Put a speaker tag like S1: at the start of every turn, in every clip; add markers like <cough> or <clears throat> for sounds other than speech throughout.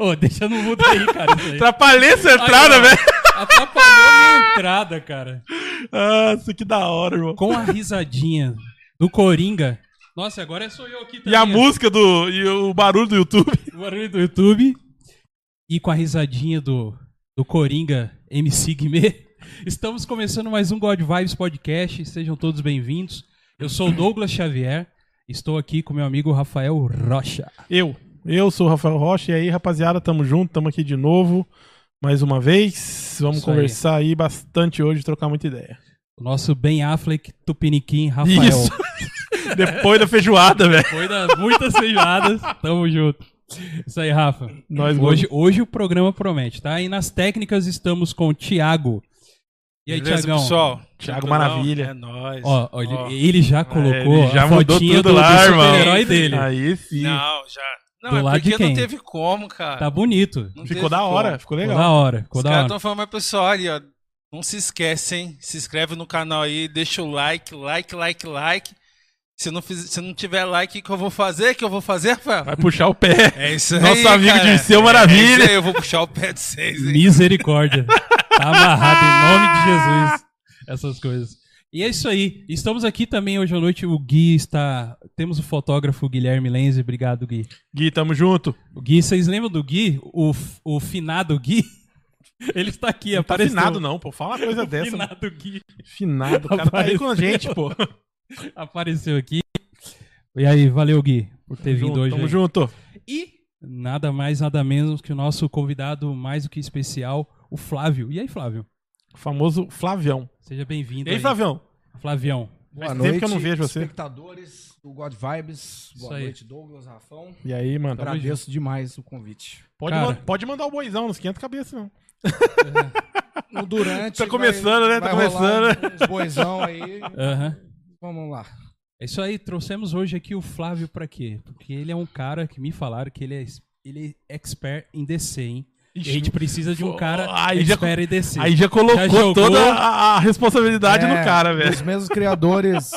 S1: Ô, deixa no mudo aí, cara. isso
S2: <laughs>
S1: aí.
S2: Atrapalhei sua
S1: Aí,
S2: entrada,
S1: ó,
S2: velho.
S1: Atrapalhou a minha entrada, cara.
S2: Nossa, que da hora, irmão.
S1: Com a risadinha do Coringa. Nossa, agora sou eu aqui também.
S2: E a
S1: ó.
S2: música do. E o barulho do YouTube.
S1: O barulho do YouTube. E com a risadinha do, do Coringa MC Guimê. Estamos começando mais um God Vibes Podcast. Sejam todos bem-vindos. Eu sou o Douglas Xavier. Estou aqui com meu amigo Rafael Rocha.
S2: Eu. Eu sou o Rafael Rocha. E aí, rapaziada, tamo junto, tamo aqui de novo. Mais uma vez. Vamos
S1: Isso aí.
S2: conversar aí. bastante hoje, trocar muita ideia.
S1: O nosso Ben Affleck Tupiniquim Rafael.
S2: Isso. Depois da feijoada, velho.
S1: Foi das muitas feijoadas. Tamo junto. Isso aí, Rafa.
S2: Nós
S1: Hoje, hoje o programa promete, tá? E nas técnicas estamos com o Thiago. E aí,
S3: Beleza,
S1: Tiagão?
S3: pessoal?
S2: Thiago
S3: Tranquilão?
S2: Maravilha.
S3: É nóis.
S1: Ó, ó, ele,
S3: Ó.
S1: ele já colocou
S2: É, ele já
S1: a
S2: mudou
S1: fotinha
S2: tudo
S1: do,
S2: lá,
S1: do
S2: irmão.
S1: super-herói dele.
S2: Aí sim.
S3: Não, já. Não,
S1: Do
S3: é
S1: lado de
S3: porque
S1: quem?
S3: não teve como, cara.
S1: Tá bonito.
S3: Não
S2: Ficou
S3: teve
S2: da hora,
S3: como.
S2: ficou
S1: Ficou
S2: legal.
S1: da hora, ficou
S3: Os
S1: da
S3: caras
S1: hora.
S3: estão falando, mas pessoal, ali, ó. Não se esquece, hein? Se inscreve no canal aí, deixa o like, like, like, like. Se não, fiz- se não tiver like, o que eu vou fazer? O que eu vou fazer, Rafael?
S2: Vai puxar o pé.
S3: É isso
S2: Nosso amigo
S3: cara.
S2: Dirceu
S3: É
S2: Maravilha.
S3: isso aí, eu vou puxar o pé de vocês, hein?
S1: Misericórdia. Tá amarrado em nome de Jesus. Essas coisas. E é isso aí. Estamos aqui também hoje à noite. O Gui está. Temos o fotógrafo Guilherme Lenze. Obrigado, Gui.
S2: Gui, tamo junto.
S1: O Gui, vocês lembram do Gui? O, f- o finado Gui? <laughs> Ele está aqui,
S2: Tá
S1: apareceu.
S2: finado, não, pô. Fala uma coisa dessa. mano.
S1: Finado Gui
S2: Finado. O cara tá aí com a
S1: Apareceu.
S2: gente, pô.
S1: <laughs> apareceu aqui. E aí, valeu, Gui, por ter vindo
S2: Junto,
S1: hoje.
S2: tamo
S1: aí.
S2: junto.
S1: E nada mais, nada menos que o nosso convidado mais do que especial, o Flávio. E aí, Flávio?
S2: O famoso Flavião.
S1: Seja bem-vindo.
S2: E aí,
S1: aí.
S2: Flavião?
S1: Flavião.
S2: Faz
S4: Boa
S2: tempo
S4: noite,
S2: que eu não vejo você.
S4: espectadores do God Vibes.
S1: Isso
S4: Boa
S1: aí.
S4: noite, Douglas, Rafão.
S2: E aí, mano?
S1: Tamo
S4: Agradeço demais o convite.
S2: Pode,
S1: Cara.
S2: man- pode mandar o boizão nos 500 cabeças, não.
S4: No durante.
S2: <laughs> Tá começando, né? Tá começando,
S4: né? Uns boizão aí.
S1: Aham.
S4: Vamos lá.
S1: É isso aí, trouxemos hoje aqui o Flávio pra quê? Porque ele é um cara que me falaram que ele é, ele é expert em DC, hein? E a gente precisa de um
S2: Pô,
S1: cara
S2: aí já-
S1: expert em DC.
S2: Aí já colocou
S1: jogou.
S2: toda a, a responsabilidade
S4: É,
S2: no cara, velho.
S4: Os mesmos criadores.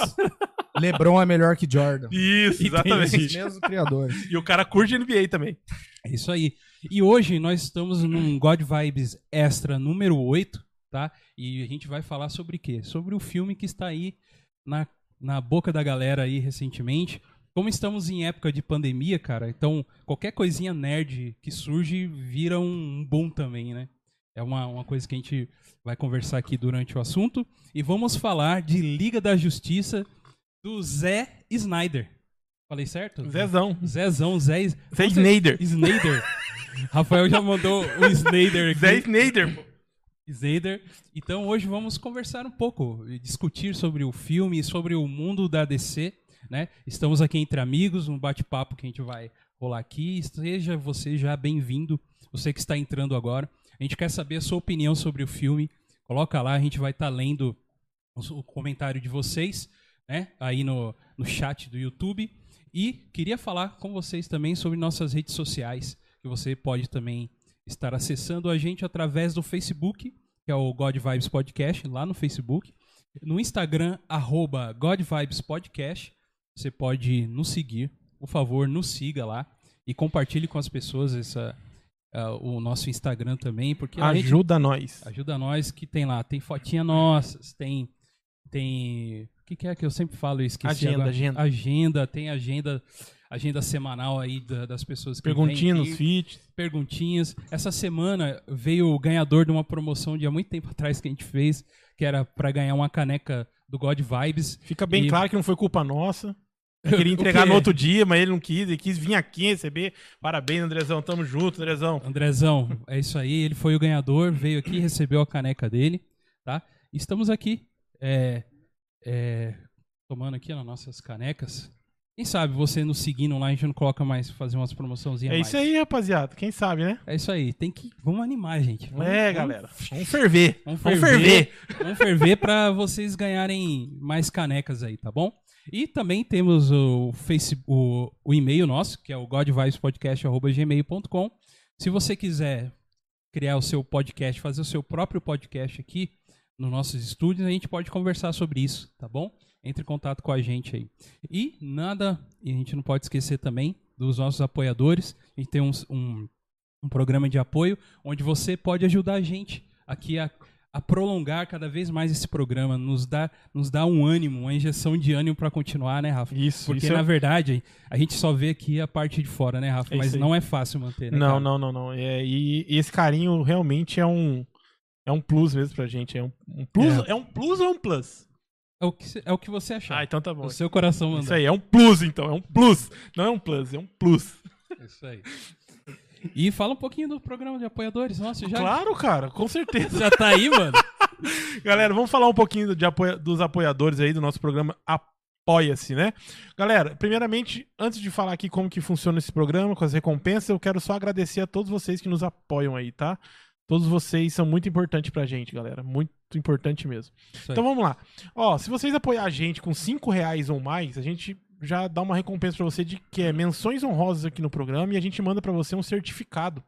S4: Lebron é melhor que Jordan.
S2: Isso,
S4: Os
S2: exatamente.
S4: mesmos criadores.
S2: E o cara curte NBA também.
S1: É isso aí. E hoje nós estamos num God Vibes Extra número 8, tá? E a gente vai falar sobre o quê? Sobre o filme que está aí na, na boca da galera aí recentemente. Como estamos em época de pandemia, cara, então qualquer coisinha nerd que surge vira um bom também, né? É uma, uma coisa que a gente vai conversar aqui durante o assunto. E vamos falar de Liga da Justiça do Zé Snyder. Falei certo?
S2: Zezão.
S1: Zezão, Zé.
S2: Zé Snyder. <laughs>
S1: Snyder. Rafael já mandou o Snyder aqui.
S2: Zé Snyder. pô.
S1: Snyder. Então hoje vamos conversar um pouco, e discutir sobre o filme, sobre o mundo da DC, né? Estamos aqui entre amigos, um bate-papo que a gente vai rolar aqui. Seja você já bem-vindo, você que está entrando agora. A gente quer saber a sua opinião sobre o filme. Coloca lá, a gente vai estar lendo os- o comentário de vocês, né? Aí no, no chat do YouTube. E queria falar com vocês também sobre nossas redes sociais, que você pode também estar acessando a gente através do Facebook, que é o God Vibes Podcast, lá no Facebook. No Instagram, arroba God Vibes Podcast. Você pode nos seguir, por favor, nos siga lá e compartilhe com as pessoas essa, ah, o nosso Instagram também, porque a gente
S2: Ajuda nós.
S1: Ajuda nós que tem lá, tem fotinha nossas, tem tem o que, que é que eu sempre falo e esqueci
S2: Agenda,
S1: agora?
S2: agenda.
S1: Agenda, tem agenda agenda semanal aí da- das pessoas que
S2: Perguntinha
S1: vêm
S2: nos
S1: aqui,
S2: feats.
S1: perguntinhas. Essa semana veio o ganhador de uma promoção de há muito tempo atrás que a gente fez, que era pra ganhar uma caneca do God Vibes.
S2: Fica bem
S1: E-
S2: claro que não foi culpa nossa. Eu <laughs>
S1: O
S2: queria entregar
S1: quê?
S2: no outro dia, mas ele não quis. Ele quis vir aqui receber. Parabéns, Andrezão. Tamo junto, Andrezão.
S1: Andrezão, é isso aí. Ele foi o ganhador, veio aqui, recebeu a caneca dele, tá? Estamos aqui, é, é, tomando aqui as nossas canecas. Quem sabe você nos seguindo lá, a gente não coloca mais, fazer umas promoçãozinhas
S2: É
S1: mais.
S2: isso aí, rapaziada. Quem sabe, né?
S1: É isso aí, tem que... Vamos animar, gente. Vamos-
S2: É,
S1: vamos-
S2: galera. Vamos ferver.
S1: Vamos ferver.
S2: Vamos ferver.
S1: Vamos ferver para vocês ganharem mais canecas aí, tá bom? E também temos o, face, o, o e-mail nosso, que é o godvibespodcast.gmail.com. Se você quiser criar o seu podcast, fazer o seu próprio podcast aqui nos nossos estúdios, a gente pode conversar sobre isso, tá bom? Entre em contato com a gente aí. E nada, e a gente não pode esquecer também dos nossos apoiadores. A gente tem uns- um, um programa de apoio onde você pode ajudar a gente aqui a, a prolongar cada vez mais esse programa, nos dá, nos dá um ânimo, uma injeção de ânimo para continuar, né, Rafa?
S2: Isso,
S1: Porque
S2: isso
S1: na
S2: é...
S1: verdade a gente só vê aqui a parte de fora, né, Rafa?
S2: É
S1: Mas
S2: isso aí.
S1: não é fácil manter. Né,
S2: Não,
S1: cara?
S2: não, não, não. É, e, e esse carinho realmente é um, é um plus mesmo pra gente. É um, um plus, é. um plus ou um plus?
S1: É o que, cê- é o que você achar.
S2: Ah, então tá bom.
S1: o seu coração mandou.
S2: Isso aí, é um plus então, é um plus. Não é um plus, é um plus.
S1: Isso aí. E fala um pouquinho do programa de apoiadores. Nossa, já,
S2: Claro, cara, com certeza.
S1: já tá aí, mano.
S2: <laughs> Galera, vamos falar um pouquinho de apoia- dos apoiadores aí do nosso programa Apoia-se, né? Galera, primeiramente, antes de falar aqui como que funciona esse programa, com as recompensas, eu quero só agradecer a todos vocês que nos apoiam aí, tá? Todos vocês são muito importantes pra gente, galera. Muito importante mesmo.
S1: Isso aí.
S2: Então vamos lá. Ó, se vocês apoiar a gente com 5 reais ou mais, a gente já dá uma recompensa pra você de que é menções honrosas aqui no programa e a gente manda pra você um certificado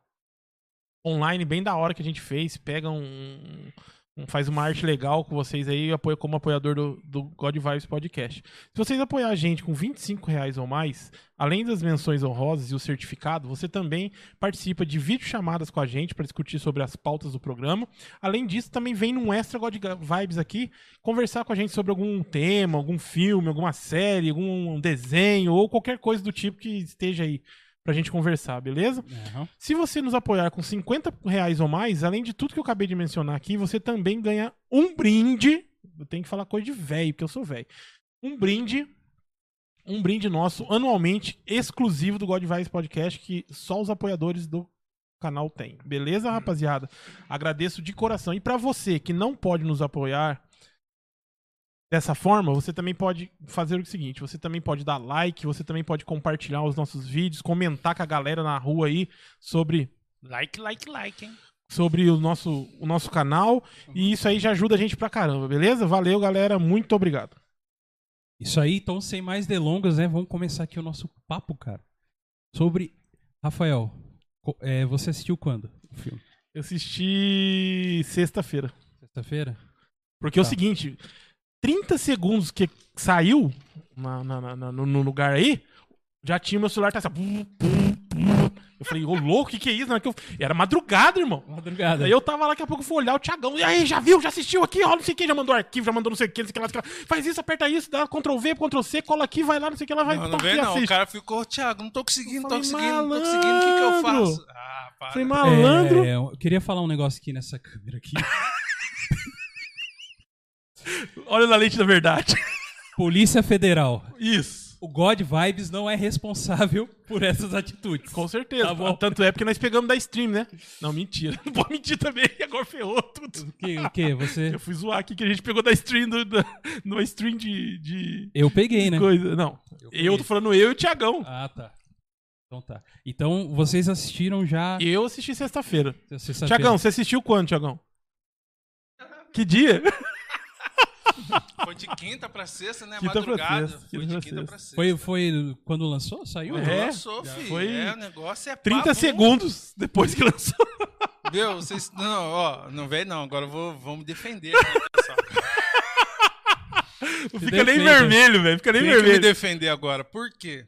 S2: online bem da hora que a gente fez. Pega um, um- faz uma arte legal com vocês aí e apoia como apoiador do, do God Vibes Podcast. Se vocês apoiar a gente com 25 reais ou mais, além das menções honrosas e o certificado, você também participa de videochamadas com a gente para discutir sobre as pautas do programa. Além disso, também vem num extra God Vibes aqui conversar com a gente sobre algum tema, algum filme, alguma série, algum desenho ou qualquer coisa do tipo que esteja aí pra gente conversar, beleza?
S1: Aham.
S2: Se você nos apoiar com 50 reais ou mais, além de tudo que eu acabei de mencionar aqui, você também ganha um brinde. Eu tenho que falar coisa de velho, porque eu sou velho. Um brinde. Um brinde nosso anualmente exclusivo do God Vibes Podcast que só os apoiadores do canal têm. Beleza, rapaziada? Agradeço de coração. E pra você que não pode nos apoiar dessa forma, você também pode fazer o seguinte, você também pode dar like, você também pode compartilhar os nossos vídeos, comentar com a galera na rua aí sobre
S3: Like, like, like, hein?
S2: sobre o nosso, o nosso canal. E isso aí já ajuda a gente pra caramba, beleza? Valeu, galera. Muito obrigado.
S1: Isso aí, então, sem mais delongas, né? Vamos começar aqui o nosso papo, cara. Sobre. Rafael, co- é, você assistiu quando o filme?
S2: Eu assisti sexta-feira.
S1: Sexta-feira?
S2: Porque é o
S1: Tá.
S2: seguinte: 30 segundos que saiu na- na- na- na- no, no lugar aí, já tinha meu celular, tá assim. ó, bum, bum, bum. Eu falei, ô louco, o que, que é isso? Na hora que eu- Era madrugada, irmão.
S1: Madrugada.
S2: Aí eu tava lá, daqui a pouco eu fui olhar o Thiagão. E aí, já viu? Já assistiu aqui? Ó, não sei o que, já mandou arquivo, já mandou não sei o que, não sei o que lá, não sei o que lá. Faz isso, aperta isso, dá Ctrl V, Ctrl C, cola aqui, vai lá, não sei o que lá, vai
S3: Não, não
S2: pá,
S3: vem
S2: e
S3: não. O
S2: assiste.
S3: cara ficou, Thiago, não tô conseguindo, não
S2: Falei,
S3: tô conseguindo, não tô conseguindo, o que que eu
S2: malandro.
S3: faço? Ah, para.
S2: Falei, malandro.
S1: É, eu queria falar um negócio aqui nessa câmera aqui. <laughs>
S2: Olha na leite da verdade.
S1: Polícia Federal.
S2: <laughs> Isso.
S1: O God Vibes não é responsável <laughs> por essas atitudes.
S2: Com certeza.
S1: Tá bom.
S2: Tanto é porque nós pegamos da stream, né? Não, <laughs> mentira. Não pode mentir também. Agora ferrou tudo.
S1: Que, o que? Você.
S2: Eu fui zoar aqui que a gente pegou da stream do, da, numa stream de, de
S1: Eu peguei, né?
S2: coisa. Não.
S1: Eu
S2: Eu tô falando eu e o Tiagão.
S1: Ah, tá. Então tá. Então vocês assistiram já.
S2: Eu assisti sexta-feira.
S1: sexta-feira.
S2: Tiagão, você assistiu quando, Tiagão? Que <laughs> dia?
S3: Foi de quinta pra sexta, né?
S2: Quinta pra
S3: Madrugada.
S2: sexta,
S3: Foi
S2: quinta
S3: de
S2: pra
S3: quinta pra sexta.
S1: Foi, foi quando lançou? Saiu?
S2: Foi.
S3: É,
S2: É,
S3: lançou, filho.
S2: foi
S3: É, o negócio é
S2: 30
S3: papo.
S2: segundos depois
S1: <laughs>
S2: que lançou.
S3: Meu, vocês. Não, ó, não vem não. Agora eu vou, vou me
S2: <laughs>
S3: defender. né, pessoal?
S2: Fica nem
S1: defenda.
S2: vermelho, velho. Fica nem
S3: Tem que me
S2: vermelho.
S3: defender agora. Por quê?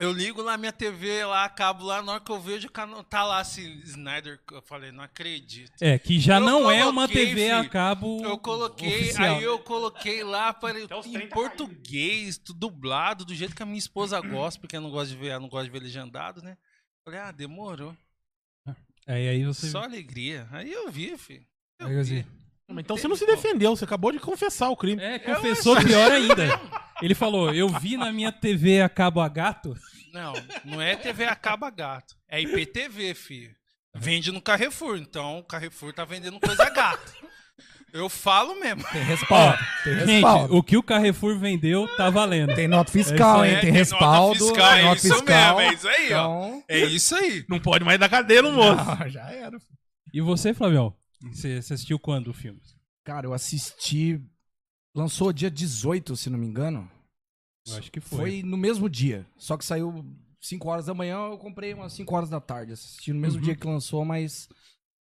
S3: Eu ligo lá minha TV, lá, cabo lá, na hora que eu vejo o canal. Tá lá assim, Snyder. Eu falei, não acredito.
S1: É, que já
S3: Eu
S1: não é uma
S3: coloquei,
S1: TV a
S3: filho.
S1: cabo.
S3: Eu coloquei,
S1: oficial.
S3: aí eu coloquei lá para em português, tu- dublado, do jeito que a minha esposa gosta, porque eu não gosto de ver, ela não gosta de ver legendado, né? Falei, ah, demorou.
S1: Aí, aí você.
S3: Só alegria. Aí eu vi, filho. Eu
S1: Aí você-
S3: vi.
S2: Então você não se defendeu. Você acabou de confessar o crime.
S1: É, confessou pior ainda. Ele falou: Eu vi na minha TV a cabo a gato.
S3: Não, não é TV acaba gato. É IPTV, filho. Vende no Carrefour, então o Carrefour tá vendendo coisa gato. Eu falo mesmo.
S4: Tem respaldo. Tem
S1: Gente,
S4: respaldo.
S1: o que o Carrefour vendeu tá valendo.
S4: Tem nota fiscal,
S1: É isso aí,
S4: hein? Tem
S3: nota
S4: respaldo.
S3: fiscal, é
S4: nota
S3: isso mesmo,
S4: fiscal.
S3: é isso aí, ó.
S4: Então, <laughs>
S3: É isso aí.
S2: Não pode mais dar cadeia no moço.
S4: ah, já era.
S1: E você, Flavião? Você você assistiu quando o filme?
S4: Cara, eu assisti. Lançou dia 18, se não me engano.
S1: Eu acho que
S4: Foi,
S1: foi.
S4: no mesmo dia. Só que saiu 5 horas da manhã, eu comprei umas 5 horas da tarde. Assisti no mesmo
S1: Uhum.
S4: dia que lançou, mas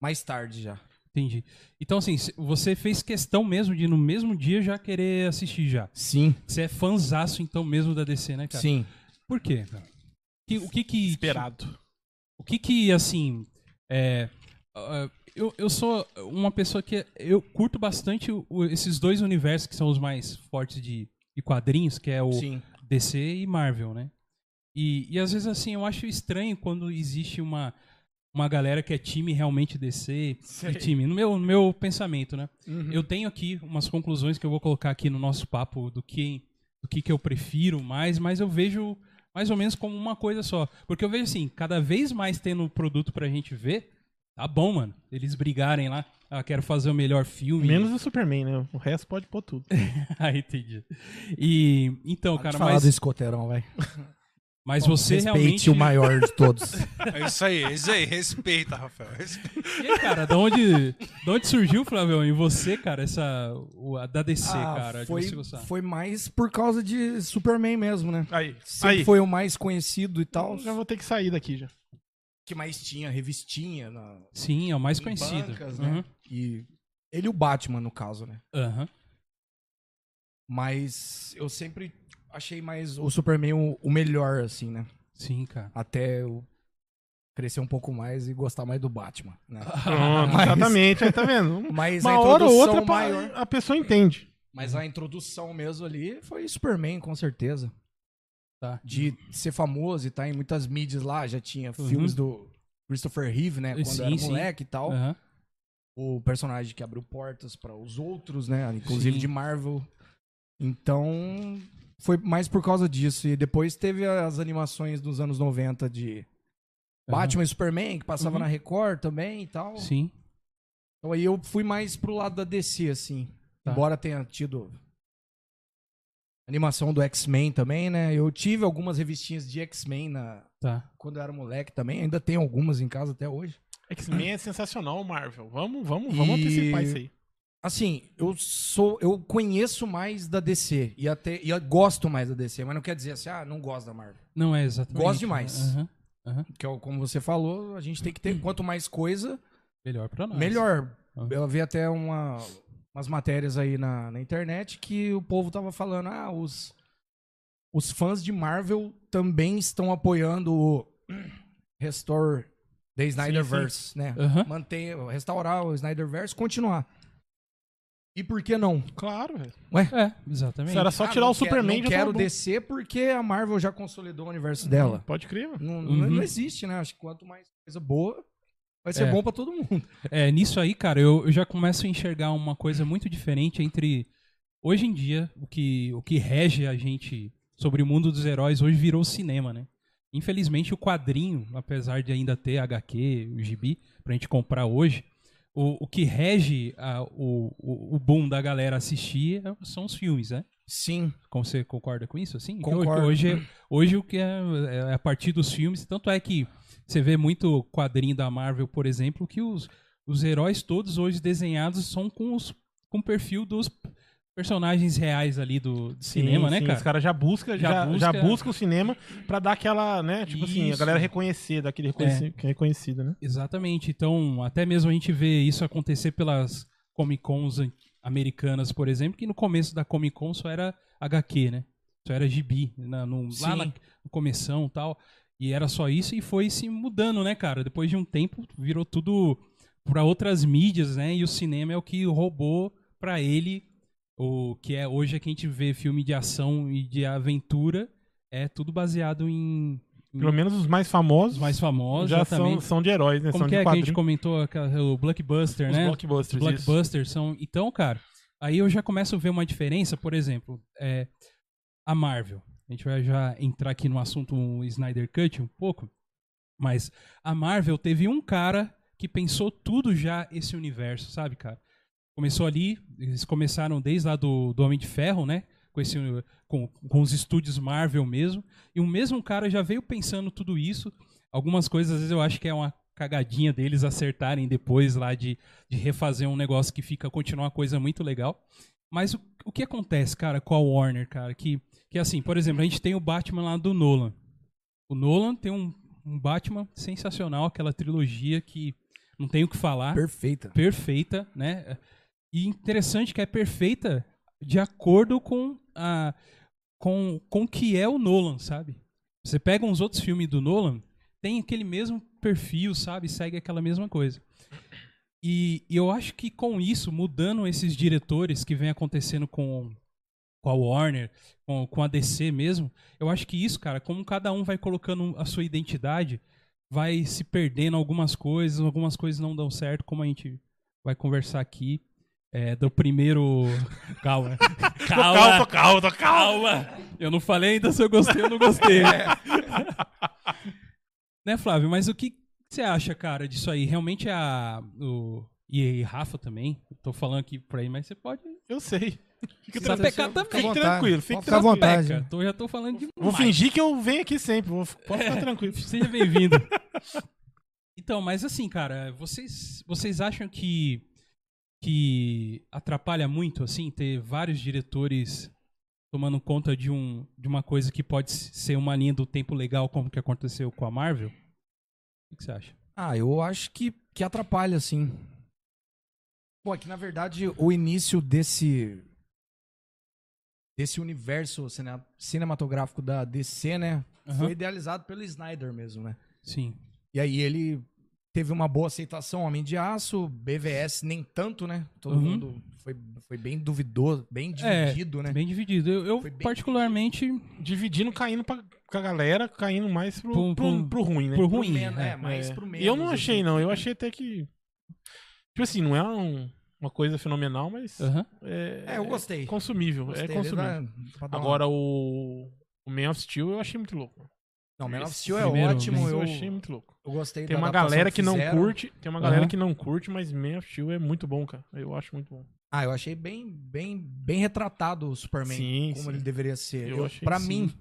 S4: mais tarde já.
S1: Entendi. Então, assim, se- você fez questão mesmo de no mesmo dia já querer assistir já.
S4: Sim,
S1: Você é
S4: Tá.
S1: fanzaço, então, mesmo da DC, né, cara?
S4: sim.
S1: Por quê? cara? Que- o que que.
S2: Esperado.
S1: O que que, assim, é, ah, eu, eu sou uma pessoa que eu curto bastante o- o- esses dois universos que são os mais fortes de, de quadrinhos, que é o
S4: Sim.
S1: DC e Marvel, né? E, e às vezes, assim, eu acho estranho quando existe uma, uma galera que é time realmente DC
S2: Sei.
S1: e time, no meu, no meu pensamento, né?
S4: Uhum.
S1: Eu tenho aqui umas conclusões que eu vou colocar aqui no nosso papo do que, do que, que eu prefiro mais, mas eu vejo mais ou menos como uma coisa só. Porque eu vejo assim, cada vez mais tendo um produto pra gente ver, tá bom, mano. Eles brigarem lá, ah, quero fazer o melhor filme.
S2: Menos o Superman, né? O resto pode pôr tudo.
S1: <laughs> ah, entendi. E, então,
S4: Para de
S1: cara,
S4: falar
S1: mas,
S4: do escoteirão, vai.
S1: mas você
S4: Respeite
S1: realmente...
S4: o maior de <laughs> todos.
S3: É isso aí, é isso aí. Respeita, Rafael. Respeita.
S1: E aí, cara, da onde, da onde surgiu, Flavio, em você, cara, essa... o- a da DC,
S4: Ah,
S1: cara,
S4: foi,
S1: de você gostar?
S4: foi mais por causa de Superman mesmo, né?
S2: Aí,
S4: Sempre
S2: aí.
S4: foi o mais conhecido e tal.
S2: Já vou ter que sair daqui já.
S4: que mais tinha revistinha na,
S1: Sim, é o mais
S4: em
S1: conhecido.
S4: bancas, né? E ele e o Batman, no caso, né?
S1: Uhum, aham.
S4: Mas eu sempre achei mais o Superman o, o melhor, assim, né?
S1: Sim, cara.
S4: Até eu crescer um pouco mais e gostar mais do Batman,
S1: <laughs>
S4: né?
S1: Ah,
S2: Pronto,
S4: Mas-
S2: exatamente. Aí tá vendo?
S4: <laughs> Mas a
S2: Uma hora
S4: introdução
S2: ou outra pa-
S4: maior...
S2: a pessoa entende.
S4: Mas a introdução mesmo ali foi Superman, com certeza.
S1: Tá.
S4: De ser famoso e tá em muitas mídias lá, já tinha filmes do Christopher Reeve, né? Quando
S1: Sim,
S4: era
S1: sim. É.
S4: moleque e tal.
S1: Aham.
S4: o personagem que abriu portas para os outros, né? Inclusive
S1: Sim.
S4: de Marvel. Então, foi mais por causa disso. E depois teve as animações dos anos 90 de Batman e Superman, que passava
S1: Uhum.
S4: na Record também e tal.
S1: Sim.
S4: Então aí eu fui mais pro lado da DC, assim.
S1: Tá.
S4: Embora tenha tido animação do X-Men também, né? Eu tive algumas revistinhas de X-Men na...
S1: Tá.
S4: quando eu era moleque também. Ainda tenho algumas em casa até hoje.
S2: X-Men é sensacional, Marvel. Vamos, vamos, vamos
S4: Ah. E-
S2: antecipar isso aí.
S4: Assim, eu sou, eu conheço mais da DC e até e eu gosto mais da DC, mas não quer dizer assim, ah, não gosto da Marvel.
S1: Não é exatamente.
S4: Gosto demais.
S1: Aham.
S4: Que é o- como você falou, a gente tem que ter quanto mais coisa,
S1: Melhor pra nós.
S4: melhor.
S1: Ah.
S4: Eu vi até uma, umas matérias aí na, na internet que o povo tava falando, ah, os os fãs de Marvel também estão apoiando o <clears throat> Restore the Snyderverse, né?
S1: Aham.
S4: Manter, restaurar o Snyderverse, continuar. E por que não?
S2: Claro, velho.
S1: É, exatamente.
S2: Se era só
S4: Ah,
S2: tirar
S4: não
S2: o Superman
S4: quero,
S2: já
S4: não
S2: tava
S4: quero
S2: bom.
S4: descer porque a Marvel já consolidou o universo dela.
S2: Pode crer, mano.
S4: Não,
S1: Uhum.
S4: não- não existe, né? Acho que quanto mais coisa boa, vai ser
S1: É.
S4: bom pra todo mundo.
S1: É, nisso aí, cara, eu, eu já começo a enxergar uma coisa muito diferente entre. Hoje em dia, o que, o que rege a gente sobre o mundo dos heróis hoje virou o cinema, né? Infelizmente, o quadrinho, apesar de ainda ter HQ, o gibi, pra gente comprar hoje, o, o que rege a- o, o, o boom da galera assistir é- são os filmes, né?
S4: Sim.
S1: Como você concorda com isso? Assim? Que
S4: Concordo.
S1: Hoje, hoje, hoje o que é, é a partir dos filmes, tanto é que você vê muito quadrinho da Marvel, por exemplo, que os, os heróis todos hoje desenhados são com, os, com o perfil dos personagens reais ali do, do cinema,
S2: Sim,
S1: né,
S2: sim,
S1: cara?
S2: Os caras já busca, já,
S1: Já
S2: já, busca...
S1: busca-
S2: o cinema pra dar aquela, né? Tipo assim, a
S1: Isso.
S2: galera reconhecer, daquele reconheci... que é reconhecido, né?
S1: Exatamente. Então, até mesmo a gente vê isso acontecer pelas Comic Cons an- americanas, por exemplo, que no começo da Comic Con só era HQ, né? Só era gibi, na, no, lá
S4: Sim.
S1: na, no começão e tal. E era só isso e foi se mudando, né, cara? Depois de um tempo, virou tudo pra outras mídias, né? E o cinema é o que roubou pra ele o que é hoje é que a gente vê filme de ação e de aventura é tudo baseado em, em
S2: Pelo menos os mais famosos,
S1: os Hum. mais famosos,
S2: já
S1: exatamente.
S2: são, são de heróis, né?
S1: Como
S2: são
S1: que
S2: de
S1: é que a gente
S2: quadrinhos.
S1: comentou aquela- o Blockbuster,
S2: Os
S1: né? Os
S2: blockbusters, isso.
S1: Blockbusters são. Então, cara, aí eu já começo a ver uma diferença, por exemplo, é, a Marvel. A gente vai já entrar aqui no assunto um Snyder Cut um pouco, mas a Marvel teve um cara que pensou tudo já esse universo, sabe, cara? Começou ali, eles começaram desde lá do, do Homem de Ferro, né? Com, esse, com, com os estúdios Marvel mesmo. E o mesmo cara já veio pensando tudo isso. Algumas coisas, às vezes, eu acho que é uma cagadinha deles acertarem depois lá de, de refazer um negócio que fica, continua uma coisa muito legal. Mas o, o que acontece, cara, com a Warner, cara? Que, que assim, por exemplo, a gente tem o Batman lá do Nolan. O Nolan tem um, um Batman sensacional, aquela trilogia que não tem o que falar
S4: Perfeita.
S1: perfeita, né? E interessante que é perfeita de acordo com a com com o que é o Nolan, sabe? Você pega uns outros filmes do Nolan, tem aquele mesmo perfil, sabe? Segue aquela mesma coisa. E, e eu acho que com isso, mudando esses diretores que vem acontecendo com, com a Warner, com, com a DC mesmo, eu acho que isso, cara, como cada um vai colocando a sua identidade, vai se perdendo algumas coisas, algumas coisas não dão certo, como a gente vai conversar aqui. É, do primeiro. Calma.
S2: Calma, tô calmo, tô calmo, tô calmo.
S1: Calma! Eu não falei ainda se eu gostei ou não gostei. né, Flávio? Mas o que você acha, cara, disso aí? Realmente a. O... E aí, Rafa também? Eu tô falando aqui pra aí, mas você pode.
S2: Eu sei. Fica
S1: Sabe pecar
S2: tranquilo.
S1: também.
S2: Fique
S1: Fica à
S2: tranquilo, fique
S4: Fica à
S2: tranquilo.
S4: vontade.
S1: Peca. Tô, já tô falando de.
S2: Vou fingir que eu venho aqui sempre. Vou, pode ficar
S1: É.
S2: tranquilo.
S1: Seja bem-vindo. então, mas assim, cara, vocês, vocês acham que que atrapalha muito assim ter vários diretores tomando conta de um de uma coisa que pode s- ser uma linha do tempo legal como que aconteceu com a Marvel? O que que você acha?
S4: Ah, eu acho que, que atrapalha, sim. Pô, é que na verdade o início desse. desse universo cine- cinematográfico da DC, né? Foi idealizado pelo Snyder mesmo, né?
S1: Sim.
S4: E aí ele teve uma boa aceitação, Homem de Aço, BVS nem tanto, né? Todo
S1: Uhum.
S4: mundo foi, foi bem duvidoso, bem
S1: É,
S4: dividido, né?
S1: Bem dividido. Eu, eu
S4: Foi bem
S1: particularmente
S2: Dividindo, caindo pra, com a galera, caindo mais pro,
S1: Pro-
S2: pro,
S1: pro-
S2: pro ruim, né?
S1: por
S4: Pro
S1: ruim,
S4: men-
S1: né?
S4: é, mais
S2: É.
S4: pro menos.
S2: E eu não achei,
S4: assim.
S2: não. Eu achei até que. Tipo assim, não é um- uma coisa fenomenal, mas.
S1: Aham.
S2: É,
S4: É, eu gostei.
S2: Consumível.
S4: Gostei,
S2: é
S4: ele
S2: consumível.
S4: dá- pra dar uma-
S2: Agora o. O Man of Steel eu achei muito louco.
S4: Não, Man of
S2: Esse
S4: Steel é
S1: primeiro,
S4: ótimo.
S2: Isso
S4: Eu,
S2: eu achei muito louco.
S4: eu gostei
S2: Tem
S4: da
S2: uma
S4: adaptação
S2: galera que não
S4: fizeram.
S2: curte, tem uma galera
S1: Aham.
S2: que não curte, mas Man of Steel é muito bom, cara. Eu acho muito bom.
S4: Ah, eu achei bem, bem, bem retratado o Superman,
S2: Sim,
S4: como
S2: sim.
S4: ele deveria ser.
S2: Eu
S4: Eu
S2: achei
S4: pra
S2: sim.
S4: mim,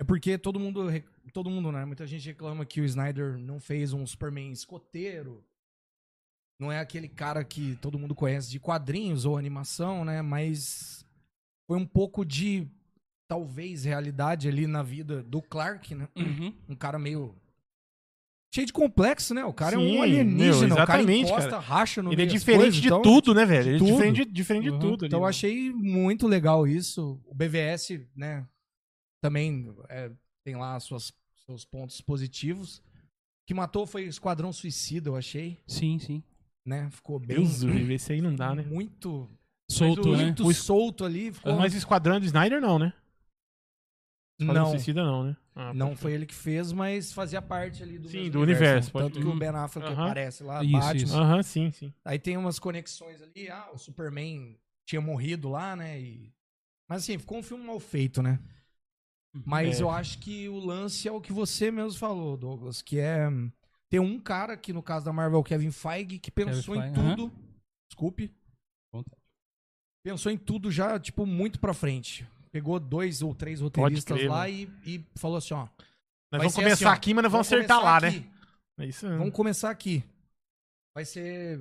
S4: é porque todo mundo, re- todo mundo, né? Muita gente reclama que o Snyder não fez um Superman escoteiro. Não é aquele cara que todo mundo conhece de quadrinhos ou animação, né? Mas foi um pouco de talvez realidade ali na vida do Clark, né?
S1: Uhum.
S4: Um cara meio cheio de complexo, né? O cara é
S2: Sim,
S4: um
S2: meu,
S4: alienígena, o cara
S2: exatamente,
S4: encosta,
S2: cara.
S4: racha no
S2: Ele é
S4: meio das
S2: diferente
S4: coisas,
S2: de
S4: então-
S2: tudo, né, velho? Ele é
S4: tudo.
S2: diferente, diferente
S1: Uhum.
S2: de tudo. ali,
S4: então eu
S2: né?
S4: achei muito legal isso. O BVS, né, também é, tem lá suas, seus pontos positivos. O que matou foi o Esquadrão Suicida, eu achei,
S1: Sim, sim.
S4: né? Ficou bem
S2: Deus do livro, é esse aí não dá, né?
S4: muito,
S1: Solto,
S2: o-
S1: né?
S4: muito solto ali. Ficou...
S2: Mas o Esquadrão do Snyder não, né? Esquadrão
S4: não,
S2: Suicida não, né? Ah,
S4: não
S2: pode
S4: foi ele que fez, mas fazia parte ali do,
S2: Sim,
S4: mesmo
S2: do universo,
S4: né?
S2: pode
S4: Tanto que
S1: crer.
S4: o Ben Affleck
S2: Aham.
S4: aparece lá,
S1: Isso,
S4: Batman.
S1: isso.
S2: crer. Aham, sim, sim.
S4: Aí tem umas conexões ali. Ah, o Superman tinha morrido lá, né? e- Mas assim, ficou um filme mal feito, né? Mas
S2: É.
S4: eu acho que o lance é o que você mesmo falou, Douglas, que é hum, ter um cara que, no caso da Marvel, o Kevin Feige, que pensou
S1: Kevin
S4: em
S1: Feige,
S4: tudo. Desculpe.
S1: Vontade.
S4: Pensou em tudo já, tipo, muito pra frente. Pegou dois ou três roteiristas
S2: crer,
S4: lá e, e falou assim, ó.
S2: Nós
S4: Vai
S2: vamos
S4: ser
S2: começar
S4: assim, ó,
S2: aqui, mas nós vamos, acertar lá,
S4: começar
S2: né?
S4: aqui,
S2: É isso
S4: Vamos
S2: mesmo.
S4: começar aqui. Vai ser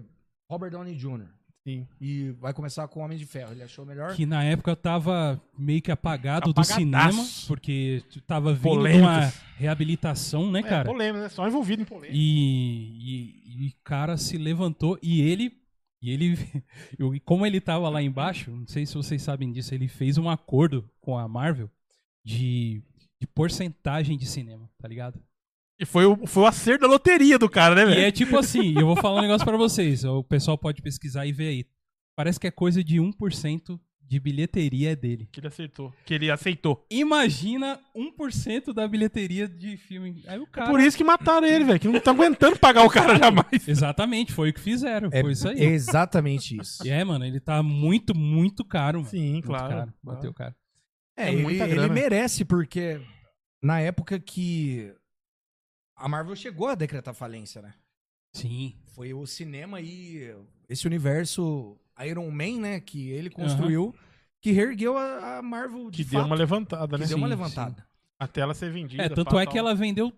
S4: Robert Downey Jr.
S2: Sim.
S4: E vai começar com o Homem de Ferro. Ele achou melhor.
S1: Que na época tava meio que apagado do
S2: Apagadaço.
S1: cinema, porque tava vindo de uma
S2: Polêmicas.
S1: reabilitação, né,
S2: É,
S1: cara?
S2: polêmica, né? Só envolvido em polêmica.
S1: E, e, e cara se levantou e ele e ele <laughs> eu- e como ele tava lá embaixo, não sei se vocês sabem disso, ele fez um acordo com a Marvel de, de porcentagem de cinema, tá ligado?
S2: E foi o, foi o acerto da loteria do cara, né,
S1: E
S2: velho?
S1: é tipo assim, eu vou falar um negócio pra vocês, o pessoal pode pesquisar e ver aí. Parece que é coisa de 1% de bilheteria é dele.
S2: Que ele acertou. Que ele aceitou.
S1: Imagina 1% da bilheteria de filme. Aí o cara
S2: Por isso que mataram ele, velho. Que não tá aguentando pagar o cara jamais.
S1: Exatamente, foi o que fizeram, foi isso aí.
S4: É exatamente isso.
S1: E É, mano, ele tá muito, muito caro, mano.
S2: Sim,
S1: muito caro. Bateu caro.
S4: É,
S2: É
S4: ele,
S2: muita
S4: ele
S2: grana.
S4: merece, porque na época que a Marvel chegou a decretar falência, né?
S1: Sim.
S4: Foi o cinema e esse universo Iron Man, né? Que ele construiu, que reergueu a, a Marvel de
S2: Que deu
S4: fato,
S2: uma levantada,
S4: que
S2: né?
S4: deu uma
S1: Sim,
S4: levantada.
S2: Até ela ser vendida.
S1: É, tanto
S2: pá,
S1: é
S2: tal.
S1: que ela vendeu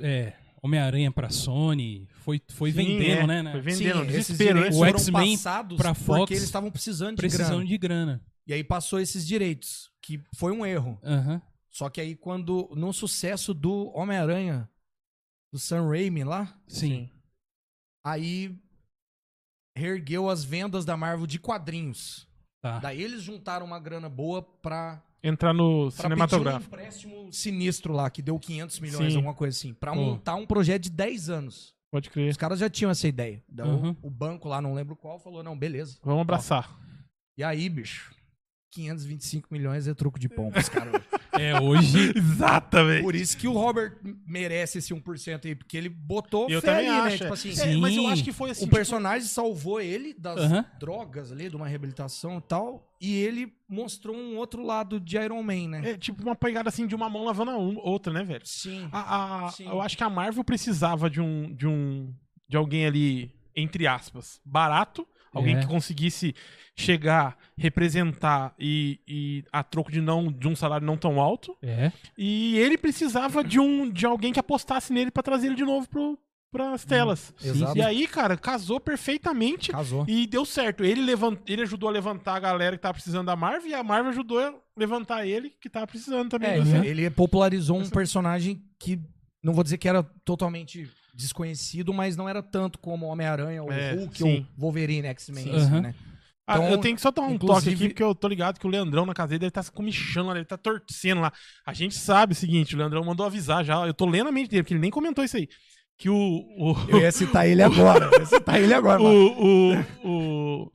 S1: é, Homem-Aranha pra Sony, foi, foi
S2: Sim,
S1: vendendo,
S2: é.
S1: né? né?
S2: Foi vendendo,
S4: Sim, esses
S2: desespero, né?
S4: direitos
S1: O
S4: foram
S1: X-Men
S4: passados
S1: pra Fox,
S4: porque eles estavam precisando de
S1: Precisando
S4: grana.
S1: de grana.
S4: E aí passou esses direitos, que foi um erro.
S1: Aham.
S4: Só que aí quando, no sucesso do Homem-Aranha, do Sam Raimi lá,
S1: Sim.
S4: aí reergueu as vendas da Marvel de quadrinhos.
S1: Tá.
S4: Daí eles juntaram uma grana boa pra
S2: entrar no
S4: Pra
S2: cinematográfico.
S4: pedir um empréstimo sinistro lá, que deu 500 milhões,
S2: Sim.
S4: alguma coisa assim, pra
S1: Pô.
S4: montar um projeto de 10 anos.
S2: Pode
S4: Os
S2: crer.
S4: caras já tinham essa ideia. Então,
S1: Uhum.
S4: O banco lá, não lembro qual, falou, não, beleza.
S2: Vamos abraçar.
S4: E aí, bicho, 525 milhões é truco de pão pros caras. hoje.
S1: É,
S2: <laughs>
S1: hoje.
S2: <laughs> Exatamente.
S4: Por isso que o Robert merece esse 1% aí, porque ele botou
S2: Eu
S4: fé
S2: também
S4: ali,
S2: acho.
S4: né?
S2: é.
S4: Tipo assim,
S2: É, mas eu
S1: Sim.
S2: acho que foi assim.
S4: o
S2: tipo,
S4: personagem salvou ele das
S1: Aham.
S4: drogas ali, de uma reabilitação e tal, e ele mostrou um outro lado de Iron Man, né?
S2: é tipo uma pegada assim de uma mão lavando a um- outra, né, velho?
S4: Sim.
S2: A- a-
S4: Sim.
S2: eu acho que a Marvel precisava de um, de um, de alguém ali entre aspas barato, alguém
S1: É.
S2: que conseguisse chegar, representar e, e a troco de não de um salário não tão alto.
S1: É.
S2: E ele precisava de um de alguém que apostasse nele pra trazer ele de novo pro pras telas.
S4: Exato.
S2: E aí, cara, casou perfeitamente
S4: Casou.
S2: e deu certo. Ele levant... ele ajudou a levantar a galera que tava precisando da Marvel e a Marvel ajudou a levantar ele que tava precisando também.
S4: É,
S2: deu
S4: ele,
S2: certo.
S4: ele popularizou um personagem que não vou dizer que era totalmente desconhecido, mas não era tanto como Homem-Aranha, ou
S2: É,
S4: Hulk,
S2: sim.
S4: ou Wolverine, X-Men,
S1: Sim.
S4: assim,
S1: Aham.
S4: né?
S2: Ah,
S4: Então,
S2: eu tenho que só dar um
S4: inclusive-
S2: toque aqui, porque eu tô ligado que o Leandrão na casa dele deve estar se comichando lá, ele tá torcendo lá. A gente sabe o seguinte, o Leandrão mandou avisar já, eu tô lendo a mente dele, porque ele nem comentou isso aí. Que o. O,
S4: Eu ia citar ele agora. eu ia citar
S2: <laughs>
S4: ele agora, mano.
S2: o, o, o-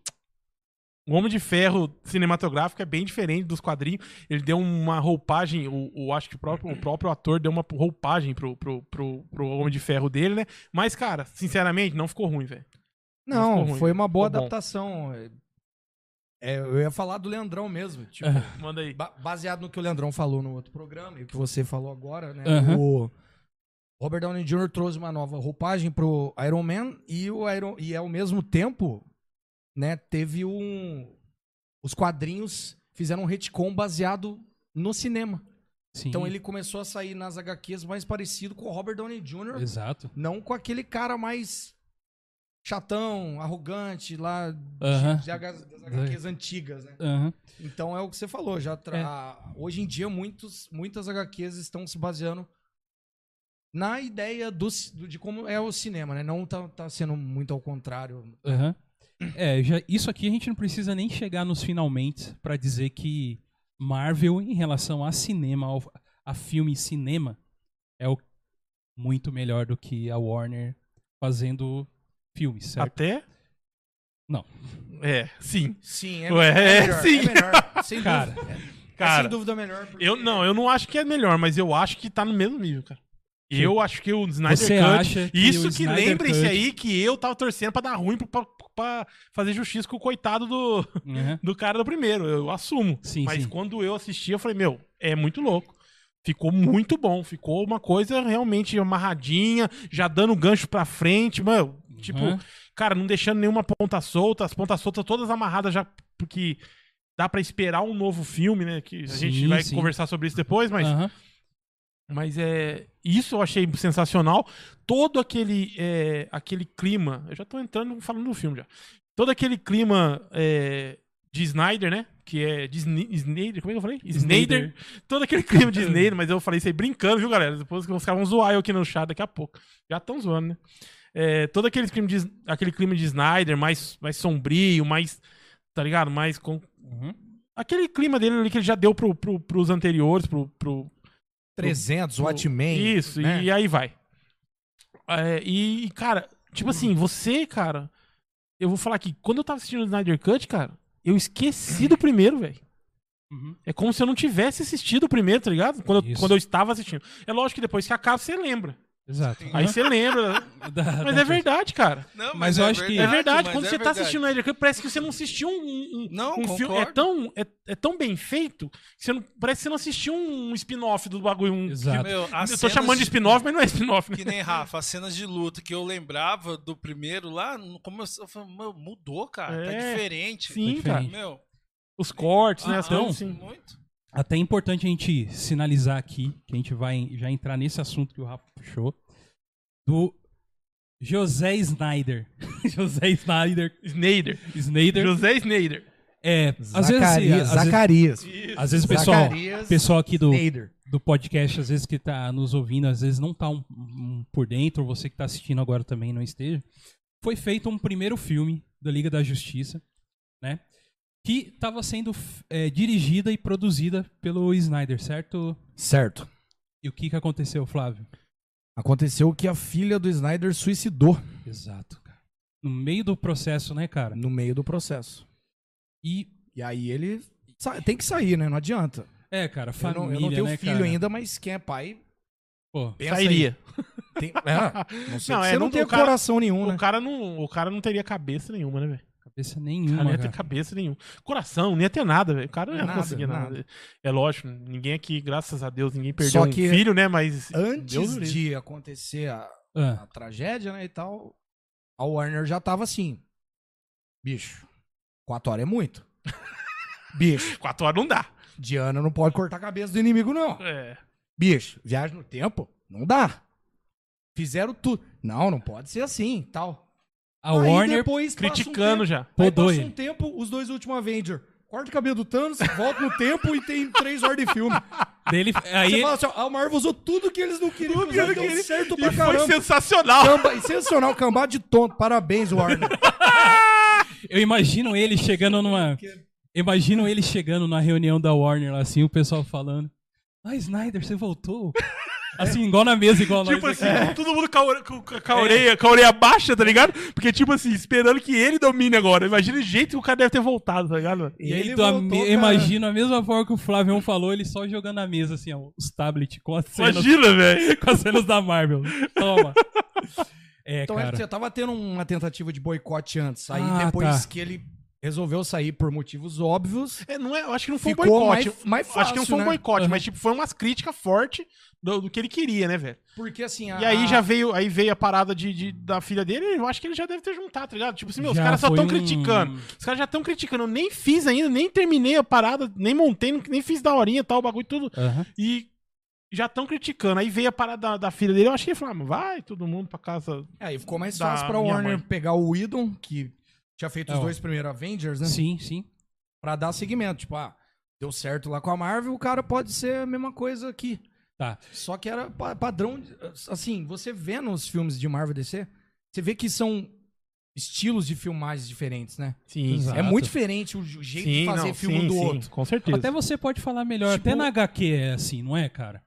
S2: o Homem de Ferro cinematográfico é bem diferente dos quadrinhos. Ele deu uma roupagem, o, o- acho que o próprio, o próprio ator deu uma roupagem pro, pro, pro, pro Homem de Ferro dele, né? Mas, cara, sinceramente, não ficou ruim, velho. Não ficou
S4: Não,
S2: ruim, né?
S4: foi uma boa
S2: ficou bom.
S4: adaptação. É, eu ia falar do Leandrão mesmo. Tipo,
S2: Manda aí.
S4: Ba- baseado no que o Leandrão falou no outro programa e o que você falou agora, né?
S1: Aham.
S4: O Robert Downey Jr. trouxe uma nova roupagem pro Iron Man e, o Iron, e ao mesmo tempo, né, teve um. Os quadrinhos fizeram um retcon baseado no cinema.
S1: Sim.
S4: Então ele começou a sair nas HQs mais parecido com o Robert Downey Jr.,
S1: Exato.
S4: não com aquele cara mais chatão, arrogante lá de-
S1: Aham.
S4: de H- das HQs antigas, né?
S1: Aham.
S4: Então é o que você falou, já tra-
S1: É.
S4: a- hoje em dia muitos, muitas HQs estão se baseando na ideia do, ci- do- de como é o cinema, né? Não tá, tá sendo muito ao contrário.
S1: Aham. É, já, isso aqui a gente não precisa nem chegar nos finalmente pra dizer que Marvel, em relação a cinema, ao, a filme e cinema, é o, muito melhor do que a Warner fazendo filmes, certo?
S2: Até?
S1: Não.
S2: É, sim.
S4: Sim, é,
S2: Ué,
S4: é
S2: é,
S4: melhor,
S2: sim.
S4: é melhor, sem
S1: Cara,
S4: dúvida. É- é
S2: cara,
S4: sem dúvida melhor. porque-
S2: Eu não, eu não acho que é melhor, mas eu acho que tá no mesmo nível, cara. Eu acho que o Snyder
S1: Você
S2: Cut.
S1: acha que
S2: isso
S1: o
S2: que
S1: Snyder
S2: lembrem-se
S1: Cut-
S2: aí que eu tava torcendo pra dar ruim pra, pra- pra fazer justiça com o coitado do,
S1: Aham.
S2: do cara do primeiro. Eu assumo.
S1: Sim,
S2: mas
S1: sim.
S2: quando eu assisti, eu falei, meu, é muito louco. Ficou muito bom. Ficou uma coisa realmente amarradinha, já dando gancho pra frente, mano. Tipo,
S1: Aham.
S2: cara, não deixando nenhuma ponta solta, as pontas soltas todas amarradas já, porque dá pra esperar um novo filme, né? Que a
S1: Sim,
S2: gente vai
S1: sim.
S2: conversar sobre isso depois, mas,
S1: Aham.
S2: mas é isso eu achei sensacional. Todo aquele é, aquele clima, eu já tô entrando falando do filme já. Todo aquele clima é, de Snyder, né? Que é de Sni- Snyder, como é que eu falei? Snyder. Todo aquele clima de Snyder, mas eu falei isso aí brincando, viu, galera? Depois que os caras vão zoar eu aqui no chat daqui a pouco. Já estão zoando, né? É, todo aquele clima de, aquele clima de Snyder mais, mais sombrio, mais. Tá ligado? Mais com,
S1: Uhum.
S2: aquele clima dele ali que ele já deu pro, pro, pros anteriores, pro, pro,
S4: 300,
S2: pro-
S4: Watchmen.
S2: Isso,
S4: né?
S2: e aí vai. É, e, cara, tipo assim, você, cara, eu vou falar aqui, quando eu tava assistindo o Snyder Cut, cara, eu esqueci do primeiro, velho.
S1: Uhum.
S2: É como se eu não tivesse assistido o primeiro, tá ligado? Quando eu,
S1: Isso.
S2: quando eu estava assistindo. É lógico que depois que acaba, você lembra.
S1: Exato.
S2: Aí você
S3: <laughs>
S2: lembra. Mas é verdade, cara.
S3: Não,
S1: Mas eu acho que-
S2: É verdade.
S3: mas
S2: Quando
S3: é
S2: você tá
S3: verdade.
S2: assistindo o Snyder Cut, parece que você não assistiu um, um, um-
S3: Não,
S2: um filme é
S3: concordo.
S2: tão, é, é tão bem feito que você não, parece que você não assistiu um spin-off do bagulho. Um,
S1: Exato.
S3: Meu, as
S2: eu tô
S3: cenas
S2: chamando de spin-off, mas não é spin-off, né?
S3: Que nem Rafa, as cenas de luta que eu lembrava do primeiro lá, no- como eu, eu falei, meu, mudou, cara. Tá
S2: É,
S3: diferente.
S2: Sim,
S1: Tá
S2: cara.
S1: diferente.
S3: Meu,
S2: Os cortes, né?
S3: ah,
S2: As
S1: então,
S2: coisas assim.
S3: muito.
S1: Até é importante a gente sinalizar aqui, que a gente vai já entrar nesse assunto que o Rafa puxou, do José Snyder. <laughs> José Snyder.
S2: Snyder.
S1: Snyder.
S2: José Snyder.
S1: É, às vezes, assim,
S4: Zacarias.
S1: às vezes,
S4: Zacarias.
S1: às vezes pessoal,
S4: Zacarias
S1: pessoal aqui do,
S4: Snyder.
S1: do podcast, às vezes que tá nos ouvindo, às vezes não tá um, um por dentro, ou você que tá assistindo agora também não esteja. Foi feito um primeiro filme da Liga da Justiça, né? que estava sendo f- é, dirigida e produzida pelo Snyder, certo?
S4: Certo.
S1: E o que, que aconteceu, Flávio?
S4: Aconteceu que a filha do Snyder suicidou
S1: Exato, cara. No meio do processo, né, cara?
S4: no meio do processo.
S1: E,
S4: E aí ele sa- tem que sair, né? Não adianta.
S1: é, cara,
S4: Eu
S1: família,
S4: não, eu não tenho
S1: né,
S4: filho
S1: cara?
S4: ainda, mas quem é pai
S1: Pô,
S4: pensa aí. Tem- É, não sei.
S2: Não,
S4: Você
S2: é,
S4: não,
S2: não-
S4: tem
S2: o cara-
S4: coração nenhum, né?
S2: O cara, não, o cara não teria cabeça nenhuma, né, velho?
S1: cabeça
S2: O cara
S1: nenhuma,
S2: não ia ter
S1: cara.
S2: cabeça nenhuma. Coração, não ia ter nada, velho. O cara não ia
S4: Nada,
S2: conseguir nada.
S4: nada.
S2: É lógico, ninguém aqui, graças a Deus, ninguém
S4: Só
S2: perdeu um
S4: que
S2: filho, né? Mas. Deus
S4: Antes
S2: me livre.
S4: de acontecer a,
S1: Ah,
S4: a tragédia, né, e tal, a Warner já tava assim. Bicho, quatro horas é muito. Bicho,
S2: Quatro horas não dá.
S4: Diana não pode cortar a cabeça do inimigo, não.
S2: É.
S4: Bicho, viagem no tempo, não dá. Fizeram tudo. Não, não pode ser assim, tal.
S1: a Warner
S4: depois passa um
S2: Criticando já.
S4: tempo- aí
S1: podou
S4: passa um
S1: ele.
S4: tempo, os dois últimos Avenger. Corta o cabelo do Thanos, volta no tempo e tem três horas de
S2: <laughs>
S4: filme. <laughs>
S1: dele, aí
S4: Você
S1: ele-
S4: fala assim, ó, a Marvel usou tudo que eles não queriam
S2: Tudo que
S4: usar,
S2: ele
S4: deu
S2: queria.
S4: certo
S2: E
S4: pra
S2: foi
S4: caramba.
S2: sensacional.
S4: Camba, e sensacional, cambada de tonto.
S2: <laughs>
S4: Parabéns,
S2: É,
S4: Warner.
S1: eu imagino ele chegando numa... Imagino ele chegando na reunião da Warner, lá, assim, o pessoal falando. Ah, Snyder, você
S4: <laughs>
S1: voltou? Assim, igual na mesa, igual nós
S2: Tipo
S1: aqui.
S2: assim, todo mundo com a ore- com com a orelha, com a orelha baixa, tá ligado? Porque, tipo assim, esperando que ele domine agora. Imagina o jeito que o cara deve ter voltado, tá ligado?
S1: E aí,
S4: Ele
S1: do- a
S4: voltou,
S1: me-
S4: cara.
S1: imagino a mesma forma que o Flávio falou, ele só jogando na mesa, assim, ó, os tablets com as cenas,
S2: Imagina, velho.
S1: com as cenas da Marvel.
S4: <laughs>
S1: Toma. É,
S4: Então é que
S1: cara.
S4: você tava tendo uma tentativa de boicote antes. Aí
S1: Ah,
S4: depois
S1: tá.
S4: que ele resolveu sair por motivos óbvios,
S2: É, não é, eu acho que não foi um
S4: Ficou
S2: boicote.
S4: mais- mais
S2: Eu acho que não
S4: fácil,
S2: foi um
S4: né?
S2: boicote,
S1: Uhum.
S2: mas tipo, foi umas críticas fortes do, do que ele queria, né, velho?
S4: porque assim... a-
S2: E aí já veio, aí veio a parada de, de- da filha dele, eu acho que ele já deve ter juntado, tá ligado? Tipo assim, meu, os
S1: Já
S2: caras só
S1: foi
S2: estão
S1: um-
S2: criticando. Os caras já estão criticando. Eu nem fiz ainda, nem terminei a parada, nem montei, nem fiz da horinha e tal, o bagulho tudo.
S1: Aham.
S2: E já estão criticando. Aí veio a parada da, da filha dele. Eu achei que falou, ah, mas vai todo mundo pra casa.
S4: Aí É, ficou mais
S2: Da
S4: fácil pra
S2: minha
S4: Warner
S2: mãe.
S4: pegar o Whedon, que tinha feito
S1: É,
S4: os
S1: ó.
S4: dois primeiros
S2: Uhum.
S4: Avengers, né?
S1: Sim, sim.
S4: Pra dar seguimento. Tipo, ah, deu certo lá com a Marvel, o cara pode ser a mesma coisa aqui.
S1: Tá.
S4: Só que era pa- padrão... de- Assim, você vê nos filmes de Marvel e DC, você vê que são estilos de filmagens diferentes, né?
S2: Sim,
S1: Exato.
S4: É muito diferente o ju- jeito de fazer filme um do outro.
S2: Com certeza.
S1: Até você pode falar melhor.
S4: Tipo-
S1: Até na HQ é assim, não é, cara?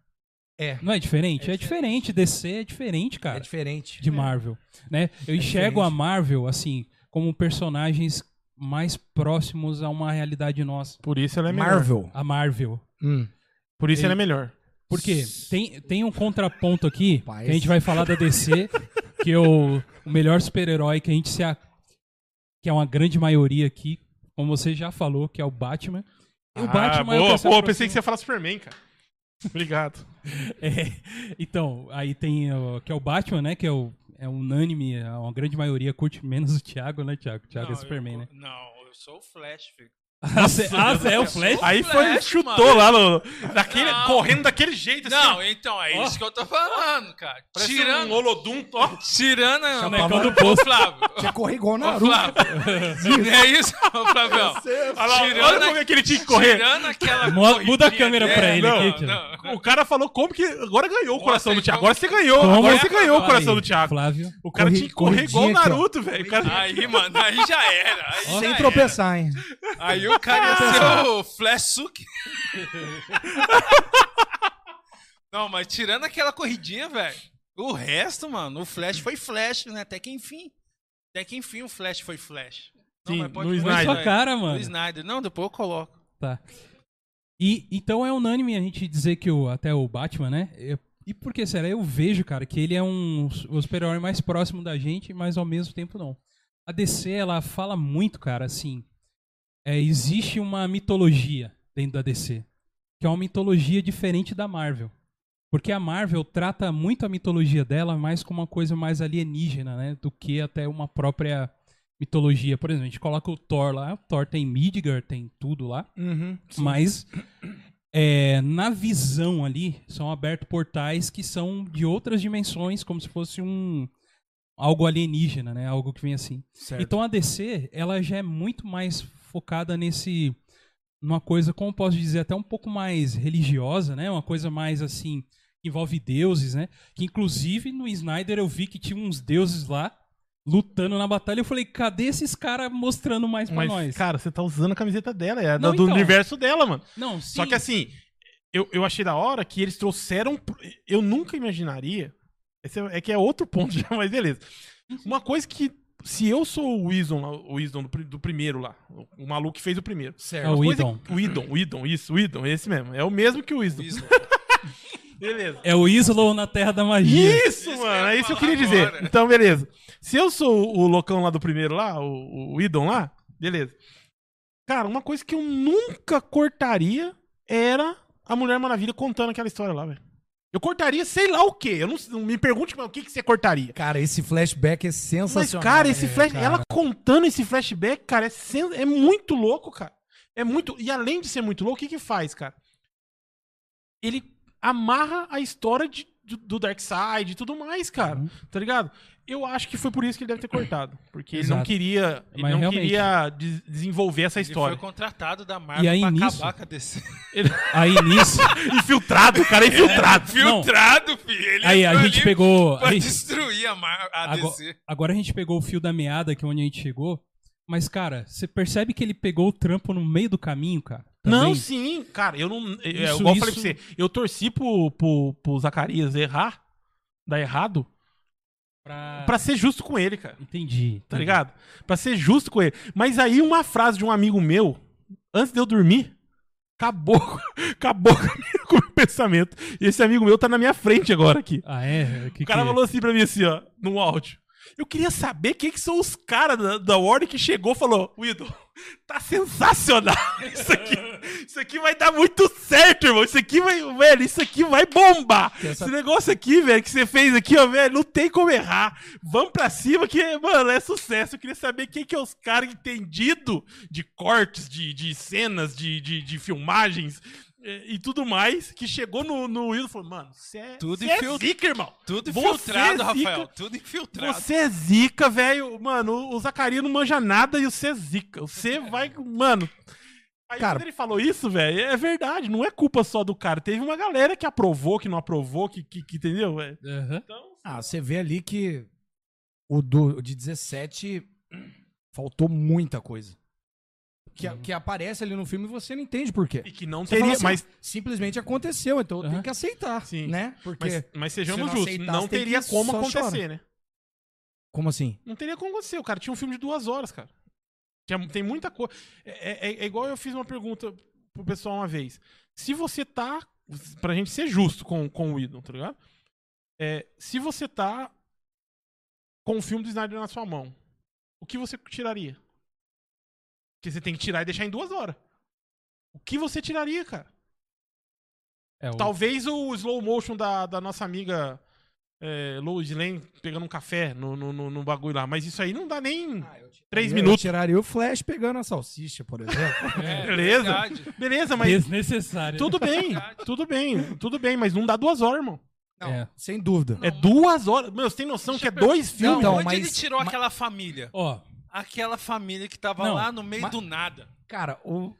S4: É.
S1: Não é diferente? É, diferente. DC é diferente, cara,
S4: É diferente.
S1: de Marvel. Né?
S2: É
S1: Eu enxergo a Marvel, assim, como personagens mais próximos a uma realidade nossa.
S2: Por isso ela é melhor.
S4: Marvel.
S1: A Marvel.
S4: Hum.
S2: Por isso ela é melhor.
S1: Porque tem, tem um contraponto aqui,
S4: Rapaz.
S1: que a gente vai falar da
S2: <laughs>
S1: DC, que é o, o melhor super-herói que a gente se... A, que é uma grande maioria aqui, como você já falou, que é o Batman. E o
S2: Ah,
S1: Batman é o
S2: boa,
S1: se
S2: boa, eu
S1: aproxima-
S2: pensei que você ia falar Superman, cara. <laughs> Obrigado.
S1: <laughs> É, então, aí tem o, que é o Batman, né? Que é, o, é unânime, a uma grande maioria curte menos o Thiago, né, Thiago? O Thiago é
S3: Não,
S1: Superman,
S3: eu-
S1: né? <laughs>
S3: Não, eu sou o Flash, filho.
S1: Ah, cê- ah, cê é o Flash?
S2: Aí foi,
S3: Flash,
S2: chutou lá no. Daquele,
S3: Não.
S2: correndo daquele jeito, assim.
S3: Não, então, é
S1: Ó.
S3: isso que eu tô falando, cara.
S2: parece um
S3: Tirando,
S2: holodum, ó.
S3: tirando a...
S1: Chamava-
S3: Ô, Flávio.
S4: Você corre igual
S3: Ô,
S4: Naruto.
S3: Flávio.
S1: <laughs>
S3: Não é isso, ô, Flavião?
S2: Olha lá, olha
S3: Tirando
S2: como é que ele tinha que correr.
S3: Tirando aquela
S1: Mo- muda a
S3: corridinha
S1: câmera pra
S3: dela,
S1: ele
S3: não,
S1: aqui, Thiago.
S3: não.
S2: O cara falou como que. Agora ganhou o
S3: Nossa,
S2: coração do
S3: então-
S2: Thiago. Agora você ganhou.
S1: Como?
S2: Agora você ganhou o
S1: Fala
S2: coração
S1: aí,
S2: do Thiago.
S1: Flávio.
S2: O cara
S4: Corri-
S2: tinha que correr igual o
S4: corridinha aqui, ó.
S2: Naruto, velho. O cara
S3: Aí, mano, aí já era. Aí, já
S4: Sem
S3: era.
S4: tropeçar, hein?
S3: Aí o cara ia ser o Flash Suki. <laughs> Não, mas tirando aquela corridinha, velho. O resto, mano, o Flash foi Flash, né? Até que enfim. Até que enfim o Flash foi Flash.
S2: Sim, no
S1: Põe
S2: Snyder.
S1: sua
S3: continuar,
S1: cara,
S3: velho. No
S1: mano.
S3: Snyder. Não, depois eu coloco.
S1: Tá. E, então é unânime a gente dizer que o, até o Batman, né? é- e por que será? Eu vejo, cara, que ele é um s- o super-herói mais próximo da gente, mas ao mesmo tempo não. A DC, ela fala muito, cara, assim. é, existe uma mitologia dentro da DC, que é uma mitologia diferente da Marvel. Porque a Marvel trata muito a mitologia dela mais como uma coisa mais alienígena, né? Do que até uma própria mitologia. Por exemplo, a gente coloca o Thor lá, o Thor tem Midgard, tem tudo lá.
S4: Uhum.
S1: Mas é, na visão ali são abertos portais que são de outras dimensões, como se fosse um algo alienígena, né? Algo que vem assim.
S4: Certo.
S1: Então a DC ela já é muito mais focada nesse numa coisa, como posso dizer, até um pouco mais religiosa, né? Uma coisa mais assim que envolve deuses, né? Que inclusive no Snyder eu vi que tinha uns deuses lá lutando na batalha. Eu falei, cadê esses caras mostrando mais pra
S2: Mas,
S1: nós?
S2: cara, você tá usando a camiseta dela, é a
S1: Não,
S2: do
S1: então.
S2: universo dela, mano.
S1: Não, sim.
S2: Só que assim, eu, eu achei da hora que eles trouxeram. pro- Eu nunca imaginaria. Esse é, é que é outro ponto <laughs> já, mas beleza. Uma coisa que. Se eu sou o Wisdom, lá, o Wisdom do, pri- do primeiro lá, o- o maluco que fez o primeiro.
S1: É,
S4: Certo.
S1: o
S2: Uma coisa-
S1: Idon.
S2: O Idon, o Idon, isso, o Idon, esse mesmo. É o mesmo que o Wisdom.
S3: <laughs>
S2: Beleza.
S1: É o Islo na Terra da Magia.
S2: Isso,
S3: Isso
S2: mano,
S3: que eu
S2: é
S3: ia
S2: isso que eu
S3: falar
S2: queria dizer.
S3: agora.
S2: Então, beleza. Se eu sou o loucão lá do primeiro lá, o, o Idon lá, beleza. Cara, uma coisa que eu nunca cortaria era a Mulher Maravilha contando aquela história lá, velho. Eu cortaria sei lá o quê. Eu não, não me pergunte mas o que, que você cortaria.
S4: Cara, esse flashback é
S2: Mas,
S4: sensacional.
S2: cara,
S1: né,
S2: esse
S4: É,
S2: flash,
S4: cara.
S2: ela contando esse flashback, cara, é, sen- é muito louco, cara. É muito. E além de ser muito louco, o que que faz, cara? Ele amarra a história de- do, do Darkseid e tudo mais, cara.
S1: Uhum.
S2: Tá ligado? Eu acho que foi por isso que ele deve ter cortado. Porque ele não
S1: Exato.
S2: queria. Ele
S1: Mas
S2: não
S1: realmente.
S2: queria des- desenvolver essa
S3: Ele foi
S2: história.
S3: contratado da Marvel
S1: E aí,
S3: pra
S1: nisso-
S3: acabar com a DC.
S1: <laughs> Aí
S2: <laughs>
S1: nisso.
S2: infiltrado, o
S3: <laughs>
S2: cara é infiltrado.
S3: Filtrado, filho. Ele
S1: Aí a
S3: entrou
S1: gente
S3: ali
S1: pegou.
S3: Pra
S1: aí-
S3: destruir a, Mar a
S1: Agora-
S3: DC.
S1: agora a gente pegou o fio da meada, que é onde a gente chegou. Mas, cara, você percebe que ele pegou o trampo no meio do caminho, cara?
S2: Não,
S1: Também?
S2: sim, cara, eu não. é, é,
S1: Isso,
S2: igual eu falei
S1: isso-
S2: pra você, eu torci pro, pro, pro Zacarias errar, dar errado,
S1: Pra...
S2: pra ser justo com ele, cara.
S1: Entendi.
S2: Tá
S1: entendi.
S2: ligado? Pra ser justo com ele. Mas aí uma frase de um amigo meu, antes de eu dormir, acabou, <laughs> acabou com o meu pensamento. E esse amigo meu tá na minha frente agora aqui.
S1: Ah, é? Que
S2: O cara
S1: que...
S2: falou assim pra mim assim, ó, no áudio. Eu queria saber quem que são os caras da, da Warner que chegou e falou, Widow, tá sensacional <laughs> isso aqui. Isso aqui vai dar muito certo, irmão. Isso aqui vai, velho, isso aqui vai bombar.
S4: Essa-
S2: Esse negócio aqui, velho, que você fez aqui, ó, velho, não tem como errar. Vamos pra cima que, mano, é sucesso. Eu queria saber quem que é os caras entendido de cortes, de, de cenas, de, de, de filmagens eh, e tudo mais, que chegou no, no Widow e falou, mano, você é,
S3: Tudo
S2: cê é
S3: infil-
S2: zica, irmão.
S3: Tudo
S2: Você
S3: infiltrado,
S2: é
S3: Rafael.
S2: zica.
S3: Tudo infiltrado.
S2: Você é zica, velho. Mano, o Zacarias não manja nada e você é zica. Você vai. Mano. Aí
S4: Cara-
S2: quando ele falou isso, velho, é verdade. Não é culpa só do cara. Teve uma galera que aprovou, que não aprovou, que, que, que- entendeu? velho?
S1: Aham.
S2: Então,
S4: Ah, você vê ali que o, do, o de 17 faltou muita coisa. Que,
S2: Uhum.
S4: a- que aparece ali no filme e você não entende por quê.
S2: e que não
S4: Você
S2: teria.
S4: fala assim,
S2: mas, Uhum.
S4: simplesmente aconteceu, então eu
S1: Aham.
S4: tenho que aceitar,
S2: Sim.
S4: né? Porque
S2: mas, mas sejamos
S4: não
S2: justos,
S4: aceitar,
S2: não
S4: você tem
S2: teria
S4: que
S2: como
S4: só
S2: acontecer,
S4: chorar.
S2: né?
S4: como assim?
S2: Não teria como acontecer. O cara tinha um filme de duas horas, cara. Tinha- tem muita coisa. É, é- é igual eu fiz uma pergunta pro pessoal uma vez. Se você tá. Pra gente ser justo com, com o Idon, tá ligado? É, se você tá com o filme do Snyder na sua mão, o que você tiraria? Porque você tem que tirar e deixar em duas horas. O que você tiraria, cara?
S1: É, o-
S2: Talvez o slow motion da, da nossa amiga é, Lois Lane pegando um café no, no, no- no bagulho lá. Mas isso aí não dá nem três
S4: Eu
S2: minutos.
S4: tiraria o Flash pegando a salsicha, por exemplo.
S2: <laughs>
S3: É,
S2: Beleza.
S3: verdade.
S2: Beleza, mas
S1: Desnecessário.
S2: tudo bem, tudo bem, tudo bem. Mas não dá duas horas, irmão.
S4: Não,
S1: É.
S4: sem dúvida.
S2: É duas horas. Meu, você tem noção que é dois
S3: Não,
S2: filmes?
S4: Então,
S3: onde
S4: mas-
S3: ele tirou
S4: mas-
S3: aquela família?
S1: Ó,
S3: Aquela família que tava
S1: Não,
S3: lá no meio
S4: mas-
S3: do nada.
S4: Cara, o-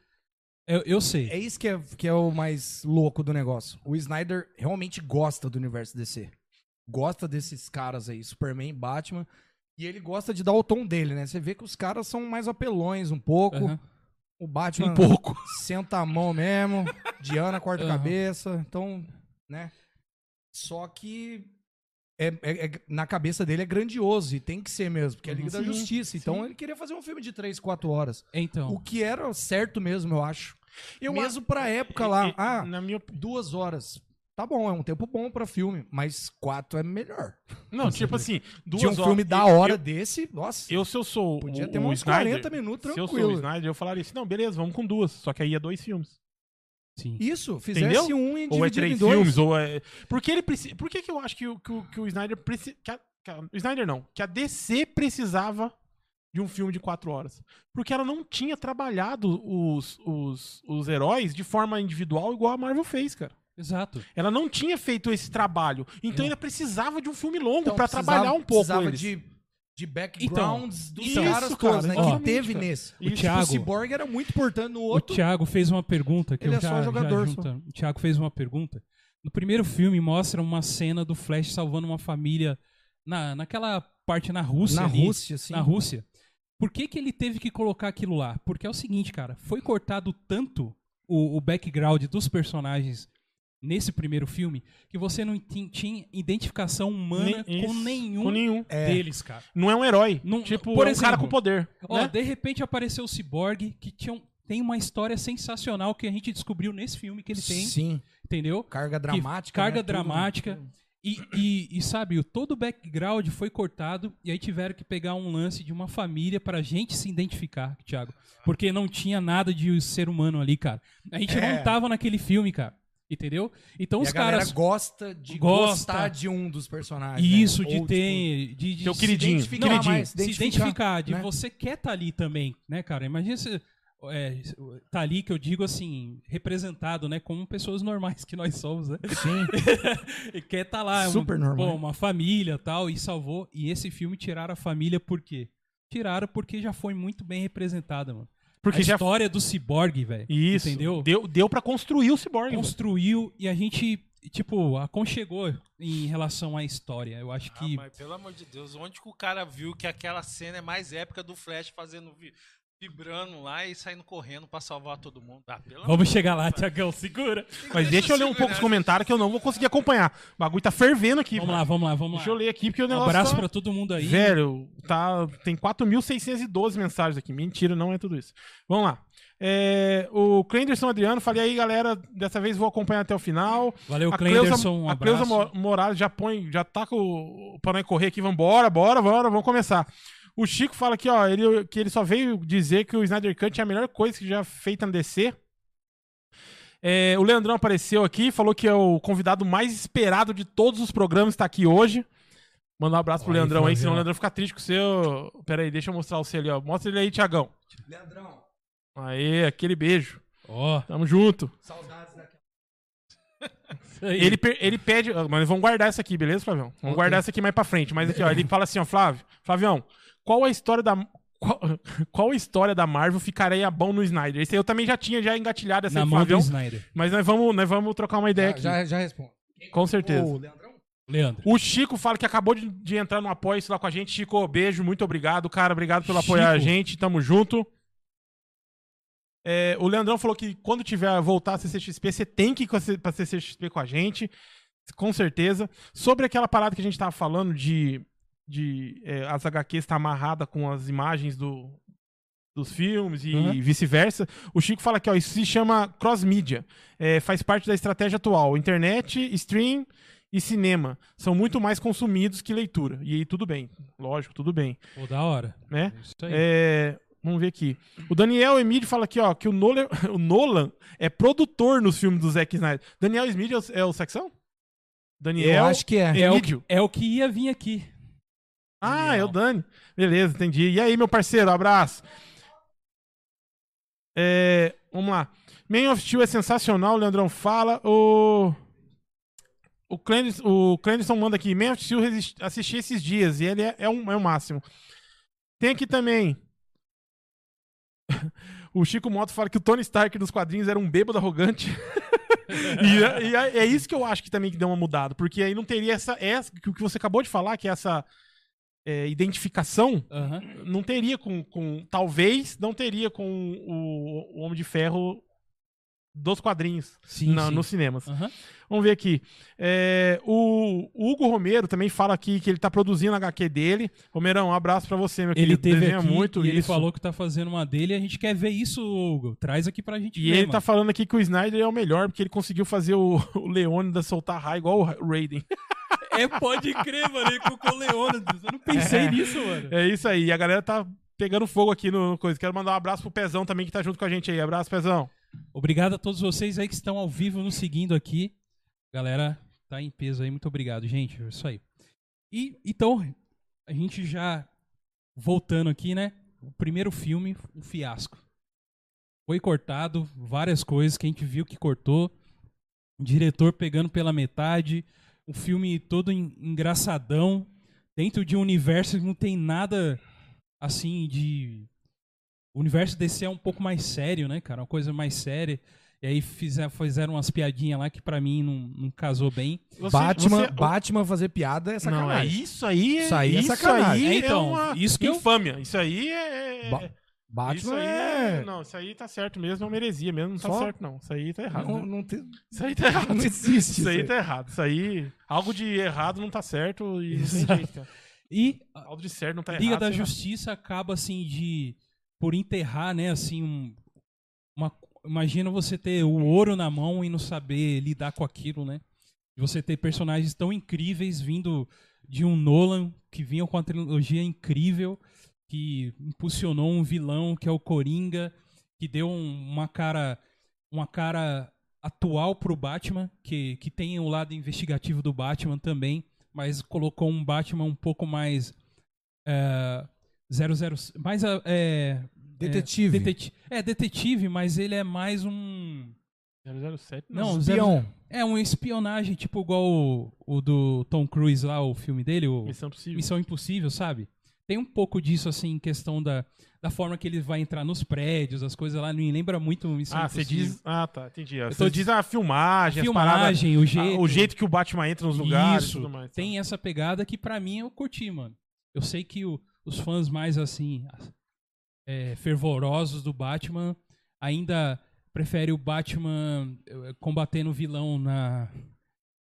S1: eu, eu sei.
S4: é isso que é, que é o mais louco do negócio. O Snyder realmente gosta do universo DC. Gosta desses caras aí, Superman, Batman. E ele gosta de dar o tom dele, né? Você vê que os caras são mais apelões um pouco.
S1: Aham.
S4: O Batman
S2: Um pouco.
S4: <laughs> senta a mão mesmo. Diana corta a
S1: Aham.
S4: cabeça. Então, né? Só que é, é- é- na cabeça dele é grandioso e tem que ser mesmo, porque é a Liga da
S2: Uhum. Sim,
S4: Justiça. Então ele queria fazer um filme de 3, 4 horas.
S1: Então.
S4: O que era certo mesmo, eu acho.
S2: Eu
S4: mesmo pra época lá.
S2: E-
S4: ah,
S2: na minha opinião.
S4: duas horas. Tá bom, é um tempo bom pra filme, mas quatro é melhor.
S2: Não, tipo assim, duas
S4: De um
S2: horas.
S4: filme da
S2: Eu-
S4: hora assim. desse, nossa,
S2: Eu, eu, se eu sou.
S4: podia
S2: o,
S4: ter
S2: o
S4: uns
S2: Snyder,
S4: 40 minutos
S2: Se eu sou o
S4: tranquilo.
S2: Snyder, eu falaria assim: não, beleza, vamos com duas. Só que aí é dois filmes.
S1: Sim.
S4: Isso, fizesse
S2: Entendeu?
S4: um e
S2: Ou é
S4: dividido em
S2: três
S4: dois.
S2: filmes, ou é. Por que ele precisa. Por que, que eu acho que, o- que, o- que o Snyder precisa. O Snyder não. Que a DC precisava de um filme de quatro horas. Porque ela não tinha trabalhado os, os, os heróis de forma individual igual a Marvel fez, cara.
S1: Exato.
S2: Ela não tinha feito esse trabalho. Então
S1: Não.
S2: ela precisava de um filme longo
S4: Então,
S2: pra
S4: precisava-
S2: trabalhar um pouco
S4: precisava
S2: eles. Então,
S4: de, de backgrounds dos
S2: isso,
S4: caras
S2: cara,
S4: todos, né?
S1: exatamente,
S4: que teve
S2: cara.
S4: nesse. Tipo,
S1: O Thiago-
S4: O Cyborg era muito importante no
S1: O
S4: outro.
S1: Thiago fez uma pergunta que
S4: Ele
S1: eu
S4: é só
S1: já, já
S4: jogador, só.
S1: juntando. O Thiago fez uma pergunta. No primeiro filme mostra uma cena do Flash salvando uma família na, naquela parte na Rússia.
S4: na
S1: ali,
S4: Rússia, assim.
S1: na Rússia. Por que, que ele teve que colocar aquilo lá? Porque é o seguinte, cara, foi cortado tanto o, o background dos personagens nesse primeiro filme que você não tin- tinha identificação humana
S2: Nem-
S1: com
S2: isso,
S1: nenhum
S2: Com nenhum.
S1: deles, cara.
S2: Não é um herói.
S1: Não-
S2: tipo,
S1: por
S2: é um cara
S1: exemplo,
S2: com poder.
S1: Ó,
S2: né?
S1: de repente apareceu o Cyborg, que tinha um- tem uma história sensacional que a gente descobriu nesse filme que ele tem,
S4: Sim,
S1: entendeu?
S4: carga dramática.
S1: carga
S4: né, tudo, né?
S1: dramática. E, e, e, sabe, o- todo o background foi cortado e aí tiveram que pegar um lance de uma família pra gente se identificar, Thiago. Porque não tinha nada de ser humano ali, cara. A gente
S4: É.
S1: não tava naquele filme, cara. Entendeu? Então
S4: E
S1: os
S4: a galera
S1: caras.
S4: gosta de
S1: Gosta.
S4: gostar de um dos personagens. né?
S1: Isso, de
S4: Ou,
S1: ter. de, de
S2: Teu
S1: se
S2: queridinho.
S4: tipo, identificar
S2: Queridinho.
S4: mais,
S1: se
S4: identificar,
S1: identificar, de
S4: né?
S1: você quer estar ali também, né, cara? Imagina se é, tá ali que eu digo assim, representado, né, como pessoas normais que nós somos, né?
S4: Sim,
S1: <laughs> E quer estar lá, um-
S4: Super normal.
S1: pô, uma família, tal, e salvou. E esse filme tiraram a família por quê? Tiraram porque já foi muito bem representada, mano.
S2: Porque
S1: a
S2: já.
S1: história do ciborgue, velho.
S2: Isso.
S1: Entendeu?
S2: Deu, deu pra construir o cyborg.
S1: Construiu e a gente, tipo, aconchegou em relação à história. Eu acho
S3: Ah,
S1: que
S3: mas pelo amor de Deus, onde que o cara viu que aquela cena é mais épica do Flash fazendo vi- vibrando lá e saindo correndo pra salvar todo mundo? Ah, pelo amor
S1: Vamos chegar lá, Tiagão, segura.
S2: Mas deixa eu ler um pouco os comentários que eu não vou conseguir acompanhar. O bagulho tá fervendo aqui.
S1: Vamos
S2: velho.
S1: lá, vamos lá, vamos
S2: Deixa eu
S1: lá.
S2: ler aqui, porque o
S1: Um
S2: negócio.
S1: abraço
S2: tá...
S1: pra todo mundo aí.
S2: Velho, tá, tem 4.612 mensagens aqui. Mentira, não é tudo isso. Vamos lá. É, o Clenderson Adriano, falei aí, galera, dessa vez vou acompanhar até o final.
S1: Valeu,
S2: a Cleusa,
S1: Clenderson, um
S2: a Cleusa
S1: abraço.
S2: Mo- Morales já põe, já tá com o para correr aqui, vambora, bora, bora, vamos começar. O Chico fala aqui, ó, ele, que ele só veio dizer que o Snyder Cut é a melhor coisa que já feita na DC. É, o Leandrão apareceu aqui, falou que é o convidado mais esperado de todos os programas, tá aqui hoje. Mandar um abraço pro
S1: Olha aí,
S2: Leandrão aí,
S1: Flavião.
S2: senão o Leandrão fica triste com o seu. Pera aí, deixa eu mostrar o seu ali, ó. Mostra ele aí, Tiagão.
S4: Leandrão,
S2: Aê, aquele beijo.
S1: Ó,
S2: Tamo junto.
S4: saudades daquela.
S1: isso aí.
S2: Ele, per- ele pede. ah, Mas vamos guardar essa aqui, beleza, Flavião? Vamos
S1: Ok.
S2: guardar essa aqui mais pra frente. Mas aqui, ó, ele fala assim, ó, Flávio, Flavião, qual a história da. Qual, <laughs> qual a história da Marvel ficaria bom no Snyder? Esse aí eu também já tinha já engatilhado essa
S1: na
S2: aí,
S1: mão do
S2: Flavião.
S1: Snyder.
S2: Mas nós vamos, nós vamos trocar uma ideia
S4: Já,
S2: aqui.
S4: Ah, já, já respondo.
S2: Com certeza.
S4: Ô, Leandrão,
S1: Leandro.
S2: O Chico fala que acabou de, de entrar no apoio lá com a gente. Chico, beijo, muito obrigado, cara. Obrigado pelo apoiar a
S1: Chico.
S2: gente, tamo junto. É, o Leandrão falou que quando tiver voltar a CCXP, você tem que ir com a C- pra CCXP com a gente, com certeza. Sobre aquela parada que a gente tava falando de, de é, as HQs estar amarrada com as imagens do, dos filmes e
S1: Uhum.
S2: vice-versa. O Chico fala aqui, ó, isso se chama cross-mídia. É, faz parte da estratégia atual. Internet, stream e cinema são muito mais consumidos que leitura. E aí tudo bem, lógico, tudo bem,
S1: Pô, da hora. É
S2: né?
S1: Isso Tá aí.
S2: É, vamos ver aqui. O Daniel Emílio fala aqui, ó, que o Nolan, <laughs> o Nolan é produtor nos filmes do Zack Snyder. Daniel Emílio é o, é o Saxão?
S4: eu
S2: Daniel
S4: acho que é.
S1: É o,
S2: Emílio.
S1: é o que ia vir aqui.
S2: Ah,
S1: Daniel.
S2: é o Dani. Beleza, entendi. E aí, meu parceiro, abraço. É, vamos lá. Man of Steel é sensacional, o Leandrão fala. O. O Clenderson, o Clenderson manda aqui. Man of Steel resist- assisti esses dias e ele é, é um, é o máximo. Tem aqui também. <laughs> o Chico Moto fala que o Tony Stark dos quadrinhos era um bêbado arrogante. <laughs> e é, e é- é isso que eu acho que também que deu uma mudada. Porque aí não teria essa. essa que o que você acabou de falar, que é essa é, identificação
S1: Aham.
S2: não teria com, com- Talvez não teria com o, o Homem de Ferro dos quadrinhos
S1: Sim,
S2: na-
S1: sim. Ah.
S2: nos cinemas.
S1: Aham.
S2: Vamos ver aqui. É, o, o Hugo Romero também fala aqui que ele tá produzindo a HQ dele. Romerão, um abraço pra você, meu
S1: Ele
S2: querido.
S1: teve
S2: Desenha
S1: aqui
S2: muito
S1: e ele
S2: isso.
S1: falou que tá fazendo uma dele e a gente quer ver isso, Hugo. Traz aqui pra gente
S2: E
S1: ver,
S2: ele
S1: mano.
S2: tá falando aqui que o Snyder é o melhor, porque ele conseguiu fazer o, <laughs> o Leônidas soltar raio igual o Ra- o Raiden.
S1: É, pode crer, mano. Ele colocou Leônidas. Eu não pensei nisso, mano.
S2: É isso aí. E a galera tá pegando fogo aqui no, no coisa. Quero mandar um abraço pro Pezão também, que tá junto com a gente aí. Abraço, Pezão.
S1: Obrigado a todos vocês aí que estão ao vivo nos seguindo aqui. Galera, tá em peso aí. Muito obrigado, gente. É isso aí. E então, a gente já voltando aqui, né? O primeiro filme, um fiasco. Foi cortado, várias coisas que a gente viu que cortou. O diretor pegando pela metade, o filme todo en- engraçadão, dentro de um universo que não tem nada assim de o universo DC é um pouco mais sério, né, cara? Uma coisa mais séria. E aí fizer- fizeram umas piadinhas lá que pra mim não, não casou bem.
S2: Você-
S4: Batman,
S2: você-
S4: Batman fazer piada é
S2: Não, é
S4: sacanagem.
S2: isso aí.
S4: Isso aí é
S2: isso
S4: sacanagem.
S2: Aí
S1: É, então,
S2: é uma
S1: isso que eu-
S2: infâmia. Isso aí é.
S4: Ba- Batman
S2: isso aí
S4: é.
S2: Não, isso aí tá certo mesmo, é uma heresia mesmo. Não tá
S4: Só-
S2: certo, não. Isso aí tá errado.
S4: Não,
S2: né?
S4: não tem-
S2: Isso aí tá errado.
S4: não existe.
S2: Isso aí
S4: isso
S2: tá errado. Isso aí. Algo de errado não tá certo e não
S1: Isso.
S2: tem jeito, cara.
S1: E
S2: Algo de certo não tá
S1: Liga
S2: errado.
S1: da
S2: sei lá.
S1: Justiça acaba assim de por enterrar, né, assim, um- uma imagina você ter o ouro na mão e não saber lidar com aquilo, né? E Você ter personagens tão incríveis vindo de um Nolan que vinha com uma trilogia incrível que impulsionou um vilão que é o Coringa, que deu um- uma cara uma cara atual pro Batman, que que tem o lado investigativo do Batman também, mas colocou um Batman um pouco mais 00 mais a- é,
S4: Detetive.
S1: deteti- é detetive, mas ele é mais um
S2: 007?
S1: não, zero-
S4: Espião.
S1: é um espionagem tipo igual o, o do Tom Cruise lá, o filme dele, o
S2: Missão possível.
S1: Missão Impossível, sabe? Tem um pouco disso assim em questão da, da forma que ele vai entrar nos prédios, as coisas lá, me lembra muito Missão
S2: Ah, você
S1: Impossível.
S2: diz. Ah, tá, entendi.
S1: tô
S2: Você diz a filmagem, as paradas,
S1: filmagem, o
S2: a-
S1: jeito,
S2: o jeito que o Batman entra nos lugares
S1: Isso,
S2: e tudo mais. tá.
S1: tem essa pegada que pra mim eu curti, mano. Eu sei que o- os fãs mais assim é, fervorosos do Batman ainda preferem o Batman eh, combatendo o vilão na,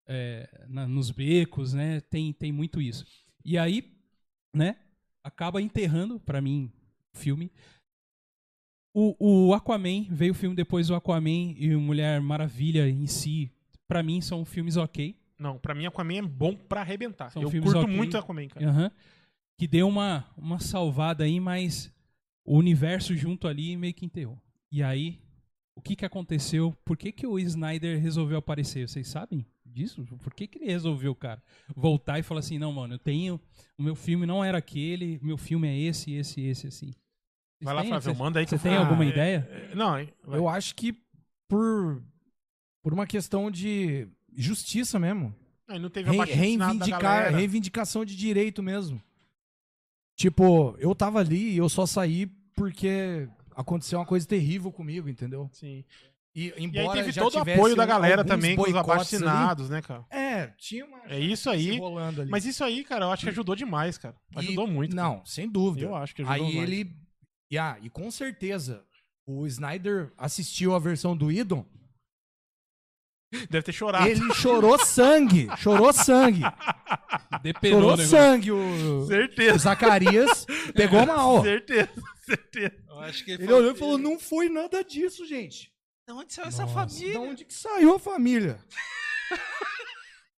S1: é, na- nos becos, né? Tem tem muito isso. E aí, né? Acaba enterrando pra mim o filme. O, o Aquaman veio o filme depois do Aquaman e o Mulher Maravilha em si. Pra mim são filmes ok.
S2: Não, pra mim Aquaman é bom pra arrebentar.
S1: São
S2: eu
S1: filmes
S2: curto
S1: ok.
S2: muito Aquaman, cara.
S1: Aham. Que deu uma, uma salvada aí, mas o universo junto ali meio que enterrou. E aí, o que que aconteceu? Por que que o Snyder resolveu aparecer? Vocês sabem disso? Por que que ele resolveu, cara, voltar e falar assim, não, mano, eu tenho... O meu filme não era aquele, o meu filme é esse, esse, esse, assim. Vocês
S2: Vai lá,
S1: têm-
S2: Flávio,
S1: vocês-
S2: manda aí que
S1: Você
S2: eu
S1: tem
S2: falo.
S1: alguma
S2: Ah, é-
S1: ideia?
S2: <laughs> é- Não, é- vai.
S4: Eu acho que por, por uma questão de justiça mesmo.
S2: Aí não teve a
S4: Re-
S2: batida na- da
S4: reivindicar,
S2: galera.
S4: reivindicação de direito mesmo. Tipo, eu tava ali e eu só saí porque aconteceu uma coisa terrível comigo, entendeu?
S2: Sim.
S4: E,
S2: E aí
S4: embora
S2: teve
S4: já
S2: todo o
S4: tivesse
S2: apoio da galera
S4: alguns
S2: também com os
S4: boicotes ali,
S2: abastinados, né, cara?
S4: É, tinha uma
S2: É isso aí.
S4: rolando ali.
S2: Mas isso aí, cara, eu acho que ajudou demais, cara. Ajudou
S4: E-
S2: muito.
S4: Não, sem
S2: cara.
S4: dúvida.
S2: Eu acho que ajudou
S4: Aí
S2: mais.
S4: ele. Yeah, e com certeza, o Snyder assistiu a versão do Idon.
S2: Deve ter chorado.
S4: Ele chorou sangue. Chorou sangue.
S1: Depenou
S4: chorou
S1: o negócio.
S4: sangue. O,
S2: <laughs>
S4: o
S2: Certeza.
S4: Zacarias pegou mal.
S2: Certeza, certeza.
S3: Eu acho que
S4: Ele olhou e falou: não foi nada disso, gente.
S3: De onde saiu essa
S1: Nossa.
S4: De
S3: família?
S4: onde que saiu a família?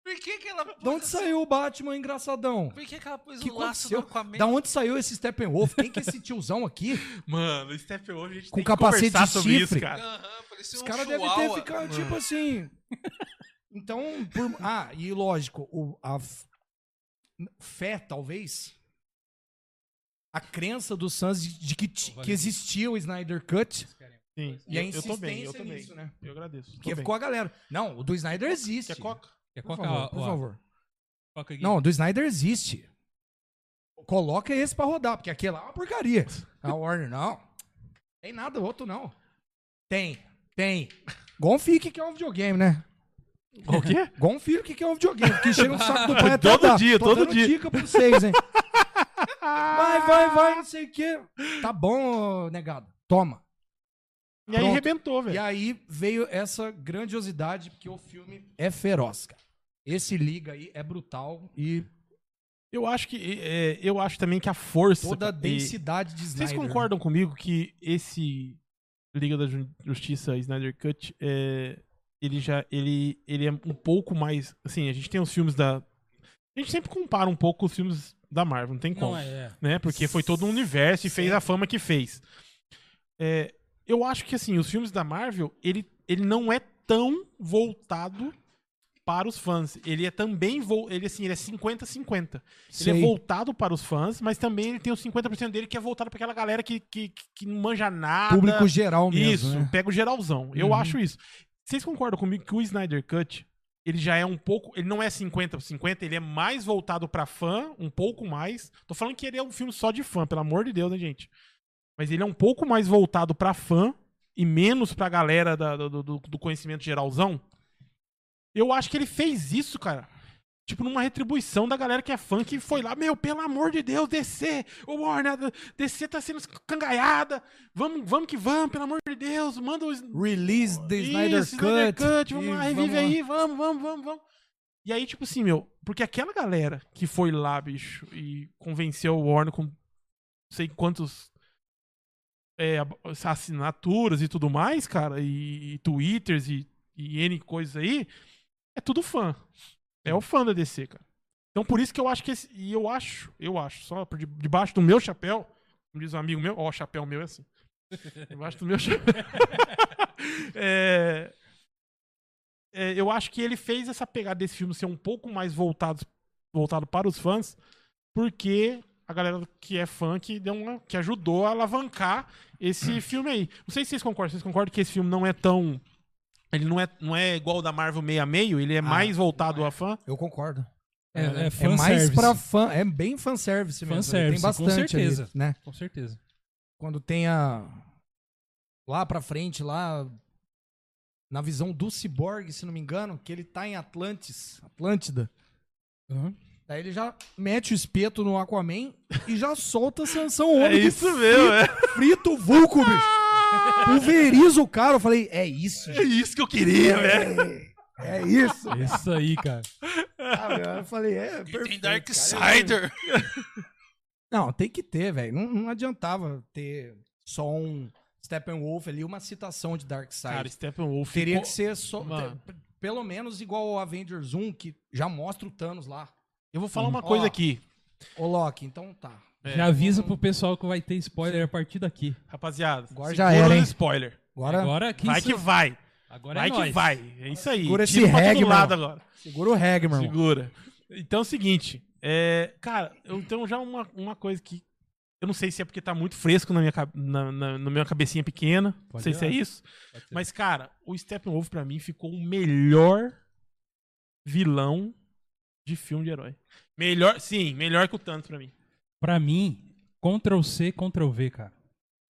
S3: Por que, que ela.
S4: De onde saiu o Batman engraçadão?
S3: Por que, que ela pôs
S4: Que
S3: o laço
S4: aconteceu?
S3: do Aquaman?
S4: Da onde saiu esse Steppenwolf? Quem que é esse
S2: <laughs>
S4: tiozão aqui?
S2: Mano, o Steph hoje a gente
S4: Com
S2: tem que
S4: capacete
S2: conversar
S4: de
S2: sobre isso,
S4: chifre.
S2: cara.
S3: Aham, parecia
S4: Os
S3: um
S4: caras devem
S3: chihuahua.
S4: ter ficado tipo assim. Então, por- ah, e lógico, o- a f- fé, talvez, a crença dos Suns de, de que, ti- que existia o Snyder Cut
S2: Sim.
S4: e
S2: eu,
S4: a
S2: eu
S4: insistência
S2: tô bem, eu tô bem.
S4: nisso, né?
S2: Eu agradeço. Tô
S4: Porque
S2: bem.
S4: ficou a galera. Não, o do Snyder existe.
S2: Quer coca?
S1: Quer
S4: Por
S1: colocar,
S4: favor,
S1: ó,
S4: por
S1: ó,
S4: favor.
S1: coloca aqui.
S4: Não, o do Snyder existe. Coloca esse pra rodar, porque aquele lá é
S2: <laughs>
S4: uma porcaria. A Warner, não. Tem nada, outro não. Tem, tem. Gonfique que é um videogame, né?
S2: O quê?
S4: Igual um filho que quer um videogame,
S2: <laughs>
S4: que cheira no saco do pai até
S2: Todo
S4: dar.
S2: dia,
S4: Tô
S2: todo
S4: dando
S2: dia.
S4: dica pra
S2: <laughs>
S4: vocês, hein?
S2: Ah,
S4: vai, vai, vai, não sei o quê. Tá bom, ô, negado. Toma.
S2: E aí
S4: Pronto.
S2: arrebentou,
S4: E
S2: velho.
S4: aí veio essa grandiosidade, porque o filme é feroz, cara. Esse liga aí é brutal e
S2: Eu acho que. é, eu acho também que a força.
S4: toda a
S2: cara, tá- e-
S4: densidade de Snyder. né?
S2: Vocês concordam comigo que esse Liga da Ju- Justiça Snyder Cut é, ele já ele ele é um pouco mais assim a gente tem os filmes da a gente sempre compara um pouco os filmes da Marvel não tem como
S1: Não, é, é.
S2: né porque foi todo um universo e fez a fama que fez É, eu acho que assim os filmes da Marvel ele ele não é tão voltado para os fãs ele é também vol ele assim ele é 50 50 ele é
S4: Sei.
S2: voltado para os fãs, mas também ele tem os 50% dele que é voltado para aquela galera que, que, que- que não manja nada.
S4: Público geral mesmo,
S2: Isso,
S4: né?
S2: pega o geralzão. Eu
S4: Uhum.
S2: acho isso. Vocês concordam comigo que o Snyder Cut, ele já é um pouco. Ele não é 50-50, ele é mais voltado para fã, um pouco mais. Tô falando que ele é um filme só de fã, pelo amor de Deus, né, gente? Mas ele é um pouco mais voltado para fã e menos pra galera da- do, do- do conhecimento geralzão, eu acho que ele fez isso, cara. Tipo, numa retribuição da galera que é fã que foi lá, meu, pelo amor de Deus, descer, o Warner, descer tá sendo cangaiada, vamos, vamos que vamos, pelo amor de Deus, manda o
S4: Release the
S2: Isso,
S4: Snyder
S2: Snyder
S4: Cut.
S2: Cut,
S4: e
S2: vamos lá, revive
S4: vamos lá.
S2: aí, vamos, vamos, vamos, vamos. E aí, tipo assim, meu, porque aquela galera que foi lá, bicho, e convenceu o Warner com não sei quantos é, ab- assinaturas e tudo mais, cara, e, e twitters e, e N coisas aí, é tudo fã. É o fã da DC, cara. Então por isso que eu acho que esse. E eu acho, eu acho, só por de- debaixo do meu chapéu, como diz um amigo meu, ó, o chapéu meu é assim. Debaixo do meu chapéu. <laughs> É, é, eu acho que ele fez essa pegada desse filme ser um pouco mais voltado, voltado para os fãs, porque a galera que é fã que, deu uma, que ajudou a alavancar
S4: <clears throat>
S2: esse filme aí. Não sei se vocês concordam. Vocês concordam que esse filme não é tão. Ele não é, não é igual o da Marvel meio a meio, ele é
S4: Ah,
S2: mais voltado a fã.
S4: Eu concordo.
S1: É, é,
S4: É mais
S1: fanservice,
S4: pra fã. É bem fanservice mesmo. né?
S1: Fanservice,
S4: tem
S1: com
S4: bastante ali,
S1: certeza.
S4: né?
S1: Com
S4: <laughs>
S1: certeza.
S4: Quando tem a. Lá pra frente, lá. Na visão do Cyborg, se não me engano, que ele tá em Atlantis, Atlântida.
S1: Uhum.
S4: Daí ele já mete o espeto no Aquaman e já solta a Sansão Ômega.
S2: mesmo, é.
S4: Frita o
S2: <laughs>
S4: Vulco, bicho. Pulveriza o cara. Eu falei, é isso,
S2: É isso que eu queria, né? velho.
S4: É isso.
S1: Isso aí, cara.
S4: Eu falei, é
S3: E tem
S4: perfeito.
S3: Darksider.
S4: Não, tem que ter, velho. Não, não adiantava ter só um Steppenwolf ali, uma citação de Darkseid.
S2: Cara, Steppenwolf.
S4: Tá, Teria
S2: ficou-
S4: que ser só.
S2: Mano.
S4: te- Pelo menos igual ao Avengers 1, que já mostra o Thanos lá.
S2: Eu vou falar uma
S4: Ó.
S2: coisa aqui.
S4: Ô, Loki, então tá.
S2: é,
S1: Já avisa pro pessoal que vai ter spoiler a partir daqui.
S2: Rapaziada,
S4: Agora
S2: segura
S4: já era,
S2: os
S4: hein?
S2: spoiler.
S4: Agora
S1: Agora aqui.
S2: É. vai que vai.
S1: Agora
S2: Vai
S1: é
S2: que
S1: nóis.
S2: vai. É isso aí.
S4: Segura
S2: Tiro
S4: esse
S2: pra
S4: reggae,
S2: todo lado
S4: mano.
S2: agora.
S4: segura o reg, meu irmão.
S2: Segura. Então é o seguinte. é, cara, eu tenho já uma, uma coisa que. Eu não sei se é porque tá muito fresco na minha, ca- na, na, na minha cabecinha pequena. não
S1: Pode
S2: sei
S1: ser.
S2: se é isso.
S1: Pode ser.
S2: Mas, cara, o Steppenwolf pra mim ficou o melhor vilão de filme de herói. Melhor, sim, melhor que o Thanos pra mim.
S1: Pra mim, Ctrl C, Ctrl V, cara.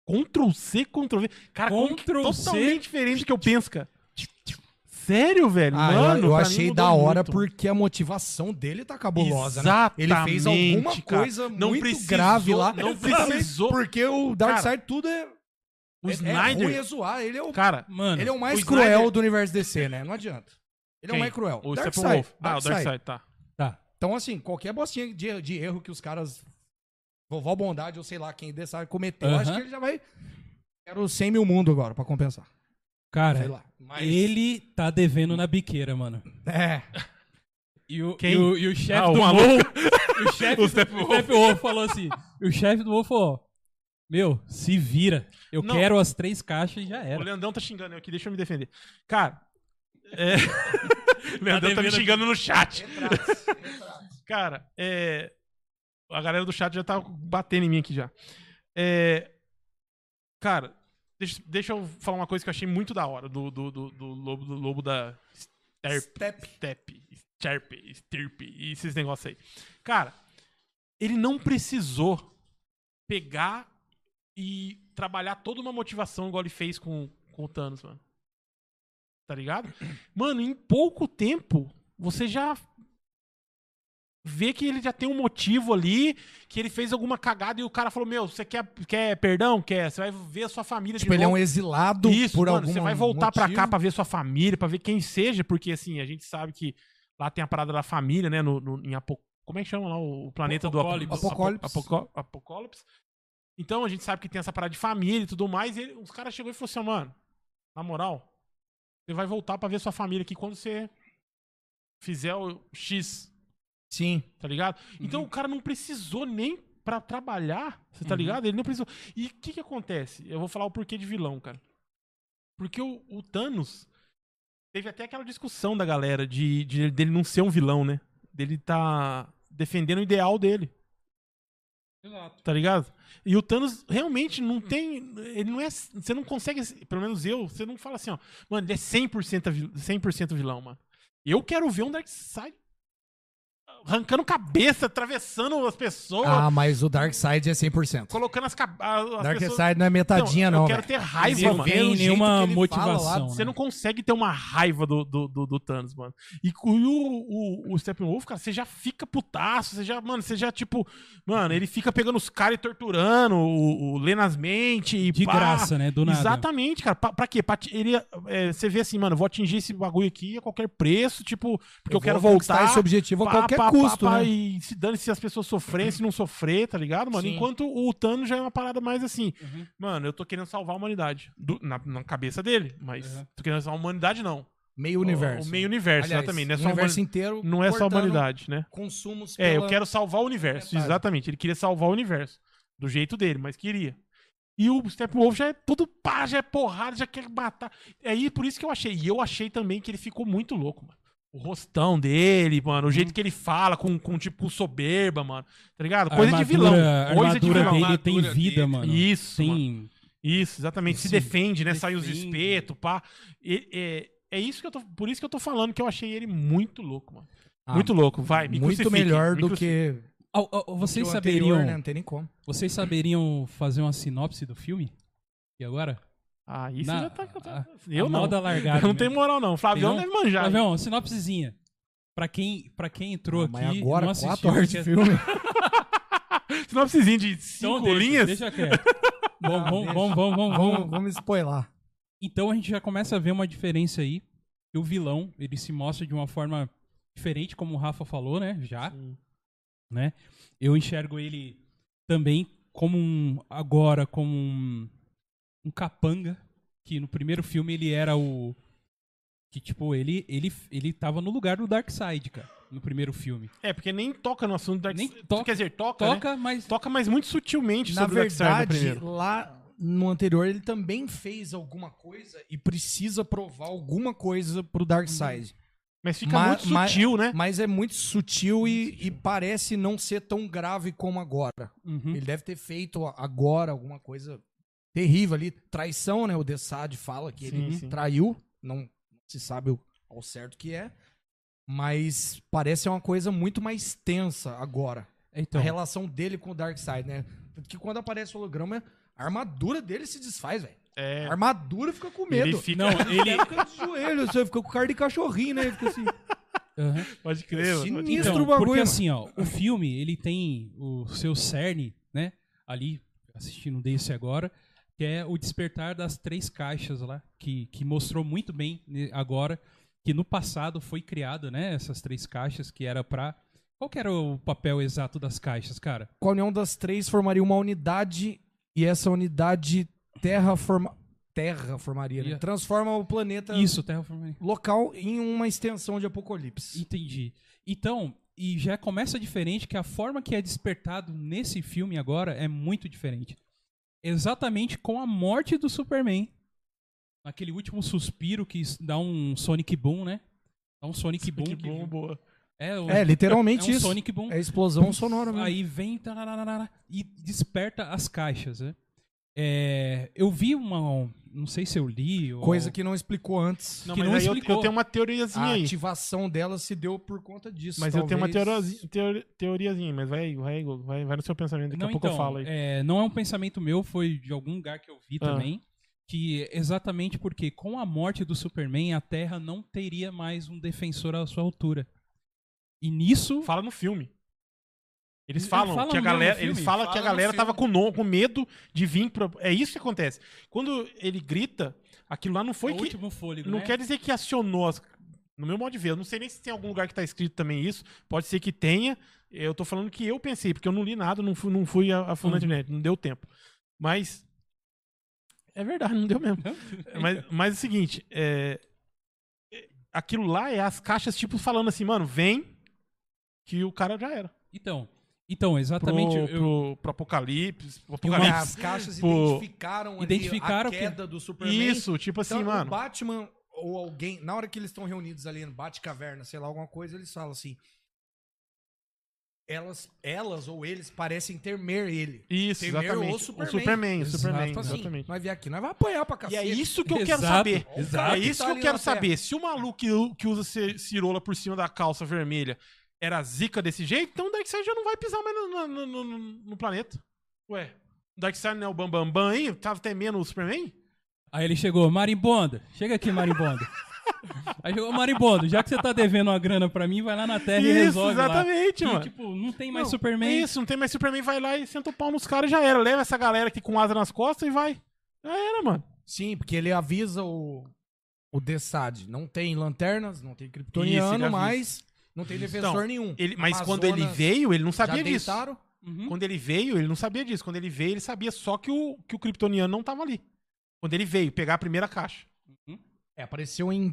S2: Ctrl C, Ctrl V. Cara, como que-
S1: Ctrl C.
S2: totalmente diferente do que eu penso, cara. Sério, velho?
S4: Ah, eu-
S2: Mano,
S4: eu,
S2: pra mim
S4: achei
S2: mudou
S4: da hora
S2: muito.
S4: porque a motivação dele tá cabulosa,
S2: Exatamente,
S4: né? Ele fez alguma
S2: cara.
S4: coisa
S2: Não
S4: muito
S2: precisou-
S4: grave lá.
S2: não
S4: Exatamente,
S2: precisou.
S4: Porque o Darkseid tudo é,
S2: O
S4: é, é ruim,
S2: Snyder,
S4: é zoar. Ele é o,
S2: cara,
S1: Mano,
S4: ele é o mais
S2: o
S4: cruel
S2: Snyder-
S4: do universo DC, né? Não adianta. Ele é
S2: Quem?
S4: o mais cruel.
S2: o
S4: Darkseid,
S2: Steppenwolf. Ah, o
S4: Darkseid.
S2: Darkseid, tá.
S1: tá.
S4: Então, assim, qualquer bostinha de, de erro que os caras. Vovó Bondade, ou sei lá quem dessa cometeu, eu acho
S1: Aham.
S4: que ele já vai. Quero 100 mil mundo agora, pra compensar. Sei
S1: Cara,
S4: lá. Mas-
S1: ele tá devendo na biqueira, mano.
S4: É.
S1: E o,
S2: Quem?
S1: e o, e o chefe
S2: Ah, o
S1: do
S2: maluco.
S1: Wolf, o chefe
S2: O
S1: do
S2: Steppenwolf.
S1: o Steppenwolf falou assim, o chefe do Wolf falou, meu, se vira, eu
S2: Não.
S1: quero as três caixas e já
S2: <laughs> O
S1: era.
S2: Leandrão tá xingando eu aqui, deixa eu me defender. Cara, é... o <laughs> Leandrão tá me
S1: devendo
S2: xingando no chat. Cara, é... a galera do chat já tá batendo em mim aqui já. É... Cara, deixa, deixa eu falar uma coisa que eu achei muito da hora do, do, do, do lobo, do lobo da Sterp,
S4: Step.
S2: Step, Sterp, Stirp e esses negócios aí. Cara, ele não precisou pegar e trabalhar toda uma motivação igual ele fez com, com o Thanos, mano. Tá ligado? Mano, em pouco tempo, você já vê que ele já tem um motivo ali, que ele fez alguma cagada e o cara falou: Meu, você quer, quer perdão? Quer? Você vai ver a sua família
S4: Tipo,
S2: de
S4: ele é
S2: novo.
S4: um exilado
S2: Isso,
S4: por
S2: mano,
S4: algum
S2: você vai voltar pra
S4: motivo.
S2: cá pra ver sua família, pra ver quem seja, porque assim, a gente sabe que lá tem a parada da família, né, no, no- em Apo... como é que chama lá o o planeta do
S1: Apocalipse.
S2: Apo- Apo-
S4: Apocalipse.
S2: Apoco- Apocalipse. Então a gente sabe que tem essa parada de família e tudo mais, e ele- os caras chegou e falou assim, "Ó, mano, na moral, você vai voltar pra ver sua família aqui quando você fizer o X,
S4: Sim.
S2: tá ligado?
S4: Uhum.
S2: Então o cara não precisou nem pra trabalhar, você tá ligado? Ele não precisou. E o que que acontece? Eu vou falar o porquê de vilão, cara. Porque o, o Thanos teve até aquela discussão da galera de, de- dele não ser um vilão, né? Dele tá defendendo o ideal dele, tá ligado? E o Thanos realmente não tem, ele não é, você não consegue, pelo menos eu, você não fala assim, ó, mano, ele é 100% vil- 100% vilão, mano. Eu quero ver um Darkseid arrancando cabeça, atravessando as pessoas,
S5: Ah, mas o Dark Side é 100%.
S2: colocando as, cab- a- as
S5: Dark
S2: pessoas...
S5: Side não é metadinha,
S2: não,
S5: não.
S2: eu quero
S5: velho.
S2: ter raiva,
S1: Não
S2: mano.
S1: tem
S5: o jeito
S1: nenhuma
S5: que ele fala lá,
S1: motivação,
S2: Você
S1: né?
S2: não consegue ter uma raiva do, do, do, do Thanos, mano. E com o, o, o Steppenwolf, cara, você já fica putaço, você já, mano, você já, tipo, mano, ele fica pegando os caras e torturando, o, o lendo as mentes e
S1: De
S2: pá.
S1: graça, né? Do nada.
S2: Exatamente, cara. Pra, pra quê? Pra ti- ele, é, você vê assim, mano, eu vou atingir esse bagulho aqui a qualquer preço, tipo, porque
S5: vou
S2: eu, quero
S5: conquistar
S2: voltar.
S5: esse objetivo a
S2: pá,
S5: qualquer
S2: pá, pá,
S5: custo,
S2: pá,
S5: né?
S2: E se dane se as pessoas sofrerem, se não sofrer, tá ligado, mano?
S4: Sim.
S2: Enquanto o Thanos já é uma parada mais assim,
S5: Uhum.
S2: mano, eu tô querendo salvar a humanidade. Do- na, na cabeça dele, mas
S1: Uhum.
S2: tô querendo salvar a humanidade, não.
S5: Meio universo.
S2: O, o meio universo,
S5: Aliás,
S2: exatamente. Não é,
S5: o
S2: só, a
S5: universo
S2: humani-
S5: inteiro.
S2: não é só a
S5: cortando
S2: humanidade, né?
S4: Consumos
S2: É, eu
S4: pela-
S2: quero salvar o universo.
S4: metade.
S2: Exatamente. Ele queria salvar o universo. Do jeito dele, mas queria. E o Steppenwolf já é tudo pá, já é porrada, já quer matar. É aí por isso que eu achei. E eu achei também que ele ficou muito louco, mano. O rostão dele, mano, o jeito que ele fala, com, com tipo soberba, mano. Tá ligado?
S1: A
S2: Coisa de vilão.
S1: armadura-
S2: Coisa
S1: A
S2: de
S1: armadura
S2: vilão.
S1: dele
S3: Armadura
S1: tem vida,
S3: dele.
S1: mano.
S2: Isso, mano.
S1: Tem...
S2: Isso, exatamente. Se
S1: Esse-
S2: defende, né? Sai os
S1: defende.
S2: espetos, pá. E- é, é isso que eu tô. Por isso que eu tô falando que eu achei ele muito louco, mano.
S5: Ah,
S2: muito louco, vai. me
S5: Muito
S2: crucifiquem,
S5: melhor
S2: me
S5: do
S2: crucifiquem.
S5: que.
S1: Ah, ah, ah,
S5: que
S1: vocês
S5: o anterior,
S1: saberiam,
S5: né? Não tem nem
S4: <laughs>
S5: como.
S1: vocês saberiam fazer uma sinopse do filme? E agora?
S2: Ah, isso
S1: Na-
S2: já tá. tá-
S1: a-
S2: eu
S1: a
S2: não.
S1: moda largada.
S2: Eu não tenho moral, não. Flavião
S1: Tem um-
S2: deve manjar.
S1: Flavião, sinopsezinha. Pra quem, pra quem entrou
S5: Ah,
S1: aqui,
S5: mas agora,
S1: não assistiu,
S5: quatro horas de
S1: quer-
S5: filme.
S2: Sinopsezinho de cinco
S1: então deixa,
S2: linhas.
S1: Deixa quieto.
S5: <laughs>
S1: Bom, vamos,
S5: Ah, deixa.
S1: vamos, vamos, vamos, vamos.
S2: Ah,
S5: vamos, vamos spoiler.
S1: Então a gente já começa a ver uma diferença aí. que o vilão, ele se mostra de uma forma diferente, como o Rafa falou, né? Já.
S5: Hum.
S1: Né? Eu enxergo ele também como um. Agora, como um. Um capanga. Que no primeiro filme ele era o. Que, tipo, ele, ele, ele tava no lugar do Darkseid, cara. No primeiro filme.
S2: É, porque nem toca no assunto da
S1: Nem toca.
S2: Quer dizer, toca. né? Toca,
S1: Toca, mas.
S2: mas muito sutilmente
S5: Na
S2: sobre o Darkseid no
S5: verdade,
S2: primeiro.
S5: lá
S4: No anterior ele também fez alguma coisa e precisa provar alguma coisa pro Darkseid.
S2: Uhum. Mas fica
S5: ma-
S2: muito
S5: ma-
S2: sutil, né?
S4: Mas é muito sutil e, e parece não ser tão grave como agora.
S1: Uhum.
S4: Ele deve ter feito agora alguma coisa terrível ali. Traição, né? O Dessad fala que ele
S2: Sim, sim.
S4: traiu. Não se sabe o- ao certo que é. Mas parece uma coisa muito mais tensa agora.
S1: Então,
S4: A relação dele com o Darkseid, né? Tanto que quando aparece o holograma, a armadura dele se desfaz, velho.
S2: É.
S4: A armadura fica com medo.
S2: Ele
S4: Ele
S2: fica.
S1: Não,
S4: <laughs>
S1: ele.
S4: fica É um de joelho, você fica com cara de
S2: <laughs>
S4: cachorrinho, né? Ele fica assim.
S1: Aham.
S2: Pode
S5: É
S2: crer, mano.
S4: Sinistro.
S2: pode crer.
S4: Sinistro
S1: Então,
S4: o bagulho,
S1: porque
S4: mano.
S1: assim, ó, o filme, ele tem o seu cerne, né, ali, assistindo desse agora, que é o despertar das três caixas lá, que, que mostrou muito bem né, agora, que no passado foi criado, né, essas três caixas, que era pra... Qual que era o papel exato das caixas, cara?
S4: Com a união das três formaria uma unidade e essa unidade terra forma terra formaria, né?
S1: Ia-
S4: transforma o planeta
S1: Isso, terraforming.
S4: local em uma extensão de apocalipse.
S1: Entendi. Então, e já começa diferente que a forma que é despertado nesse filme agora é muito diferente. Exatamente com a morte do Superman. Naquele último suspiro que s- dá um Sonic Boom, né? Dá um Sonic, Boom.
S2: Que
S1: que-
S2: bom, boa.
S1: É, o-
S4: É,
S1: é
S4: literalmente
S2: <laughs>
S1: um
S4: isso.
S1: Sonic Boom.
S4: É né? explosão sonora mesmo.
S1: Aí vem tarararara, e desperta as caixas, né? É, eu vi uma. um- Não sei se eu li. Ou...
S4: Coisa que não explicou antes.
S2: Não,
S1: Que
S2: mas
S1: não
S2: aí eu,
S1: explicou.
S2: eu tenho uma teoriazinha
S4: a
S5: Ah,
S2: aí.
S5: tipo,
S4: ativação dela se deu por conta disso.
S2: Mas eu tenho uma
S4: talvez.
S2: teoriazinha, teori- teoriazinha, mas vai aí, vai, aí, Gogo, vai, vai no seu pensamento, daqui
S1: Não,
S2: a pouco
S1: então,
S2: eu falo aí.
S1: é, não é um pensamento meu, foi de algum lugar que eu vi
S2: Ah.
S1: também. Que exatamente porque com a morte do Superman, a Terra não teria mais um defensor à sua altura. E nisso.
S2: Tipo, Fala no filme. Eles
S1: Ele
S2: falam
S1: fala
S2: que
S1: mesmo
S2: a
S1: no
S2: galera,
S1: filme?
S2: eles falam que a
S3: Fala no
S2: galera
S3: filme.
S2: tava com, no- com medo de vir pro... É isso que acontece. Quando ele grita, aquilo lá não foi
S1: o
S2: que
S1: último fôlego.
S2: não
S1: né?
S2: quer dizer que acionou as- no meu modo de ver, eu não sei nem se tem algum lugar que tá escrito também isso, pode ser que tenha. Eu tô falando que eu pensei, porque eu não li nada, não fui, não fui a, a fundo na
S1: Uhum.
S2: internet, não deu tempo. Mas é verdade, não deu mesmo. Mas,
S4: Então.
S2: mas é o seguinte, é, é, aquilo lá é as caixas, tipo, falando assim, mano, vem, que o cara já era.
S1: <laughs> Então, então exatamente.
S2: pro,
S1: eu-
S2: pro- pro apocalipse, pro
S1: uma-
S2: apocalipse.
S4: É, as caixas
S2: Pô.
S4: identificaram, ali
S1: Identificaram
S4: a
S1: que-
S4: queda do Superman.
S2: Isso, tipo assim,
S4: Então, o
S2: mano.
S4: Batman ou alguém, na hora que eles estão reunidos ali no Bate-Caverna, sei lá, alguma coisa, eles falam assim. Elas, elas ou eles parecem temer ele.
S2: Isso,
S4: Temer
S2: exatamente.
S4: o
S2: O
S4: Superman.
S2: Superman, o Superman,
S4: Exato, assim,
S2: exatamente.
S4: Vai vir aqui, nós vamos apanhar pra
S2: E
S4: cacete.
S2: é isso que eu quero
S1: Exato,
S2: saber.
S1: exato.
S2: É isso
S4: Tá
S2: que
S4: ali
S2: eu quero
S4: na terra.
S2: saber. Se o maluco que- que usa ci- cirola por cima da calça vermelha era zica desse jeito, então o Darkseid já não vai pisar mais no, no- no- no- no planeta. Ué, o Darkseid não é o Bambambam Bam Bam aí? Tava temendo o Superman?
S1: Aí ele chegou, Marimbondo, chega aqui,
S2: <laughs>
S1: Marimbondo. Aí chegou, Marimbondo, já que você tá devendo uma grana pra mim, vai lá na Terra e É, resolve lá.
S2: exatamente,
S1: Que,
S2: mano.
S1: tipo, não tem mais
S2: Não,
S1: Superman.
S2: Isso, não tem mais Superman, vai lá e senta o pau nos caras e já era. Leva essa galera aqui com asa nas costas e vai. Já era, mano.
S4: Sim, porque ele avisa o, o Dessad. Não tem lanternas, não tem
S2: Isso, ele
S4: kryptoniano,
S2: avisa.
S4: mas não tem defensor
S2: Então,
S4: nenhum.
S2: Ele, mas
S4: Amazonas
S2: quando ele veio, ele não
S4: já
S2: sabia disso.
S4: deitaram?
S1: Uhum.
S2: Quando ele veio, ele não sabia disso. Quando ele veio, ele sabia só que o, que o Kryptoniano não tava ali. Quando ele veio pegar a primeira caixa.
S4: É, apareceu em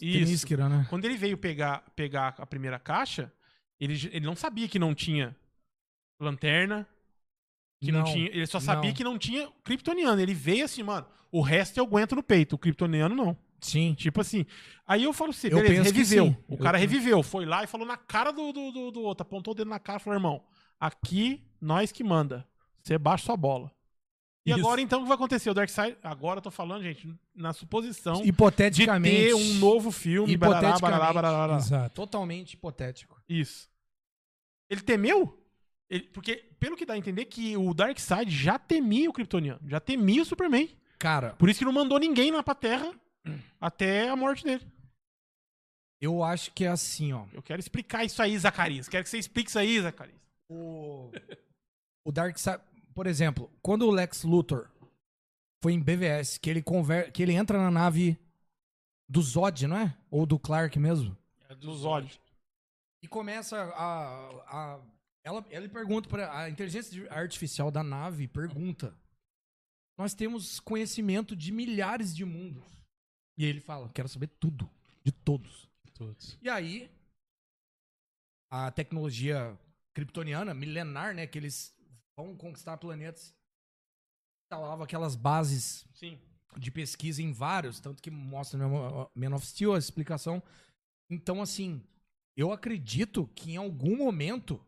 S2: Isso.
S4: Temiskira, né?
S2: Quando ele veio pegar, pegar a primeira caixa, ele, j- ele não sabia que não tinha lanterna. Que não,
S4: Não,
S2: tinha, ele só sabia
S4: não.
S2: que não tinha Kryptoniano. Ele veio assim, mano. O resto eu aguento no peito. O Kryptoniano não.
S4: Sim.
S2: Tipo assim. Aí eu falo assim,
S4: Eu
S2: beleza,
S4: penso que
S2: reviveu.
S4: sim.
S2: O
S4: Eu
S2: cara
S4: penso.
S2: reviveu. Foi lá e falou na cara do, do, do- do outro. Apontou o dedo na cara e falou, irmão, aqui nós que manda. Você baixa sua bola. E
S1: Isso.
S2: agora então o que vai acontecer? O Darkseid, agora eu tô falando, gente, na suposição Então, de
S4: Hipoteticamente.
S2: ter um novo filme. barará, barará,
S4: Hipoteticamente,
S2: barará, barará.
S1: Exato.
S4: Totalmente hipotético.
S2: Isso. Ele temeu? Ele- porque, pelo que dá a entender, que o Darkseid já temia o Kryptoniano, já temia o Superman.
S4: Cara,
S2: Por isso que não mandou ninguém lá pra Terra <clears throat> até a morte dele.
S4: eu acho que é assim, ó.
S2: Eu quero explicar isso aí, Zacarias. Quero que você explique isso aí, Zacarias.
S4: O, o Darkseid, por exemplo, quando o Lex Luthor foi em BVS, que ele, conver, que ele entra na nave do Zod, não é? Ou do Clark mesmo.
S2: Dos olhos.
S4: E começa a. a ela, ele pergunta para A inteligência artificial da nave pergunta: Nós temos conhecimento de milhares de mundos. E ele fala: Quero saber tudo, de todos.
S1: Todos.
S4: E aí, a tecnologia kryptoniana, milenar, né? Que eles vão conquistar planetas. Instalava aquelas bases
S2: Sim.
S4: de pesquisa em vários, tanto que mostra no Man of Steel a explicação. Então, assim, eu acredito que em algum momento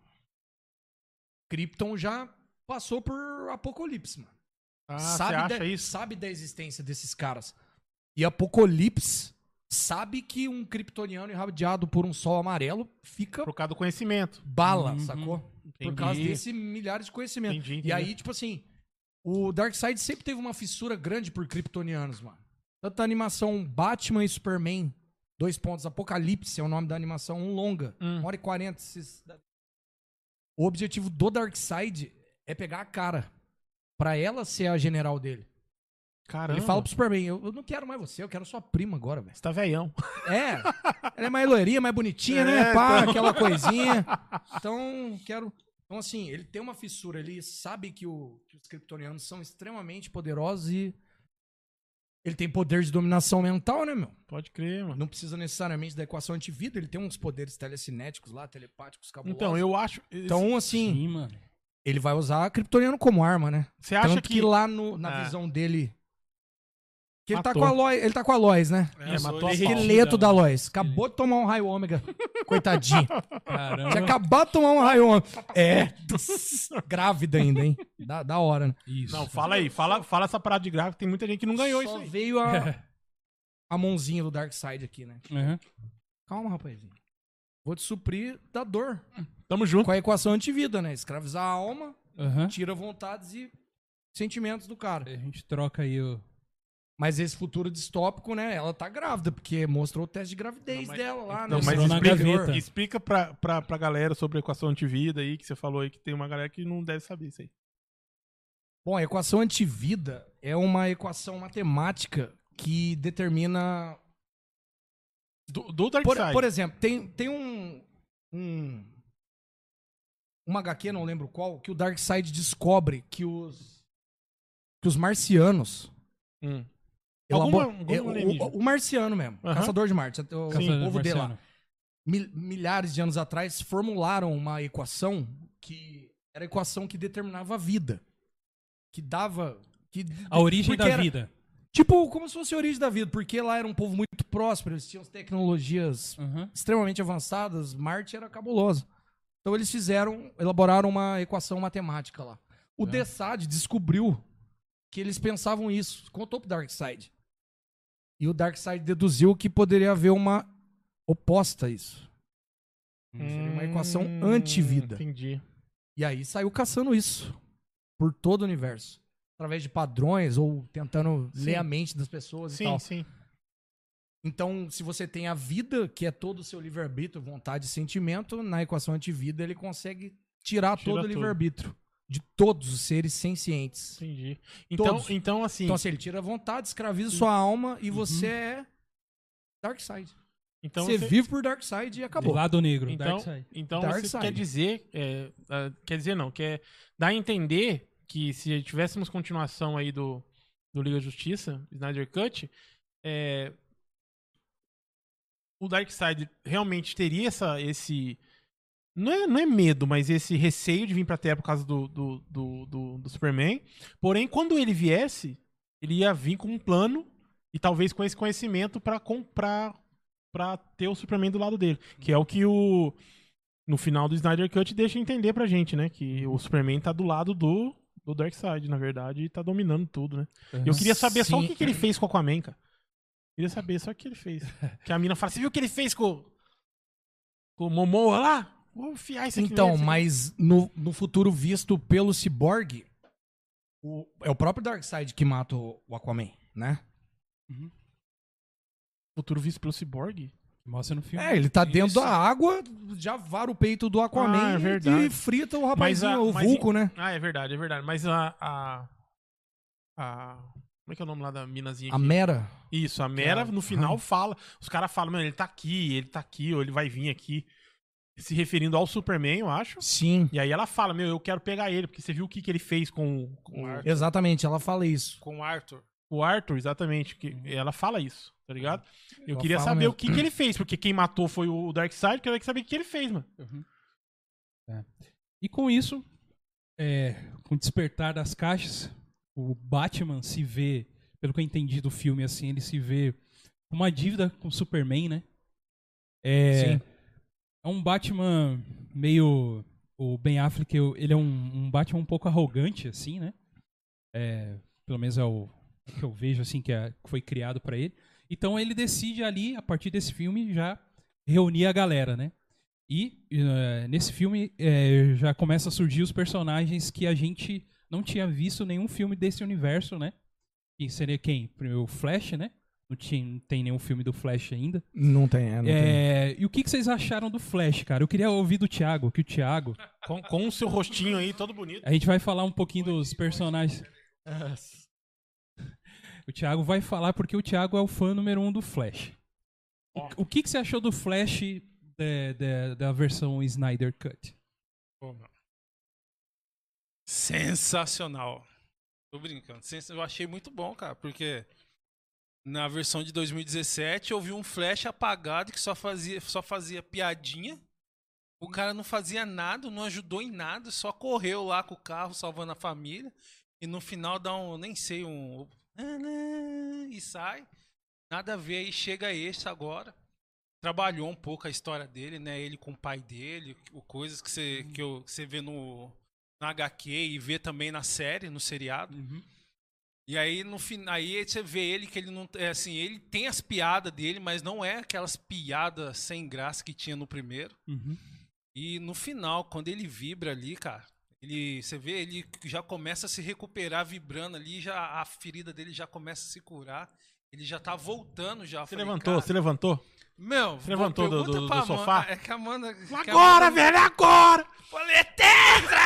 S4: Krypton já passou por Apocalipse, mano.
S2: Ah,
S4: sabe,
S2: você acha
S4: da,
S2: isso?
S4: sabe da existência desses caras. E Apocalipse sabe que um kryptoniano irradiado por um sol amarelo fica
S2: Por causa do conhecimento.
S4: bala,
S1: Uhum.
S4: sacou?
S2: Entendi.
S4: Por causa desse milhares de conhecimentos.
S2: Entendi,
S4: E
S2: entendi.
S4: aí, tipo assim, o Darkseid sempre teve uma fissura grande por kryptonianos, mano. Tanto na animação Batman e Superman, dois pontos, Apocalipse é o nome da animação, um longa,
S2: Hum.
S4: 1 hora e 40. esses- O objetivo do Darkseid é pegar a cara. Pra ela ser a general dele.
S2: Caramba.
S4: Ele fala pro Superman, eu, eu não quero mais você, eu quero sua prima agora, velho.
S2: Você tá velhão.
S4: É, ela é mais loirinha, mais bonitinha,
S2: É,
S4: né? Pá, aquela coisinha. Então, quero. Então, assim, ele tem uma fissura, ele sabe que, o- que os kryptonianos são extremamente poderosos e. Ele tem poder de dominação mental, né, meu?
S2: Pode crer, mano.
S4: Não precisa necessariamente da equação antivida, ele tem uns poderes telecinéticos lá, telepáticos, cabulosos.
S2: Então, eu acho.
S4: Tá Então, assim,
S1: Sim, mano.
S4: ele vai usar a kryptoniano como arma, né?
S2: você acha
S4: Tanto que, lá no- na
S2: Ah.
S4: visão dele. Que ele tá,
S2: Matou.
S4: com a Lois, ele tá com a Lois, né?
S2: É, matou
S4: O
S2: a
S3: Ele-
S2: pau.
S4: esqueleto da Lois. Acabou de tomar um raio
S2: <laughs>
S4: ômega. Coitadinho. Tinha
S1: Caramba.
S4: acabado de tomar um raio ômega. É. Tss, Grávida ainda, hein? Da, da hora, né?
S1: Isso.
S2: Não, fala aí. Fala, fala essa parada de gráfico. Tem muita gente que não ganhou isso
S4: Só
S2: aí.
S4: veio a, <laughs> a mãozinha do Darkseid aqui, né?
S1: Uhum.
S4: Calma, rapazinho. Vou te suprir da dor.
S2: Tamo junto.
S4: Com a equação antivida, né? Escravizar a alma,
S1: Uhum.
S4: tira vontades e sentimentos do cara.
S1: A gente troca aí o.
S4: Mas esse futuro distópico, né? Ela tá grávida, porque mostrou o teste de gravidez
S2: Não, mas-
S4: dela lá,
S2: Não,
S4: né?
S2: mas
S1: Mostrou na
S2: explica,
S1: gaveta.
S2: explica pra, pra, pra galera sobre a equação antivida aí, que você falou aí, que tem uma galera que não deve saber isso aí.
S4: Bom, a equação antivida é uma equação matemática que determina.
S2: Do, do
S4: Por,
S2: Darkseid.
S4: por exemplo, tem, tem um, um. Uma HQ, não lembro qual, que o Darkseid descobre que os. Que os marcianos.
S2: Hum. Alguma-
S4: elabor-
S2: algum
S4: é, o-
S2: alienígena.
S4: o, o marciano mesmo,
S2: Aham.
S4: caçador de Marte, até o,
S2: Sim,
S4: o povo dele lá.
S1: Marciano.
S4: mil- milhares de anos atrás, formularam uma equação que era a equação que determinava a vida. Que dava. Que,
S1: A origem
S4: porque
S1: da
S4: era-
S1: vida.
S4: Tipo, como se fosse a origem da vida, porque lá era um povo muito próspero, eles tinham tecnologias
S1: Uhum.
S4: extremamente avançadas, Marte era cabuloso. Então eles fizeram, elaboraram uma equação matemática lá. O
S2: É.
S4: Dessad descobriu que eles pensavam isso, contou pro Darkseid. E o Darkseid deduziu que poderia haver uma oposta a isso. Hum, Seria uma equação antivida.
S2: Hum, Entendi.
S4: E aí saiu caçando isso por todo o universo. Através de padrões ou tentando
S2: Sim.
S4: ler a mente das pessoas e
S2: Sim,
S4: tal.
S2: sim.
S4: Então, se você tem a vida, que é todo o seu livre-arbítrio, vontade e sentimento, na equação antivida ele consegue tirar
S2: Tira
S4: todo o
S2: tudo.
S4: livre-arbítrio de todos os seres sencientes.
S2: Entendi. Então,
S4: Todos.
S2: então assim,
S4: Então, assim, ele tira a vontade, escraviza sua alma e você é Darkseid.
S2: Uhum. então
S4: você
S2: você-
S4: vive por Darkseid e
S1: Do
S4: acabou.
S1: lado negro,
S2: Então-
S1: Darkseid.
S2: Então
S4: Dark
S2: você
S4: side.
S2: quer dizer, é, ah, quer dizer não, quer dar a entender que se tivéssemos continuação aí do, do Liga da Justiça, Snyder Cut, é, o Darkseid realmente teria essa, esse não é, não é medo, mas esse receio de vir pra Terra por causa do, do, do, do, do Superman. Porém, quando ele viesse, ele ia vir com um plano e talvez com esse conhecimento pra comprar pra ter o Superman do lado dele, que é o que o no final do Snyder Cut deixa entender pra gente, né, que o Superman tá do lado do do Darkseid, na verdade, e tá dominando tudo, né? E Eu queria saber só o
S4: Sim.
S2: que, que ele fez com o Aquaman, cara. Queria saber só o que ele
S4: <laughs>
S2: fez. Que a mina fala, você viu o que ele fez com, com o Momoa lá? Vou enfiar isso aqui.
S4: Então,
S2: nele, isso aqui
S4: mas no, no futuro visto pelo Cyborg, o- é o próprio Darkseid que mata o, o Aquaman, né?
S2: Futuro visto pelo Cyborg?
S1: Mostra no filme.
S4: É, ele tá dentro
S2: Isso.
S4: da água, já vara o peito do
S2: Ah, é
S4: Aquaman e-
S2: verdade.
S4: e frita o rapazinho,
S2: a-
S4: o
S2: mas
S4: Vulco, né?
S2: Ah, é verdade, é verdade. Mas a. a, a- como é que é o nome lá da minazinha?
S4: A
S2: aqui?
S4: Mera.
S2: Isso, a Mera no final fala. Os caras falam, mano, ele tá aqui, ele tá aqui, ou ele vai vir aqui. Se referindo ao Superman, eu acho.
S4: Sim,
S2: E aí ela fala, meu, eu quero pegar ele, porque você viu o que, que ele fez com, o- com, o-
S4: exatamente, ela fala isso.
S3: Com o Arthur.
S2: o Arthur, exatamente. Que ela fala isso, tá ligado? Eu
S4: Ela
S2: queria
S4: fala
S2: saber
S4: mesmo.
S2: o que, que ele fez, porque quem matou foi o Darkseid, queria saber o que ele fez, mano.
S1: E com isso, é, com o despertar das caixas, o Batman se vê, pelo que eu entendi do filme, assim, ele se vê com uma dívida com o Superman, né? É,
S4: Sim.
S1: é um Batman meio. O Ben Affleck, eu- ele é um, um Batman um pouco arrogante, assim, né? É, pelo menos é o, o que eu vejo, assim, que, é- que foi criado pra ele. Então ele decide ali, a partir desse filme, já reunir a galera, né? E eh, nesse filme eh, já começa a surgir os personagens que a gente não tinha visto nenhum filme desse universo, né? Que seria quem? Primeiro o Flash, né? Não, tinha, não tem nenhum filme do Flash ainda.
S4: Não tem, é, não tem.
S1: Eh, E o que, que vocês acharam do Flash, cara? Eu queria ouvir do Thiago, que o Thiago.
S2: Com, com o seu rostinho aí, todo
S1: <laughs>
S2: bonito.
S1: A gente vai falar um pouquinho dos personagens. O Thiago vai falar porque o Thiago é o fã número um do Flash.
S2: Ó.
S1: O, o que, que você achou do Flash eh, da- da versão Snyder Cut?
S3: Sensacional. Tô brincando. Sens- Eu achei muito bom, cara, porque na versão de 2017 eu vi um flash apagado que só fazia, só fazia piadinha. O cara não fazia nada, não ajudou em nada, só correu lá com o carro salvando a família. E no final dá um, nem sei, um. E sai. Nada a ver, aí chega esse agora. Trabalhou um pouco a história dele, né? Ele com o pai dele, o- coisas que você,
S2: Uhum.
S3: que eu, que você vê no, na HQ e vê também na série, no seriado.
S2: Uhum.
S3: E aí no final, aí você vê ele que ele não é assim, ele tem as piadas dele, mas não é aquelas piadas sem graça que tinha no primeiro.
S1: Uhum.
S3: E no final, quando ele vibra ali, cara, ele, você vê, ele já começa a se recuperar vibrando ali, já a ferida dele já começa a se curar. Ele já tá voltando já.
S2: Você
S3: Falei,
S2: levantou,
S3: cara,
S2: você levantou.
S3: Meu,
S2: se levantou do-
S3: pergunta
S2: do- do
S3: pra Amanda-
S2: sofá?
S3: É que a Amanda. que a
S2: Agora,
S3: Amanda-
S2: velho, é agora!
S3: Falei, é tetra!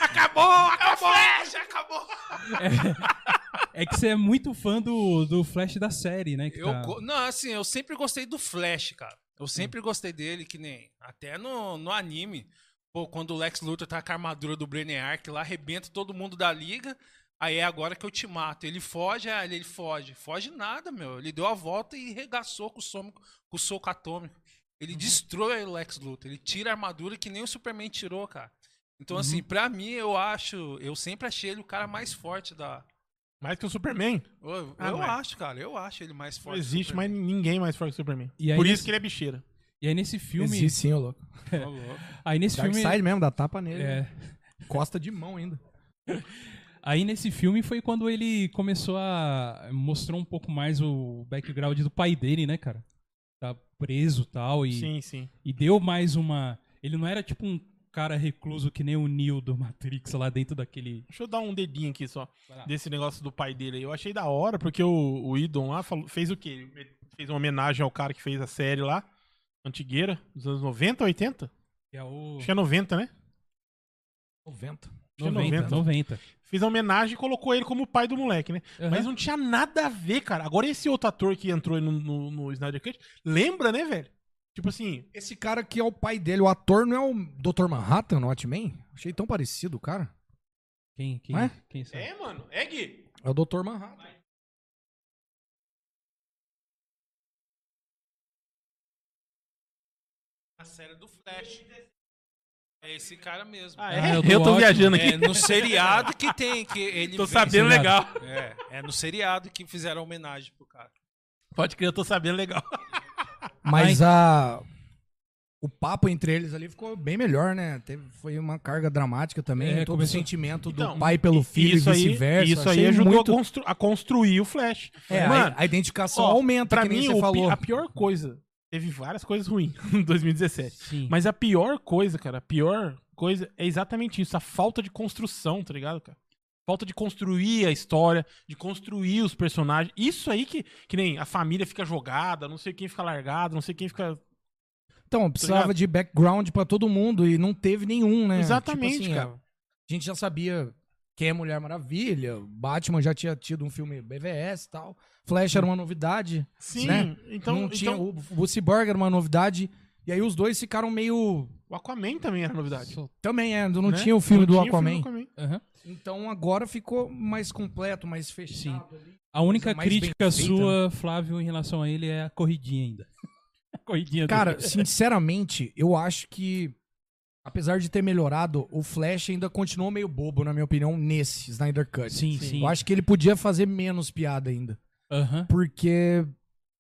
S2: Acabou, acabou!
S3: Flash, acabou!
S1: É que você é muito fã do, do Flash da série, né? que
S3: Eu,
S1: tá-
S3: go- Não, assim, eu sempre gostei do Flash, cara. Eu sempre gostei dele, que nem. Até no, no anime. Pô, quando o Lex Luthor tá com a armadura do Brainiac lá, arrebenta todo mundo da liga. Aí é agora que eu te mato. Ele foge, ah, ele, ele foge. Foge nada, meu. Ele deu a volta e regaçou com o, somo, com o soco atômico.
S2: Uhum.
S3: Ele destrói o Lex Luthor. Ele tira a armadura que nem o Superman tirou, cara. Então,
S2: Uhum.
S3: assim, pra mim, eu acho. Eu sempre achei ele o cara mais forte da.
S2: Mais que o Superman.
S3: Eu,
S2: Ah,
S3: eu
S2: mas-
S3: acho, cara. Eu acho ele mais
S2: Não
S3: forte.
S2: existe mais ninguém mais forte que o Superman.
S1: E aí
S2: Por
S1: nesse-
S2: isso que ele é bicheira.
S1: E aí nesse filme.
S4: Existe sim, ô louco.
S3: Tá louco.
S1: Aí nesse filme.
S4: Darkseid mesmo, dá tapa nele.
S1: é,
S4: Costa de mão ainda.
S1: aí nesse filme foi quando ele começou a. mostrou um pouco mais o background do pai dele, né, cara? tá preso tal, e
S2: Sim, sim.
S1: e deu mais uma. Ele não era tipo um cara recluso que nem o Neo do Matrix lá dentro daquele.
S2: Deixa eu dar um dedinho aqui só
S1: Vai lá.
S2: desse negócio do pai dele aí. Eu achei da hora, porque o, o Idon lá falou- fez o quê? Ele fez uma homenagem ao cara que fez a série lá, antigueira, dos anos 90, 80?
S1: Que é o.
S2: Acho que é 90, né?
S4: 90.
S2: acho que é
S1: 90,
S2: 90.
S1: 90.
S2: Fez a homenagem e colocou ele como pai do moleque, né?
S1: Aham.
S2: Mas não tinha nada a ver, cara. Agora esse outro ator que entrou no, no, no Snyder Cut, lembra, né, velho? Tipo assim,
S4: Esse cara que é o pai dele, o ator não é o Dr. Manhattan no Watchmen? Achei tão parecido, cara.
S1: Quem, quem,
S4: Ué?
S1: quem sabe?
S2: é, mano, é Gui.
S4: É o Dr. Manhattan.
S3: A série do Flash. É esse cara mesmo.
S2: Ah,
S1: é?
S2: é?
S1: eu
S2: eu
S1: tô
S2: tô,
S1: ótimo.
S2: viajando aqui.
S3: É no seriado que tem, que ele
S2: <laughs> tô
S3: vem-
S1: seriado.
S2: sabendo legal.
S3: É, é no seriado que fizeram homenagem pro cara.
S2: Pode crer, eu tô sabendo legal.
S1: Mas-
S5: Mas a.
S4: O papo entre eles ali ficou bem melhor, né? Teve, foi uma carga dramática também.
S1: É,
S4: todo o
S1: começou-
S4: sentimento do
S2: Então,
S4: pai pelo filho e
S2: isso aí,
S4: vice-versa.
S2: isso aí
S4: Achei
S2: ajudou
S4: muito-
S2: a, constru- a construir o Flash.
S4: É,
S2: mano,
S4: a, a identificação
S2: ó,
S4: aumenta,
S2: pra
S4: que nem
S2: mim,
S4: você
S2: o pi-
S4: falou.
S2: a pior coisa. Teve várias coisas ruins <laughs> em 2017.
S1: Sim.
S2: Mas a pior coisa, cara, a pior coisa é exatamente isso, a falta de construção, tá ligado, cara? Falta de construir a história, de construir os personagens. Isso aí que, que nem a família fica jogada, não sei quem fica largado, não sei quem
S4: É,
S2: fica.
S4: tipo Então, precisava
S2: tá ligado?
S4: de background pra todo mundo e não teve nenhum, né?
S2: Exatamente,
S4: Tipo assim,
S2: cara.
S4: A gente já sabia quem é Mulher Maravilha, Batman já tinha tido um filme BVS e tal, Flash era uma novidade,
S2: Sim,
S4: né?
S2: então,
S4: não tinha,
S2: então
S4: o, o Cyborg era uma novidade, e aí os dois ficaram meio...
S2: o Aquaman também era novidade.
S1: Sou-
S4: Também é, não
S2: né?
S4: tinha o
S2: Não
S4: filme do
S2: tinha o
S4: Aquaman.
S2: filme do
S1: Aham.
S4: Então agora ficou mais completo, mais fechado. ali.
S1: A única
S4: Coisa mais bem
S1: crítica
S4: feita,
S1: sua, Flávio, em relação a ele é a corridinha ainda. <laughs> A corridinha
S2: <laughs>
S4: Cara,
S1: dele.
S4: sinceramente, eu acho que, apesar de ter melhorado, o Flash ainda continuou meio bobo, na minha opinião, nesse Snyder Cut.
S1: Sim, sim.
S4: Eu acho que ele podia fazer menos piada ainda.
S1: Aham.
S4: Porque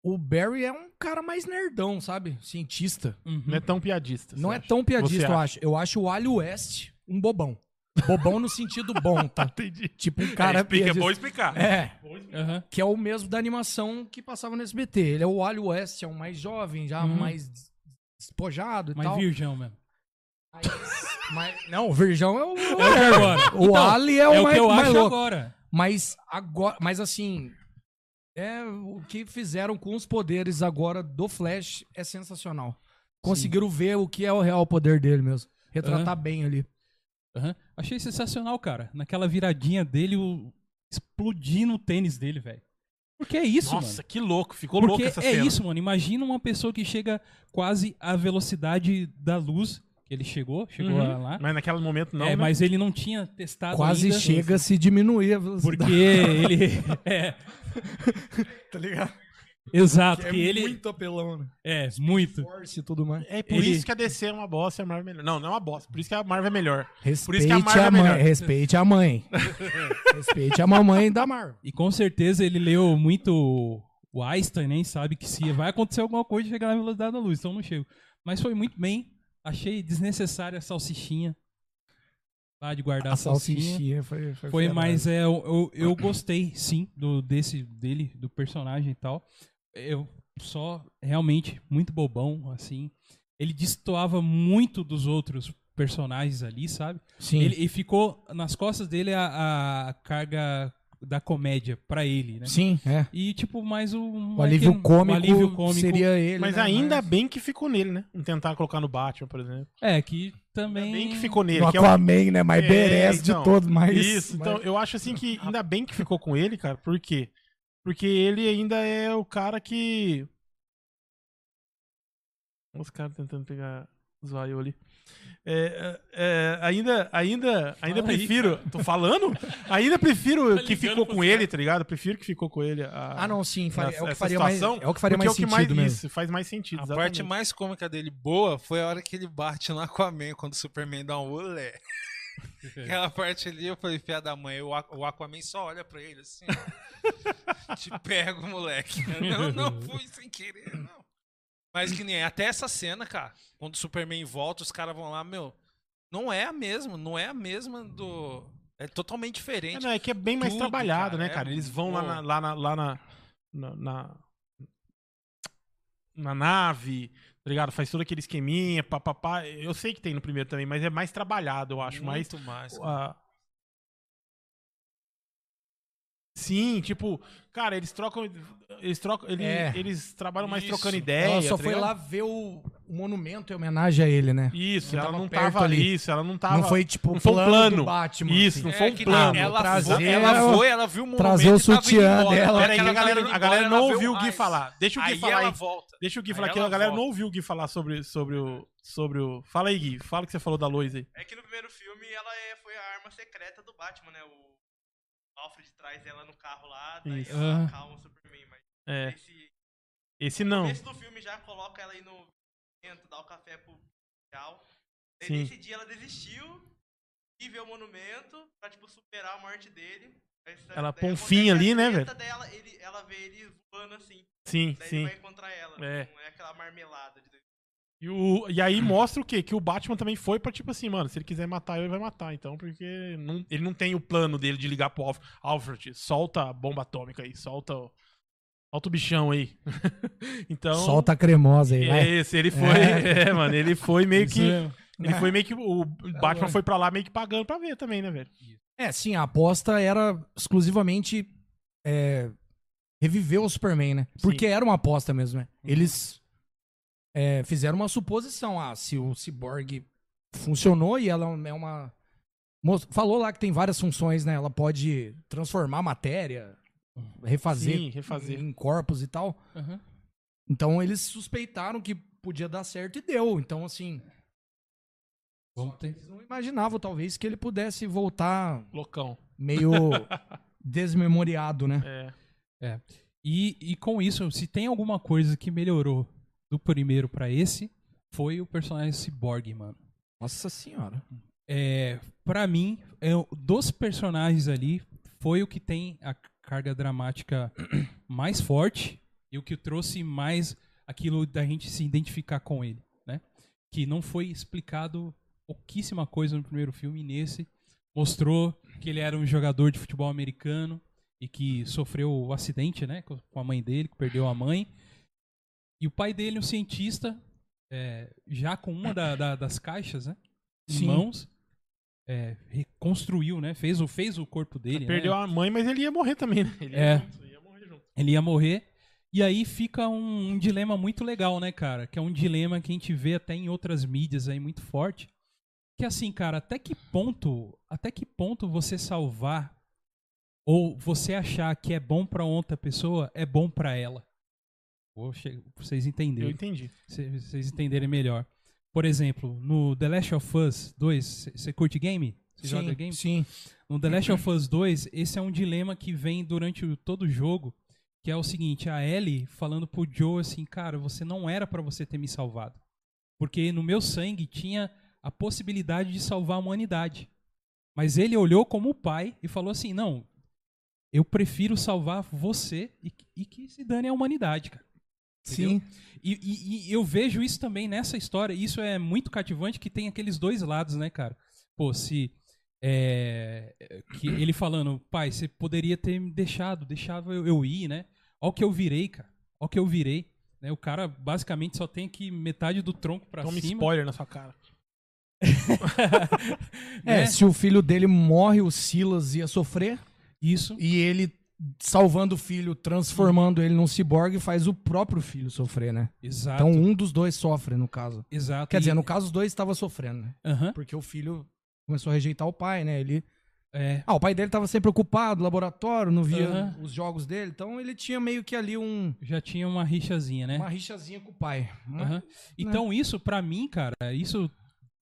S4: o Barry é um cara mais nerdão, sabe? Cientista.
S1: Uhum.
S2: Não é tão piadista.
S4: Não
S2: você
S4: é
S2: acha?
S4: tão piadista,
S2: Você
S4: eu acho. Eu acho o Alho West um bobão. Bobão no sentido
S2: <laughs>
S4: bom, tá?
S2: Entendi.
S4: Tipo, um cara.
S2: é, explica, é
S4: piadista.
S2: bom explicar.
S4: É,
S1: Aham.
S4: que é o mesmo da animação que passava no SBT. Ele é o Alho West, é um mais jovem, já
S1: Uhum.
S4: mais des- despojado e
S1: Mas
S4: tal.
S1: virgão mesmo.
S4: Aí- mas- não, o Virgão é o.
S1: É o que é agora.
S4: O Ali é o
S1: é o
S4: mais,
S1: que eu
S4: mais
S1: acho
S4: louco.
S1: agora.
S4: Mas agora. Mas assim. É, o que fizeram com os poderes agora do Flash é sensacional. Conseguiram ver o que é o real poder dele mesmo. Retratar
S1: É.
S4: bem ali.
S1: Aham. Achei sensacional, cara. Naquela viradinha dele, o... explodindo o tênis dele, velho. Porque é isso,
S2: Nossa,
S1: mano.
S2: que louco. Ficou
S1: Porque
S2: louco essa
S1: é
S2: cena.
S1: isso, mano. Imagina uma pessoa que chega quase à velocidade da luz. que Ele chegou, chegou
S2: Uhum.
S1: lá.
S2: Mas naquele momento não.
S1: é,
S2: né?
S1: mas ele não tinha testado
S4: Quase
S1: ainda,
S4: chega a se diminuir a velocidade.
S1: Porque ele. <laughs> É,
S4: Tá ligado?
S1: exato.
S4: <laughs> É
S1: que ele.
S4: muito apelão, né?
S1: É, muito.
S4: Force e tudo mais.
S2: É por
S1: Ele-
S2: isso que a DC é uma bosta e a Marvel é melhor. Não, não é uma bosta. Por isso que a Marvel é melhor. Por isso
S4: Respeite
S2: que a
S4: a,
S2: Marvel é
S4: mãe,
S2: melhor.
S4: respeite a mãe. respeite a mamãe da Marvel.
S1: E com certeza ele leu muito o Einstein, nem sabe que se vai acontecer alguma coisa, chega na velocidade da luz, então não chego. Mas foi muito bem. Achei desnecessária a salsichinha. Lá de guardar a, salsichinha.
S4: foi, foi, né?
S1: Foi,
S4: ferrado.
S1: mas
S2: né?
S1: é, eu, eu, eu gostei, sim, do, desse dele, do personagem e tal. Eu só realmente muito bobão, assim. Ele destoava muito dos outros personagens ali, sabe?
S4: Sim.
S1: Ele, e ficou nas costas dele a, a carga da comédia pra ele, né?
S4: Sim, é.
S1: E tipo, mais um
S4: O alívio, cômico
S1: alívio cômico.
S4: seria ele.
S2: Mas
S4: né?
S2: ainda
S4: Mas-
S2: bem que ficou nele, né? Não tentar colocar no Batman, por exemplo.
S1: É, que
S2: Ainda
S1: também
S2: bem que ficou nele.
S4: No
S2: que é o-
S4: Aquaman, né? Mas
S2: É,
S4: merece
S2: então,
S4: de todo, mas.
S2: Isso, então eu acho assim que ainda bem que ficou com ele, cara. Por quê? Porque ele ainda é o cara que. Os caras tentando pegar os vaios ali. É, é, ainda ainda, ainda
S1: Fala aí,
S2: prefiro. tô falando? Ainda prefiro que
S1: ligando
S2: ficou
S1: pro
S2: com ele, tá ligado? Prefiro que ficou com ele. a-
S4: Ah, não, sim. faria- é, o que
S2: essa
S4: faria mais,
S2: situação,
S4: é o que faria mais
S2: porque é o que
S4: sentido
S2: mais,
S4: mesmo.
S2: Isso, faz mais <laughs> sentido.
S3: A
S2: exatamente.
S3: parte mais cômica dele boa foi a hora que ele bate no Aquaman quando o Superman dá um
S2: <laughs>
S3: olé. Aquela parte ali, eu falei, piada da mãe, o Aqu- o Aquaman só olha pra ele assim, ó.
S2: <laughs>
S3: Te pego, moleque. Eu não fui sem querer, não. Mas que nem até essa cena, cara, quando o Superman volta, os caras vão lá, meu, não é a mesma, não é a mesma do... É
S2: É,
S3: totalmente diferente.
S2: não, é que é bem mais
S3: tudo,
S2: trabalhado,
S3: cara,
S2: né,
S3: é
S2: cara? Eles vão lá
S3: bom.
S2: na. Lá na, lá na, na- na- na nave, tá ligado? Faz todo aquele esqueminha, papapá. Eu sei que tem no primeiro também, mas é mais trabalhado, eu acho. mais ah,
S3: Muito mais. cara.
S2: a- Sim, tipo, cara, eles trocam. Eles trocam. Ele,
S4: É.
S2: Eles trabalham mais
S3: Isso.
S2: trocando ideia.
S4: Ela só
S2: tá
S4: foi
S2: ligado?
S4: lá ver o o monumento em homenagem a ele, né?
S2: Isso,
S4: Não
S2: ela
S4: tava
S2: não
S4: perto
S2: tava
S4: ali.
S2: ali. Isso, ela não tava.
S4: não foi tipo
S2: não foi um plano.
S4: do Batman.
S2: Isso,
S4: assim.
S2: não foi
S3: É
S2: um
S3: que
S2: plano.
S3: Ela,
S4: Trazer-
S3: foi, ela foi, ela viu o monumento
S4: trazer o
S3: e tava
S4: sutiã
S3: indo embora.
S4: dela.
S3: Na hora
S2: Peraí,
S3: que
S2: a
S3: ela tava
S2: galera,
S3: indo
S2: a
S3: embora,
S2: galera
S3: ela
S2: não
S3: vê
S2: ouviu o Gui
S3: mais.
S2: falar. Deixa o Gui
S3: Aí
S2: falar
S3: ela
S2: aí.
S3: volta.
S2: Deixa o Gui
S3: Aí
S2: falar aqui.
S3: ela
S2: A galera não
S3: volta.
S2: ouviu o Gui falar sobre, sobre, o, sobre o. Fala aí, Gui. Fala o que você falou da Lois aí.
S6: É que no primeiro filme ela é- foi a arma secreta do Batman, né? O Alfred traz ela no carro lá, daí
S2: Isso.
S1: Ah.
S6: ela acalma o Superman, mas
S2: É.
S6: esse
S2: Esse não.
S6: começo do filme já coloca ela aí no dentro, dá o café pro policial. Daí
S2: Sim.
S6: nesse dia ela desistiu e vê o monumento pra, tipo, superar a morte dele. Essa-
S2: Ela
S6: daí
S2: põe um
S6: acontece
S2: fim
S6: a
S2: ali, né,
S6: treta Dela, ele, ela vê ele voando assim,
S2: Sim,
S6: daí ele
S2: sim.
S6: vai encontrar ela.
S2: É.
S6: Não é aquela marmelada de
S2: E, o, e aí mostra o quê? Que o Batman também foi pra tipo assim, mano, se ele quiser matar eu, ele vai matar. Então, porque não- ele não tem o plano dele de ligar pro Alf- Alfred. Solta a bomba atômica aí, solta o, solta o bichão aí. <laughs> então.
S4: Solta a cremosa aí,
S2: É
S4: vai.
S2: esse, ele foi. <laughs> É, mano, ele foi meio que. Ele foi meio que.
S4: <laughs>
S2: O Batman
S4: Tá bom.
S2: foi pra lá meio que pagando pra ver também, né, velho?
S4: É, sim, a aposta era exclusivamente é, reviver o Superman, né? Porque era uma aposta mesmo, né? Eles é, fizeram uma suposição. Ah, se o Cyborg funcionou e ela é uma. Mos- Falou lá que tem várias funções, né? Ela pode transformar matéria, refazer
S2: Sim, refazer.
S4: em corpos e tal.
S1: Aham.
S4: Então eles suspeitaram que podia dar certo e deu. Então, assim,
S1: Vamos ter.
S4: eles não imaginavam, talvez, que ele pudesse voltar
S2: Loucão.
S4: <laughs> meio desmemoriado, né?
S2: É.
S1: E, e com isso, se tem alguma coisa que melhorou do primeiro pra esse, foi o personagem Cyborg, mano.
S4: Nossa senhora.
S1: É, para mim, é, o- dos personagens ali, foi o que tem a carga dramática mais forte e o que trouxe mais aquilo da gente se identificar com ele, né? Que não foi explicado pouquíssima coisa no primeiro filme e nesse mostrou que ele era um jogador de futebol americano e que sofreu o acidente, né, com com a mãe dele, que perdeu a mãe. E o pai dele, um cientista, é, já com uma da- da- das caixas, né, em
S4: Sim.
S1: mãos, é, reconstruiu, né, fez o fez o corpo dele, né?
S2: Perdeu a mãe, mas ele ia morrer também, né? é. <laughs> Ele
S1: É.
S2: ia, junto, ia morrer junto.
S1: ele ia morrer. E aí fica um, um dilema muito legal, né, cara? Que é um dilema que a gente vê até em outras mídias aí muito forte. Que assim, cara, até que ponto, até que ponto você salvar ou você achar que é bom pra outra pessoa é bom pra ela? Vou che- vocês
S2: Eu
S1: entenderem,
S2: entendi.
S1: vocês vocês entenderem melhor. Por exemplo, no The Last of Us 2, você curte game? Você joga game?
S4: sim.
S1: No The Last of Us 2, esse é um dilema que vem durante o- todo o jogo, que é o seguinte, a Ellie falando pro Joe assim, cara, você não era pra você ter me salvado. Porque no meu sangue tinha a possibilidade de salvar a humanidade. Mas ele olhou como o pai e falou assim, não, eu prefiro salvar você e, que- e que se dane a humanidade, cara.
S4: Sim.
S1: E, e- e eu vejo isso também nessa história. e Isso é muito cativante que tem aqueles dois lados, né, cara? Pô, se. é, que ele falando, pai, você poderia ter me deixado, deixava eu, eu ir, né? Ó o que eu virei, cara. Ó o que eu virei. Né? O cara basicamente só tem que metade do tronco
S4: Então
S1: pra
S2: Toma
S1: cima.
S2: spoiler na sua cara.
S4: É,
S1: né?
S4: se o filho dele morre, o Silas ia sofrer.
S1: Isso.
S4: E ele, salvando o filho, transformando ele num ciborgue, faz o próprio filho sofrer, né?
S1: Exato.
S4: Então um dos dois sofre, no caso.
S1: exato.
S4: Quer
S1: E-
S4: dizer, no caso, os dois estavam sofrendo, né?
S1: Aham,
S4: Porque o filho começou a rejeitar o pai, né? Ele.
S1: é,
S4: Ah, o pai dele tava sempre ocupado, laboratório, não via
S1: Aham.
S4: os jogos dele. Então ele tinha meio que ali um.
S1: já tinha uma rixazinha, né?
S4: Uma rixazinha com o pai.
S1: Aham. Então isso pra mim, cara, isso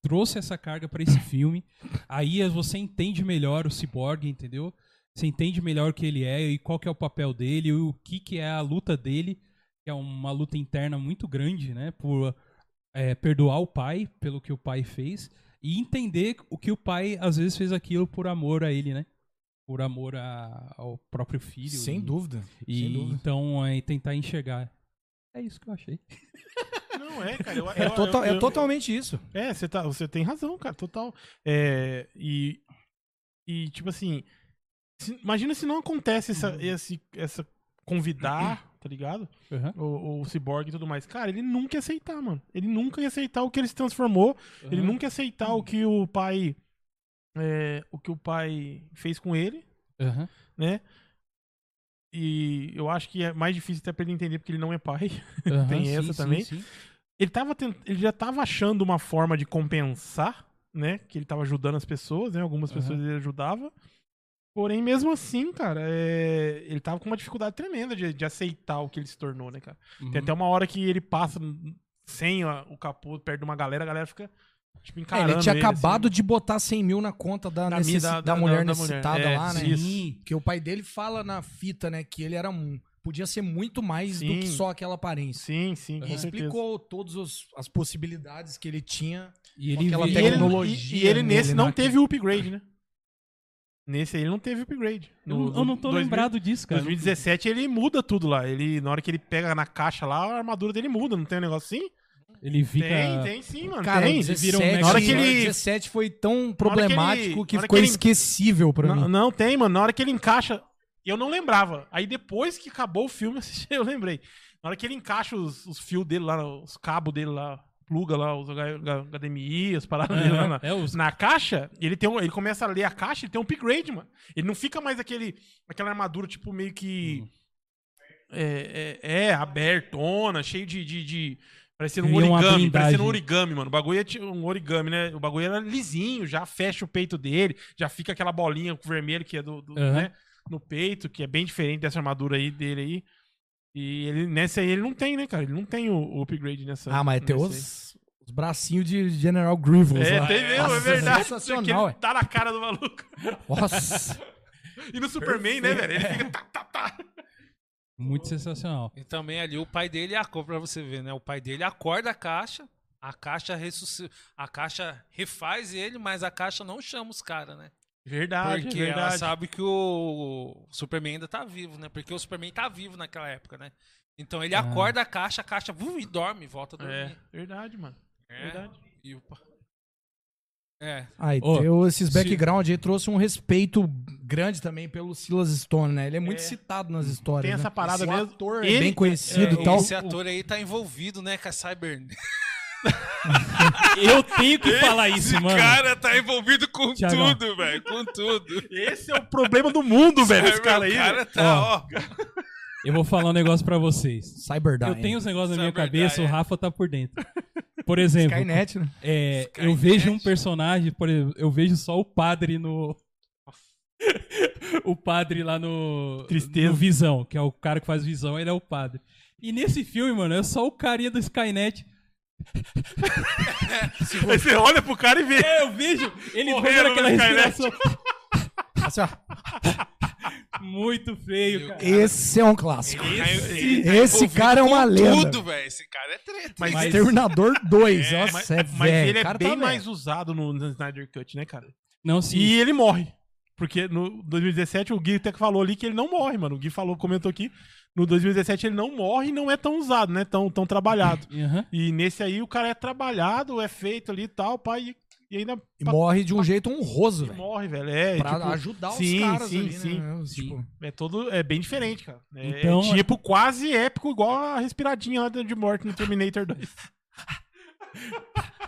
S1: trouxe essa carga pra esse filme. Aí as- você entende melhor o Cyborg, entendeu? Você entende melhor o que ele é e qual que é o papel dele, e o que que é a luta dele, que é uma luta interna muito grande, né, por é, perdoar o pai pelo que o pai fez e entender o que o pai às vezes fez aquilo por amor a ele, né? Por amor a- ao próprio filho.
S4: Sem
S1: e-
S4: dúvida.
S1: E
S4: sem dúvida.
S1: então é tentar enxergar. É isso que eu achei.
S2: Não, é, cara. Eu,
S4: É,
S2: eu-
S4: total-
S2: eu-
S4: é totalmente isso.
S2: É, você, tá, você tem razão, cara, total. É, e, e, Uhum. <clears throat> tipo assim, se- imagina se não acontece essa, esse, essa convidar tá ligado?
S1: Uhum.
S2: O, o Cyborg e tudo mais. Cara, ele nunca ia aceitar, mano. Ele nunca ia aceitar o que ele se transformou. Ele
S1: Uhum.
S2: nunca ia aceitar o que o pai. é, o que o pai fez com ele,
S1: <laughs> Uhum.
S2: né? E eu acho que é mais difícil até pra ele entender, porque ele não é pai.
S1: Uhum,
S2: Tem
S1: sim,
S2: essa
S1: sim,
S2: também.
S1: sim.
S2: Ele, tava tent... ele já tava achando uma forma de compensar, né? Que ele tava ajudando as pessoas, né? Algumas
S1: Aham.
S2: pessoas ele ajudava. Porém, mesmo assim, cara, é, ele tava com uma dificuldade tremenda de, de aceitar o que ele se tornou, né, cara?
S1: Uhum.
S2: Tem até uma hora que ele passa sem a- o capô, perto de uma galera, a galera fica, tipo,
S4: É,
S2: encarando
S4: ele tinha
S2: assim.
S4: acabado de botar 100 mil na conta da,
S2: Da
S4: necessi-
S2: mi- da-
S4: da
S2: da-
S4: mulher
S2: da- da mulher.
S4: necessitada
S2: É,
S4: lá, né?
S2: isso.
S4: Sim, Que o pai dele fala na fita, né? Que ele era um. Podia ser muito mais do
S2: Sim.
S4: que só aquela aparência.
S2: Sim, sim, com
S4: E
S2: certeza.
S4: explicou todas as possibilidades que ele tinha.
S1: E ele um
S4: Aquela
S2: E
S1: vi-
S2: ele-
S4: tecnologia
S2: E ele,
S4: nele,
S2: nesse não
S4: né,
S2: teve o upgrade, né? Nesse aí ele não teve upgrade.
S1: Eu,
S2: No-
S1: eu não tô
S2: 2000
S1: lembrado disso, cara.
S2: 2017 ele muda tudo lá. Ele, na hora que ele pega na caixa lá, a armadura dele muda, não tem um negócio assim?
S1: Ele fica.
S2: Tem, tem sim, mano.
S4: Cara,
S2: tem.
S4: 17,
S1: vira um mega-
S4: na hora que
S2: Na hora
S4: ele...
S2: que ele-
S4: 17 foi tão
S2: hora que ele-
S4: problemático que,
S2: na hora
S4: ficou
S2: que ele-
S4: esquecível pra
S2: Não,
S4: mim.
S2: não tem, mano. Na hora que ele encaixa, eu não lembrava. Aí depois que acabou o filme, <laughs> eu lembrei. Na hora que ele encaixa os, os fios dele lá, os cabos dele lá, pluga lá, os H- HDMI, as paradas dele lá né? na,
S1: Aham, É os.
S2: na caixa, ele tem um- ele começa a ler a caixa, ele tem um upgrade, mano. Ele não fica mais aquele aquela armadura tipo meio que
S1: Hum.
S2: é, é, é, abertona, cheio de, de, de- parecendo um
S1: Cria uma
S2: origami,
S1: blindagem.
S2: parecendo um origami, mano. O bagulho é tipo um origami, né? O bagulho era lisinho, já fecha o peito dele, já fica aquela bolinha vermelha que é do, do-
S1: Aham.
S2: né, no peito, que é bem diferente dessa armadura aí dele aí. E ele, nessa aí ele não tem, né, cara? Ele não tem o, o upgrade nessa.
S4: Ah,
S1: é
S4: mas tem
S2: nessa aí.
S4: os, os bracinhos de General Grievous
S2: É,
S4: lá.
S2: tem mesmo,
S4: Nossa,
S2: é verdade.
S4: Sensacional,
S2: que
S4: é.
S2: ele tá na cara do maluco.
S4: Nossa.
S2: E no Superman, né, velho? Ele fica. Tá, tá, tá.
S1: Muito sensacional.
S3: E também ali o pai dele acorda, pra você ver, né? O pai dele acorda a caixa, a caixa ressusci... a caixa refaz ele, mas a caixa não chama os caras, né?
S2: Verdade,
S3: Porque ela
S2: Ah, verdade.
S3: sabe que o Superman ainda tá vivo, né? Porque o Superman tá vivo naquela época, né? Então ele acorda a caixa, a caixa vum, e dorme, volta a
S2: Ah. É,
S3: dormir.
S2: verdade, mano.
S3: É.
S2: Verdade.
S3: E o pa- É,
S4: Aí,
S1: Ô,
S4: deu esses
S1: se-
S4: background aí trouxe um respeito grande também pelo Silas Stone, né? Ele é muito
S2: É.
S4: citado nas histórias.
S2: Tem essa
S4: né?
S2: parada
S4: Esse
S2: mesmo.
S4: ator
S2: Ele-
S4: é bem conhecido
S2: é,
S4: e tal.
S3: esse ator aí tá envolvido, né, com a <laughs> Cyber.
S1: <laughs> Eu tenho que falar isso,
S3: Esse
S1: mano.
S3: cara tá envolvido com
S1: Thiagão.
S3: tudo, velho. Com tudo.
S2: Esse é o problema do mundo, velho. Esse
S3: Cyber,
S2: é cara aí.
S3: O
S2: velho.
S3: É, cara tá, ó.
S1: Eu vou falar um negócio pra vocês.
S4: Cyberdyne.
S1: Eu tenho os negócios na minha
S3: Cyberdyne,
S1: cabeça, o
S3: é.
S1: Rafa tá por dentro. Por exemplo,
S4: Skynet, né?
S1: é,
S3: Skynet.
S1: eu vejo um personagem, por exemplo, eu vejo só o padre no. <laughs> o padre lá no.
S2: Tristeza.
S1: No Visão, que é o cara que faz visão, ele é o padre. E nesse filme, mano, é só o carinha do Skynet.
S2: Aí você olha pro cara e vê.
S1: É, eu vejo ele
S2: Morrendo
S1: fazendo aquela
S2: no Skynet.
S1: respiração.
S4: <laughs> Assim, ó,
S1: Muito feio, cara.
S4: esse é um clássico.
S3: Esse,
S4: Esse cara é uma lenda.
S3: Tudo, velho. Esse cara é treta.
S2: Mas,
S1: Mas-
S4: Exterminador 2.
S2: é, mas,
S4: Nossa, é
S2: mas
S4: velho.
S2: ele
S4: O
S2: é
S4: cara
S2: bem
S4: tá
S2: mais
S4: velho.
S2: usado no, no Snyder Cut, né, cara?
S1: Não, sim.
S2: E ele morre. Porque no 2017 o Gui até que falou ali que ele não morre, mano. O Gui falou, comentou aqui. No 2017 ele não morre e não é tão usado, né? Tão, tão trabalhado.
S1: Aham.
S2: E nesse aí o cara é trabalhado, é feito ali e tal, pai, e ainda
S4: E morre de um jeito honroso, velho.
S2: morre, velho. É,
S4: Pra
S2: tipo,
S4: ajudar os
S2: sim,
S4: caras
S2: sim,
S4: ali,
S2: sim,
S4: né?
S1: sim.
S4: Tipo,
S2: é todo. É bem diferente, cara. É,
S1: Então,
S2: é tipo quase épico, igual a respiradinha lá de morte no Terminator 2.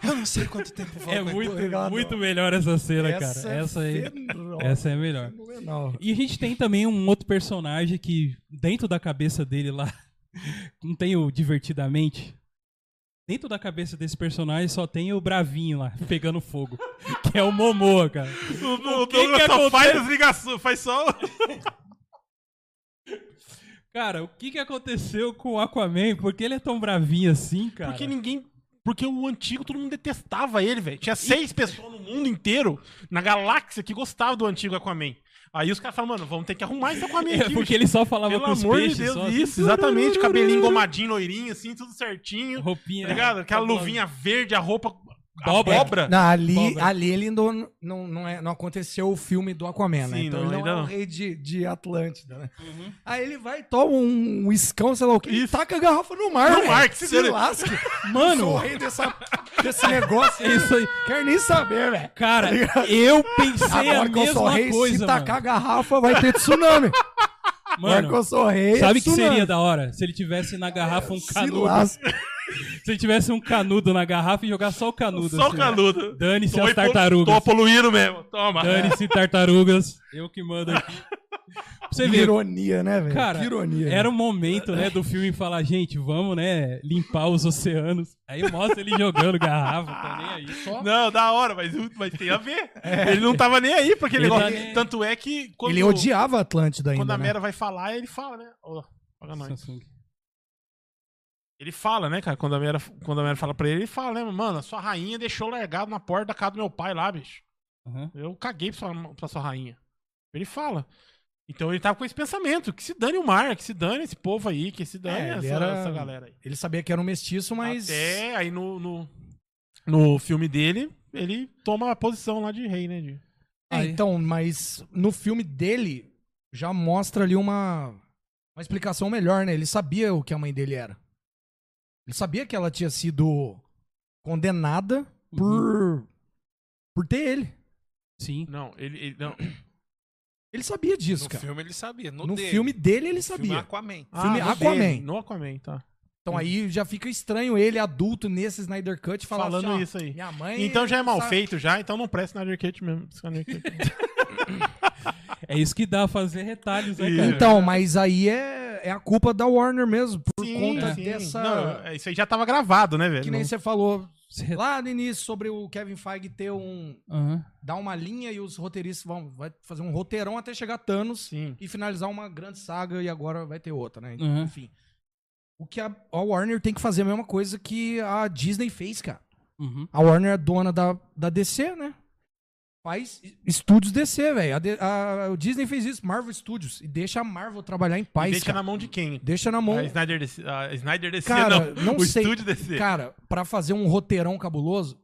S3: Eu não sei quanto tempo vai.
S1: É muito,
S4: legal,
S1: muito melhor essa cena,
S4: essa
S1: cara.
S4: é
S1: Essa aí.
S4: fenomenal.
S1: Essa é melhor.
S4: Fenomenal.
S1: E a gente tem também um outro personagem que, dentro da cabeça dele lá, <laughs> não tem o divertidamente. Dentro da cabeça desse personagem só tem o Bravinho lá, <laughs> pegando fogo. Que é o Momoa, cara.
S2: <laughs> O, o,
S1: que que
S2: só faz
S1: acontece?
S2: as ligações, faz só.
S1: Cara, o que que aconteceu com o Aquaman? Por que ele é tão bravinho assim, cara?
S2: Porque ninguém. Porque o antigo todo mundo detestava ele, velho. Tinha seis pessoas no mundo inteiro, na galáxia, que gostavam do antigo Aquaman. Aí os caras falam, mano, vamos ter que arrumar esse Aquaman
S1: É,
S2: aqui.
S1: porque
S2: bicho.
S1: ele só falava
S2: Pelo
S1: com os
S2: amor
S1: peixes.
S2: de Deus,
S1: só, assim,
S2: isso, exatamente. Cabelinho engomadinho, loirinho, assim, tudo certinho.
S1: Roupinha.
S2: Tá ligado? Aquela
S1: Cabelo-
S2: luvinha verde, a roupa. A
S1: Dobra.
S2: abóbora.
S4: Não, ali,
S1: Pobre.
S4: ali ele ainda não, não, não, é- não aconteceu o filme do Aquaman, né?
S2: Sim,
S4: Então
S2: não,
S4: ele não
S2: ainda
S4: é o
S2: não.
S4: rei de, de Atlântida, né? Aí ele vai, toma um, um iscão, sei lá o quê, e
S2: Isso.
S4: taca a garrafa no mar,
S2: No
S4: velho.
S2: mar, que se
S4: se
S2: dane.
S4: lasque. Sou o
S1: Mano,
S4: rei dessa, desse negócio. <laughs>
S1: é isso aí.
S4: Quer nem saber, velho.
S2: Tá
S1: Cara, eu pensei
S4: Agora
S1: é a
S4: que eu sou
S1: mesma
S4: rei,
S1: coisa,
S4: se
S1: mano.
S4: tacar a garrafa, vai ter tsunami.
S1: Mano,
S4: Marcos Sorreia.
S1: sabe o que
S4: é tsunami.
S1: seria da hora? Se ele tivesse na garrafa um
S4: Se
S1: canudo.
S4: lasca.
S1: Se ele tivesse um canudo na garrafa e jogar só o canudo.
S3: Só o
S1: assim, ó.
S3: canudo.
S1: Dane-se
S3: Tô,
S1: as
S3: aí polu- tô
S1: tartarugas.
S3: poluindo mesmo. Toma.
S1: Dane-se tartarugas. Eu que mando aqui. Pra você
S4: Que
S1: ver,
S4: ironia, né, velho?
S1: Cara,
S4: que ironia.
S1: Era o momento, né, do filme falar, gente, vamos, né, limpar os oceanos. Aí mostra ele jogando garrafa, tá nem aí.
S3: Não, da hora, mas, uh, mas tem a ver. Ele não tava nem aí pra
S1: É.
S3: aquele
S1: Ele
S3: negócio.
S1: tá nem-
S3: Tanto é que quando,
S4: Ele odiava Atlântida ainda,
S2: Quando a
S4: né?
S2: Mera vai falar, ele fala, né? Ó, paga nós.
S1: Samsung.
S2: Ele fala, né, cara? Quando a, Mera, quando a Mera fala pra ele, ele fala, né? Mano, a sua rainha deixou largado na porta da casa do meu pai lá, bicho.
S4: Uhum.
S1: Aham.
S2: Eu caguei pra sua, pra sua rainha. Ele fala. Então ele tava com esse pensamento, que se dane o mar, que se dane esse povo aí, que se dane
S4: É, ele
S2: essa,
S4: era-
S2: essa galera aí.
S4: Ele sabia que era um mestiço, mas.
S2: Até aí no, no, no filme dele, ele toma a posição lá de rei, né? de-
S4: É, então, mas no filme dele já mostra ali uma, uma explicação melhor, né? Ele sabia o que a mãe dele era. Ele sabia que ela tinha sido condenada
S2: Uhum.
S4: por por ter ele.
S1: Sim.
S2: Não, ele... ele- não.
S4: Ele sabia disso,
S3: No
S4: cara.
S3: filme ele sabia. No,
S4: no
S3: dele.
S4: filme dele ele
S2: é
S3: No filme
S4: sabia.
S3: Aquaman.
S4: Filme
S2: Ah, no
S4: Aquaman.
S2: dele, No Aquaman, tá.
S4: Então aí já fica estranho ele adulto nesse Snyder Cut falar
S2: Falando
S4: assim, ó,
S2: isso aí.
S4: Minha tá mãe
S2: Então já é mal
S4: sabe-
S2: feito já, então não presta Snyder Cut mesmo. Snyder Cut.
S1: É isso que dá fazer retalhos, né, cara?
S4: Então, mas aí é, é a culpa da Warner mesmo por conta
S2: sim.
S4: dessa
S2: Não, é, isso aí já tava gravado, né, velho?
S4: que nem
S2: Não-
S4: você falou lá no início sobre o Kevin Feige ter um
S1: Aham.
S4: dar uma linha e os roteiristas vão vai fazer um roteirão até chegar Thanos
S2: Sim.
S4: e finalizar uma grande saga e agora vai ter outra, né?
S1: Uhum.
S4: Enfim. O que a, a Warner tem que fazer a mesma coisa que a Disney fez, cara.
S1: Uhum.
S4: A Warner é dona da, da DC, né? Faz e- estúdios DC, velho. A, D- a- o Disney fez isso, Marvel Studios, e deixa a Marvel trabalhar em paz.
S2: Deixa
S4: cara.
S2: na mão de quem?
S4: deixa na mão.
S2: A Snyder DC. A Snyder DC
S4: Cara,
S2: não.
S4: não
S2: o
S4: sei.
S2: estúdio DC.
S4: Cara, pra fazer um roteirão cabuloso,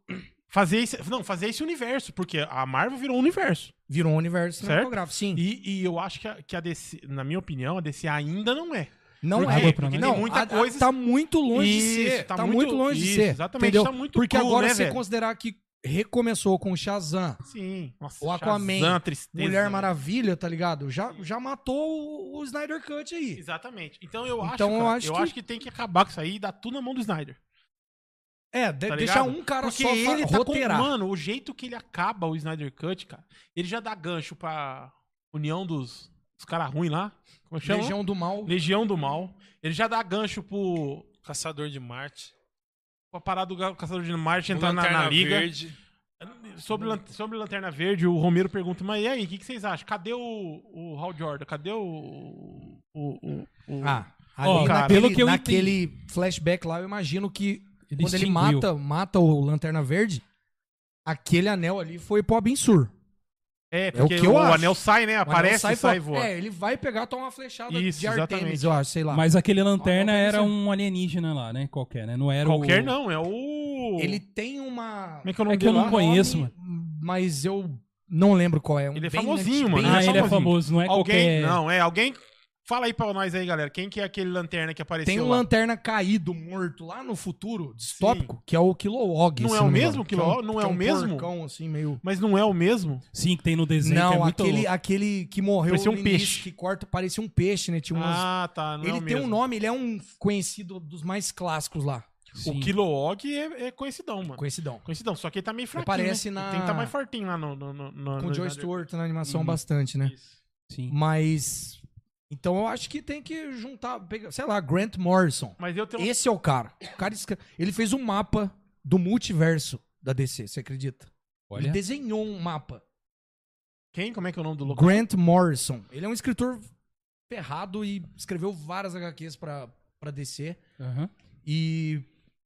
S2: Fazer esse, não, fazer esse universo, porque a Marvel virou um universo.
S4: virou um universo
S2: Certo.
S4: cinematográfico. Sim.
S2: E, e eu acho que a, que a DC, na minha opinião, a DC ainda não é.
S4: Não
S2: Porque-
S4: é.
S2: porque tem
S4: não,
S2: muita
S4: a- a-
S2: coisa-
S4: Tá muito longe
S2: Isso,
S4: de ser.
S2: tá
S4: Tá,
S2: muito-
S4: muito, longe
S2: isso,
S4: de ser.
S2: exatamente,
S4: entendeu?
S2: tá muito
S4: Porque
S2: cru,
S4: agora
S2: né,
S4: você
S2: velho?
S4: considerar que recomeçou com Shazam,
S2: Sim. Nossa,
S4: O Aquaman,
S2: Shazam, tristeza,
S4: Mulher
S2: né?
S4: Maravilha, tá ligado? Já, já matou o, o Snyder Cut aí.
S2: Exatamente. Então eu acho,
S4: Então eu
S2: cara, eu, acho,
S4: acho
S2: que...
S4: que-
S2: tem que acabar com isso aí e dar tudo na mão do Snyder.
S4: É, de-
S2: Tá
S4: deixar
S2: ligado?
S4: um cara
S2: Porque
S4: só fa-
S2: ele tá com,
S4: roteirar.
S2: mano, o jeito que ele acaba o Snyder Cut, cara, ele já dá gancho pra união dos, dos caras ruins lá. Como chama? Legião.
S4: Legião do Mal.
S2: do Mal. Ele já dá gancho pro
S3: Caçador de Marte.
S2: pra parada do Ga- Caçador de Marte entrar na,
S3: Lanterna
S2: na liga.
S3: Verde.
S2: Sobre, lan- sobre Lanterna Verde, o Romero pergunta, mas e aí, o que, que vocês acham? Cadê o, o Hal Jordan? Cadê o... o, o, o-
S4: Ah,
S1: Ó,
S4: ali
S2: cara,
S4: naquele,
S1: pelo que eu
S4: naquele flashback lá, eu imagino que
S1: Ele
S4: quando ele
S1: extinguiu.
S4: mata, mata o Lanterna Verde, aquele anel ali foi pro Abensur.
S2: É,
S4: o
S2: porque
S4: que
S2: o,
S4: eu acho.
S2: anel sai, né?
S4: O anel
S2: Aparece e sai e
S4: voa.
S2: voa.
S4: É, ele vai pegar toma uma flechada
S2: Isso,
S4: de
S2: exatamente.
S4: Artemis, eu acho, sei lá.
S1: Mas aquele lanterna
S4: Ah, não,
S1: era
S4: não.
S1: um alienígena lá, né? Qualquer, né? Não era o-
S2: Qualquer não, é o...
S4: Ele tem uma.
S2: Como é que é o
S1: É
S2: nome
S1: que eu
S2: dele
S1: não
S2: lá?
S1: conheço,
S4: nome,
S1: mano.
S4: Mas eu não lembro qual é. Um
S2: Ele é
S4: bem
S2: famosinho,
S4: anti- bem
S2: mano.
S1: Ah,
S2: Ele é
S1: ele é
S2: famosinho.
S1: famoso, não é
S2: Alguém...
S1: qualquer...
S2: Não, é alguém... Fala aí pra nós aí, galera. Quem que é aquele lanterna que apareceu
S4: Tem um
S2: lá?
S4: lanterna caído, morto, lá no futuro, distópico, que é o Kilowog.
S2: Não
S4: se
S2: é o
S4: me engano.
S2: mesmo
S4: Que um-
S2: Kilowog? Não é
S4: que
S2: o mesmo?
S4: porcão, assim, meio...
S2: Mas não é o mesmo?
S1: Sim, que tem no desenho, que é
S4: Não,
S1: muito
S4: aquele,
S1: louco.
S4: aquele que morreu
S2: Parecia um
S4: no início,
S2: peixe.
S4: que corta, parecia um peixe, né? Tinha umas...
S2: Ah, tá. Não é
S4: ele
S2: o
S4: tem
S2: mesmo.
S4: um nome, ele é um conhecido dos mais clássicos lá.
S1: Sim.
S2: O Kilowog é, é conhecidão, mano.
S4: Conhecidão.
S2: Conhecidão, só que ele tá meio fraquinho,
S4: Aparece
S2: né? Ele
S4: na-
S2: Tem que tá mais fortinho lá no... no, no, no
S4: Com
S2: no
S4: o Joe
S2: Snyder.
S4: Stewart na animação
S1: Uhum.
S4: bastante, né?
S2: Isso.
S1: Sim.
S4: Mas. Então eu acho que tem que juntar, pegar, sei lá, Grant Morrison.
S2: Mas eu tenho...
S4: Esse é o cara. O cara escre- ele fez um mapa do multiverso da DC, você acredita?
S1: Olha.
S4: Ele desenhou um mapa.
S2: Quem? Como é que é o nome do louco?
S4: Grant Morrison. Ele é um escritor ferrado e escreveu várias HQs pra, pra DC.
S1: Aham.
S4: E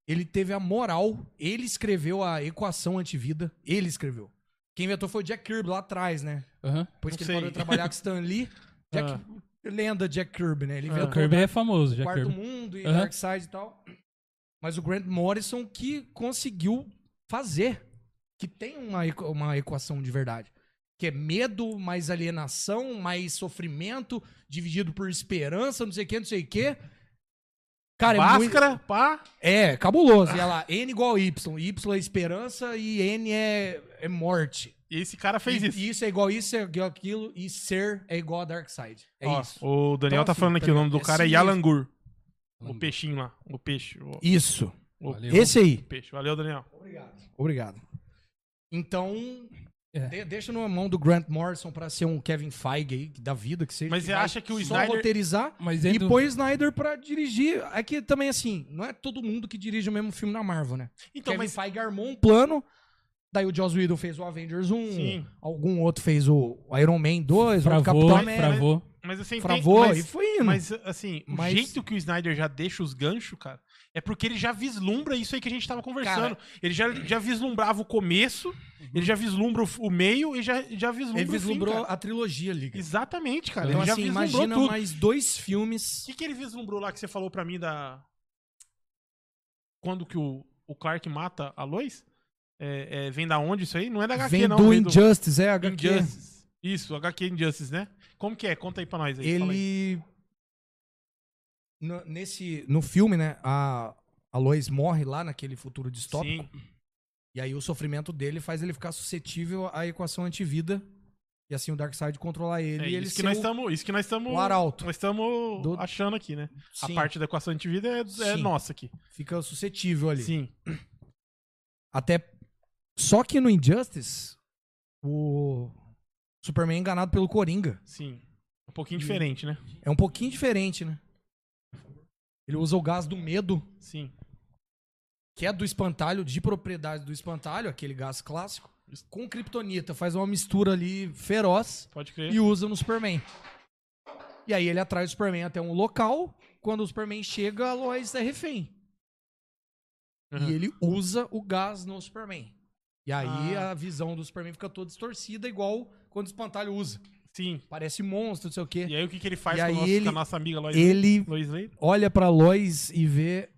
S4: ele teve a moral. Ele escreveu a equação antivida. Ele escreveu. Quem inventou foi o Jack Kirby lá atrás, né?
S1: Aham.
S4: Depois
S2: Não
S4: que
S2: sei.
S4: ele parou de trabalhar com
S2: <laughs>
S4: Stan Lee. Jack, Lenda Jack Kirby, né? Ele
S2: Ah.
S4: inventou
S1: O Kirby é famoso, já
S4: Quarto
S1: Kirby.
S4: Mundo e
S1: Aham.
S4: Darkseid e tal. Mas o Grant Morrison que conseguiu fazer. Que tem uma, equa- uma equação de verdade. Que é medo, mais alienação, mais sofrimento, dividido por esperança, não sei o que, não sei o que. Cara, é muito...
S2: Máscara, pá...
S4: É, cabuloso. E olha lá, N igual a Y. Y é esperança e N é, é morte.
S2: E esse cara fez
S4: e,
S2: isso.
S4: e isso é igual isso, é igual aquilo, e ser é igual a Darkseid. É
S2: Ó,
S4: isso.
S2: O Daniel
S4: Então,
S2: tá falando
S4: assim,
S2: aqui, o nome do
S4: é
S2: cara é
S4: sinistro.
S2: Yalangur. O peixinho lá. O peixe. O,
S4: Isso.
S2: o
S1: Valeu.
S4: Esse aí.
S2: peixe. Valeu, Daniel.
S4: Obrigado. Então,
S1: É.
S4: de- deixa na mão do Grant Morrison pra ser um Kevin Feige aí, da vida que seja.
S2: Mas você
S4: vai
S2: acha que o
S4: só
S2: Snyder-
S4: roteirizar
S1: Mas é
S4: e
S1: dentro-
S4: põe o Snyder pra dirigir. É que também, assim, não é todo mundo que dirige o mesmo filme na Marvel, né?
S2: Então,
S4: Kevin
S2: mas.
S4: Feige armou um plano, daí o Joss Whedon fez o Avengers 1,
S2: Sim.
S4: algum outro fez o Iron Man 2, o
S1: Travou,
S4: Capitão América,
S1: travou.
S2: Mas assim, tem-
S4: travou
S2: mas-
S4: e foi indo.
S2: Mas, assim, o
S4: Mas-
S2: jeito que o Snyder já deixa os ganchos, cara, é porque ele já vislumbra isso aí que a gente tava conversando. ele já, já vislumbrava o começo, ele já vislumbra o, f- o meio e já, já vislumbra
S4: Uhum. ele vislumbrou
S2: o fim, cara.
S4: a trilogia, Liga.
S2: Exatamente, cara.
S4: Então,
S2: ele já
S4: assim,
S2: vislumbrou
S4: imagina
S2: tudo.
S4: mais dois filmes.
S2: O que, que ele vislumbrou lá que você falou pra mim da... Quando que o, o Clark mata a Lois? É- é, vem da onde isso aí? Não é da HQ,
S4: Vem
S2: não.
S4: do
S2: vem
S4: Injustice, é HQ.
S2: Injustice. Isso, HQ Injustice, né? Como que é? Conta aí pra nós aí. fala aí.
S4: ele no, nesse no filme né a a Lois morre lá naquele futuro distópico
S2: Sim,
S4: e aí o sofrimento dele faz ele ficar suscetível à equação antivida e assim o Darkseid controlar ele
S2: é
S4: e ele
S2: isso, que
S4: ser
S2: nós
S4: o-
S2: tamo, isso que nós estamos...
S4: o arauto.
S2: Nós estamos
S4: Do-
S2: achando aqui, né?
S4: Sim,
S2: A parte da equação antivida é, é
S4: Sim.
S2: nossa aqui.
S4: fica suscetível ali
S2: Sim.
S4: até só que no Injustice o Superman é enganado pelo Coringa
S2: Sim. Um pouquinho diferente, né?
S4: é um pouquinho diferente né ele usa o gás do medo
S2: Sim.
S4: que é do espantalho, de propriedade do espantalho, aquele gás clássico, com kriptonita, faz uma mistura ali feroz
S2: Pode crer.
S4: e usa no Superman. E aí ele atrai o Superman até um local, quando o Superman chega, a Lois é refém.
S2: Aham.
S4: E ele usa o gás no Superman. E aí
S2: Ah.
S4: a visão do Superman fica toda distorcida, igual quando o espantalho usa.
S2: Sim.
S4: Parece monstro, não sei o quê.
S2: E aí o que, que ele faz
S4: E
S2: com, o
S4: aí
S2: nosso-
S4: ele-
S2: com a nossa amiga Lois,
S4: Ele
S2: Lois Lane?
S4: olha pra Lois e vê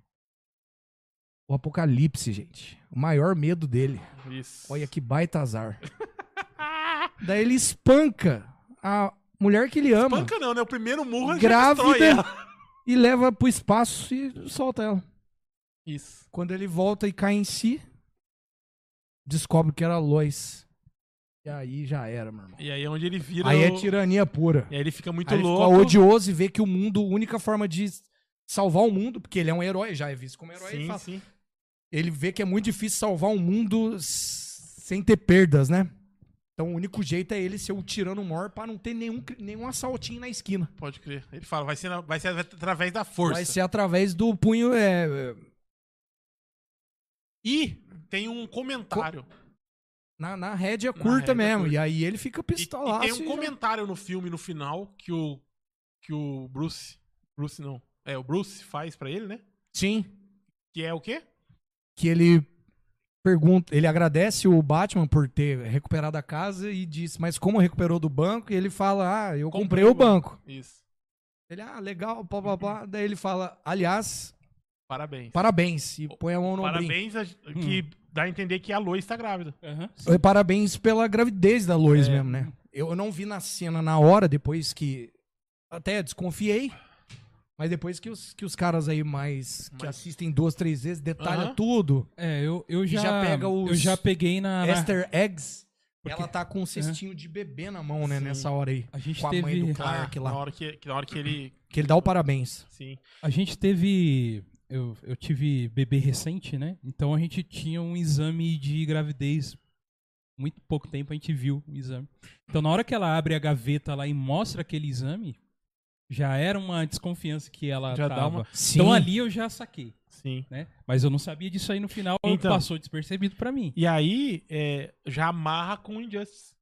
S4: o apocalipse, gente. O maior medo dele.
S2: Isso.
S4: Olha que baita azar. <laughs> Daí ele espanca a mulher que ele ama,
S2: Panca não, né? O primeiro murro já destrói
S4: grávida,
S2: ela.
S4: <laughs> e leva pro espaço e solta ela.
S2: Isso.
S4: Quando ele volta e cai em si, descobre que era a Lois. E aí já era, meu irmão.
S2: E aí é onde ele vira.
S4: Aí é
S2: o-
S4: tirania pura.
S2: E aí ele fica muito
S4: Aí ele fica
S2: louco.
S4: odioso e vê que o mundo, a única forma de salvar o mundo, porque ele é um herói, já é visto como herói, ele
S2: Sim,
S4: fala,
S2: sim.
S4: ele vê que é muito difícil salvar um mundo s- sem ter perdas, né? Então o único jeito é ele ser o tirano mor pra não ter nenhum, cri- nenhum assaltinho na esquina.
S2: Pode crer. Ele fala, vai ser, na- vai ser através da força.
S4: Vai ser através do punho. é, é,
S2: E tem um comentário.
S4: na, na rédea curta
S2: rédea
S4: mesmo.
S2: curta.
S4: E aí ele fica
S2: E, e
S4: pistolaço.
S2: tem
S4: e
S2: um
S4: já-
S2: comentário no filme, no final, que o. Que o Bruce. Bruce não. É, o Bruce faz pra ele, né?
S4: Sim.
S2: Que é o quê?
S4: Que ele pergunta. Ele agradece o Batman por ter recuperado a casa e diz, mas como recuperou do banco? E ele fala: Ah, eu
S2: Comprei
S4: comprei,
S2: o
S4: o banco.
S2: Isso.
S4: Ele, ah, legal, blá blá blá. Daí ele fala, aliás,
S2: Parabéns.
S4: parabéns. E põe a mão no ombrinho.
S2: Parabéns, a- que
S4: Hum.
S2: dá a entender que a Lois tá grávida.
S1: Aham.
S4: né? Oi, Parabéns pela gravidez da
S2: É.
S4: Lois mesmo, né? Eu não vi na cena na hora, depois que. Até desconfiei. Mas depois que os, que os caras aí mais. que
S2: Mas-
S4: assistem duas, três vezes, detalha
S2: Aham.
S4: tudo.
S1: É, eu, eu
S4: E
S1: já,
S4: já pega os-
S1: eu já peguei na, na-
S4: Esther Eggs,
S1: Porque-
S4: ela tá com um cestinho de bebê na mão, né?
S2: É. Sim.
S4: Nessa hora aí.
S1: a gente
S4: com a
S1: teve
S4: mãe do Clark
S2: Ah, Na
S4: Tá, lá.
S2: hora que, que- na hora que ele.
S4: Que ele dá o parabéns.
S2: Sim.
S1: A gente teve. Eu, eu tive bebê recente, né? Então a gente tinha um exame de gravidez. Muito pouco tempo a gente viu o exame. Então na hora que ela abre a gaveta lá e mostra aquele exame, já era uma desconfiança que ela
S2: Já dá
S1: tava.
S2: uma-
S4: Sim.
S1: Então ali eu já saquei,
S2: Sim.
S1: né? Mas eu não sabia disso aí no final,
S2: Então.
S1: passou despercebido pra mim.
S2: E aí, é, já amarra com o Injustice.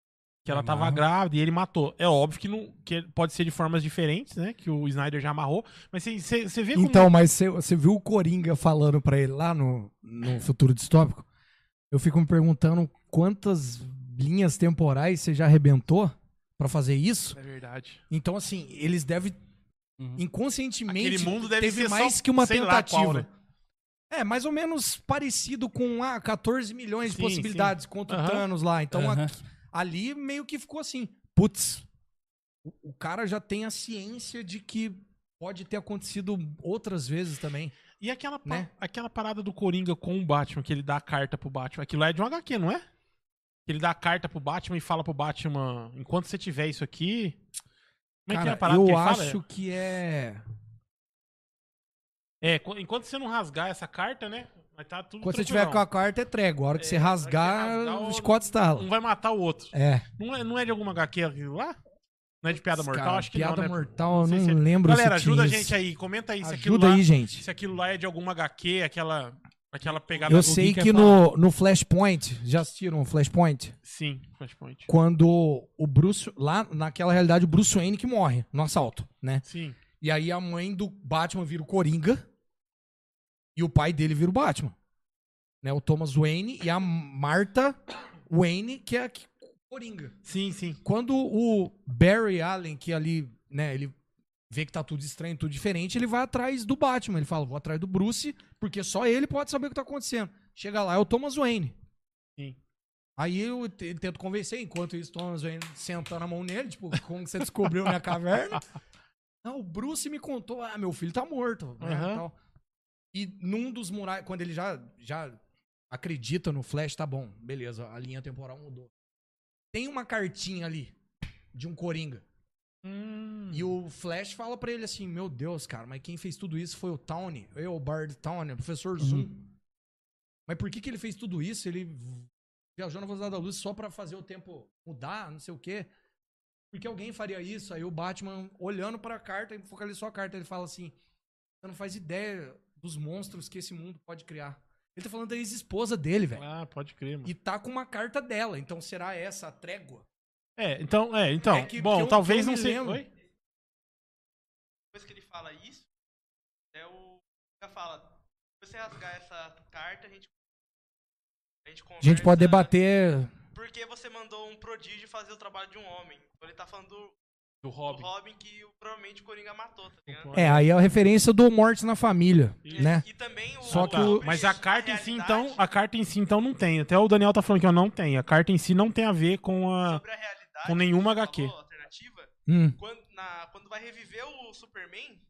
S2: Que ela tava
S1: Amarra.
S2: grávida e ele matou. É óbvio que, não, que pode ser de formas diferentes, né? Que o Snyder já amarrou. Mas você você vê como.
S4: Então, mas você- você viu o Coringa falando pra ele lá no,
S2: É.
S4: no Futuro Distópico? Eu fico me perguntando quantas linhas temporais você já arrebentou pra fazer isso?
S2: É verdade.
S4: Então, assim, eles devem
S1: Uhum.
S4: inconscientemente
S2: Aquele mundo deve
S4: teve
S2: ser só
S4: mais que uma
S2: sei
S4: tentativa.
S2: lá qual, né?
S4: É, mais ou menos parecido com ah, 14 milhões de
S2: Sim,
S4: possibilidades contra
S2: Aham.
S4: o Thanos lá. Então,
S1: Aham.
S4: aqui- ali meio que ficou assim, putz, o, o cara já tem a ciência de que pode ter acontecido outras vezes também.
S2: E aquela, pa-
S4: Né?
S2: aquela parada do Coringa com o Batman, que ele dá a carta pro Batman. Aquilo lá é de um HQ, não é? Que ele dá a carta pro Batman e fala pro Batman, enquanto você tiver isso aqui... Como é que é a
S4: Cara,
S2: parada que
S4: eu
S2: ele fala?
S4: acho que é.
S2: É, qu- enquanto você não rasgar essa carta, né? Vai tá tudo
S4: Quando você tiver com a carta, é trégua. A hora que você rasgar,
S2: rasgar, o-
S4: o Scott
S2: Um
S4: estala.
S2: vai matar o outro.
S4: É.
S2: Não é, não é de alguma HQ aquilo lá? Não é de Piada Mortal?
S4: Cara,
S2: acho que
S4: piada
S2: não, né?
S4: mortal, eu
S2: Não sei
S4: não,
S2: se é-
S4: lembro
S2: Galera,
S4: se
S2: ajuda a
S4: tinha isso.
S2: gente aí. Comenta aí se aquilo,
S4: Ajuda
S2: lá,
S4: aí, gente.
S2: se aquilo lá é de alguma HQ, aquela, aquela pegada...
S4: Eu
S2: do- é
S4: sei
S1: quer
S4: que no, no Flashpoint, já assistiram o Flashpoint?
S2: Sim, Flashpoint.
S4: Quando o Bruce, lá naquela realidade, o Bruce Wayne que morre no assalto, né?
S2: Sim.
S4: E aí a mãe do Batman vira o Coringa e o pai dele vira o Batman. Né? O Thomas Wayne e a Martha Wayne, que é a que- Coringa.
S2: Sim, sim.
S4: Quando o Barry Allen, que ali, né, ele vê que tá tudo estranho, tudo diferente, ele vai atrás do Batman. Ele fala, vou atrás do Bruce, porque só ele pode saber o que tá acontecendo. Chega lá, é o Thomas Wayne.
S2: Sim.
S4: Aí eu te- tento convencer, enquanto isso, Thomas Wayne sentando a mão nele, tipo, como que você descobriu minha caverna? <laughs> Não, o Bruce me contou, ah, meu filho tá morto. né,
S2: Aham.
S4: tal. E num dos murais, quando ele já, já acredita no Flash, tá bom, beleza, a linha temporal mudou. Tem uma cartinha ali de um Coringa.
S2: Hum.
S4: E o Flash fala pra ele assim: Meu Deus, cara, mas quem fez tudo isso foi o Towne, eu, o Bard Towne, o professor Zoom. Mas por que, que ele fez tudo isso? Ele v- viajou na velocidade da luz só pra fazer o tempo mudar, não sei o quê. Por que alguém faria isso? Aí o Batman, olhando pra carta, ele focalizou a carta, ele fala assim: Você não faz ideia dos monstros que esse mundo pode criar. Ele tá falando da ex-esposa dele, velho.
S2: Ah, pode crer, mano.
S4: É. E tá com uma carta dela, então será essa a trégua?
S2: É, então, é, então.
S4: É que-
S2: bom,
S4: que eu-
S2: talvez
S4: que eu
S2: não
S4: me
S2: seja.
S4: lembro.
S2: Oi?
S6: Depois que ele fala isso, é o já fala, se você rasgar essa carta, a gente a gente,
S4: A gente pode
S6: conversa
S4: debater.
S6: Por que você mandou um prodígio fazer o trabalho de um homem? Então ele tá falando do,
S2: Do
S6: do
S2: Robin.
S6: Robin que o- provavelmente o Coringa matou, tá ligado?
S4: É, aí é a referência do Mortes na Família,
S6: E,
S4: né?
S6: e também o
S4: Só
S6: o
S4: que o-
S6: Bruce
S2: Tá. Mas a
S6: na
S2: carta em si, então,
S6: realidade-
S2: a carta em si, então, não tem. Até o Daniel tá falando que eu não tem. A carta em si não tem a ver com a.
S6: sobre a realidade
S2: com nenhuma
S6: que você
S2: HQ.
S6: falou, alternativa,
S4: Hum.
S6: quando, na- quando vai reviver o Superman,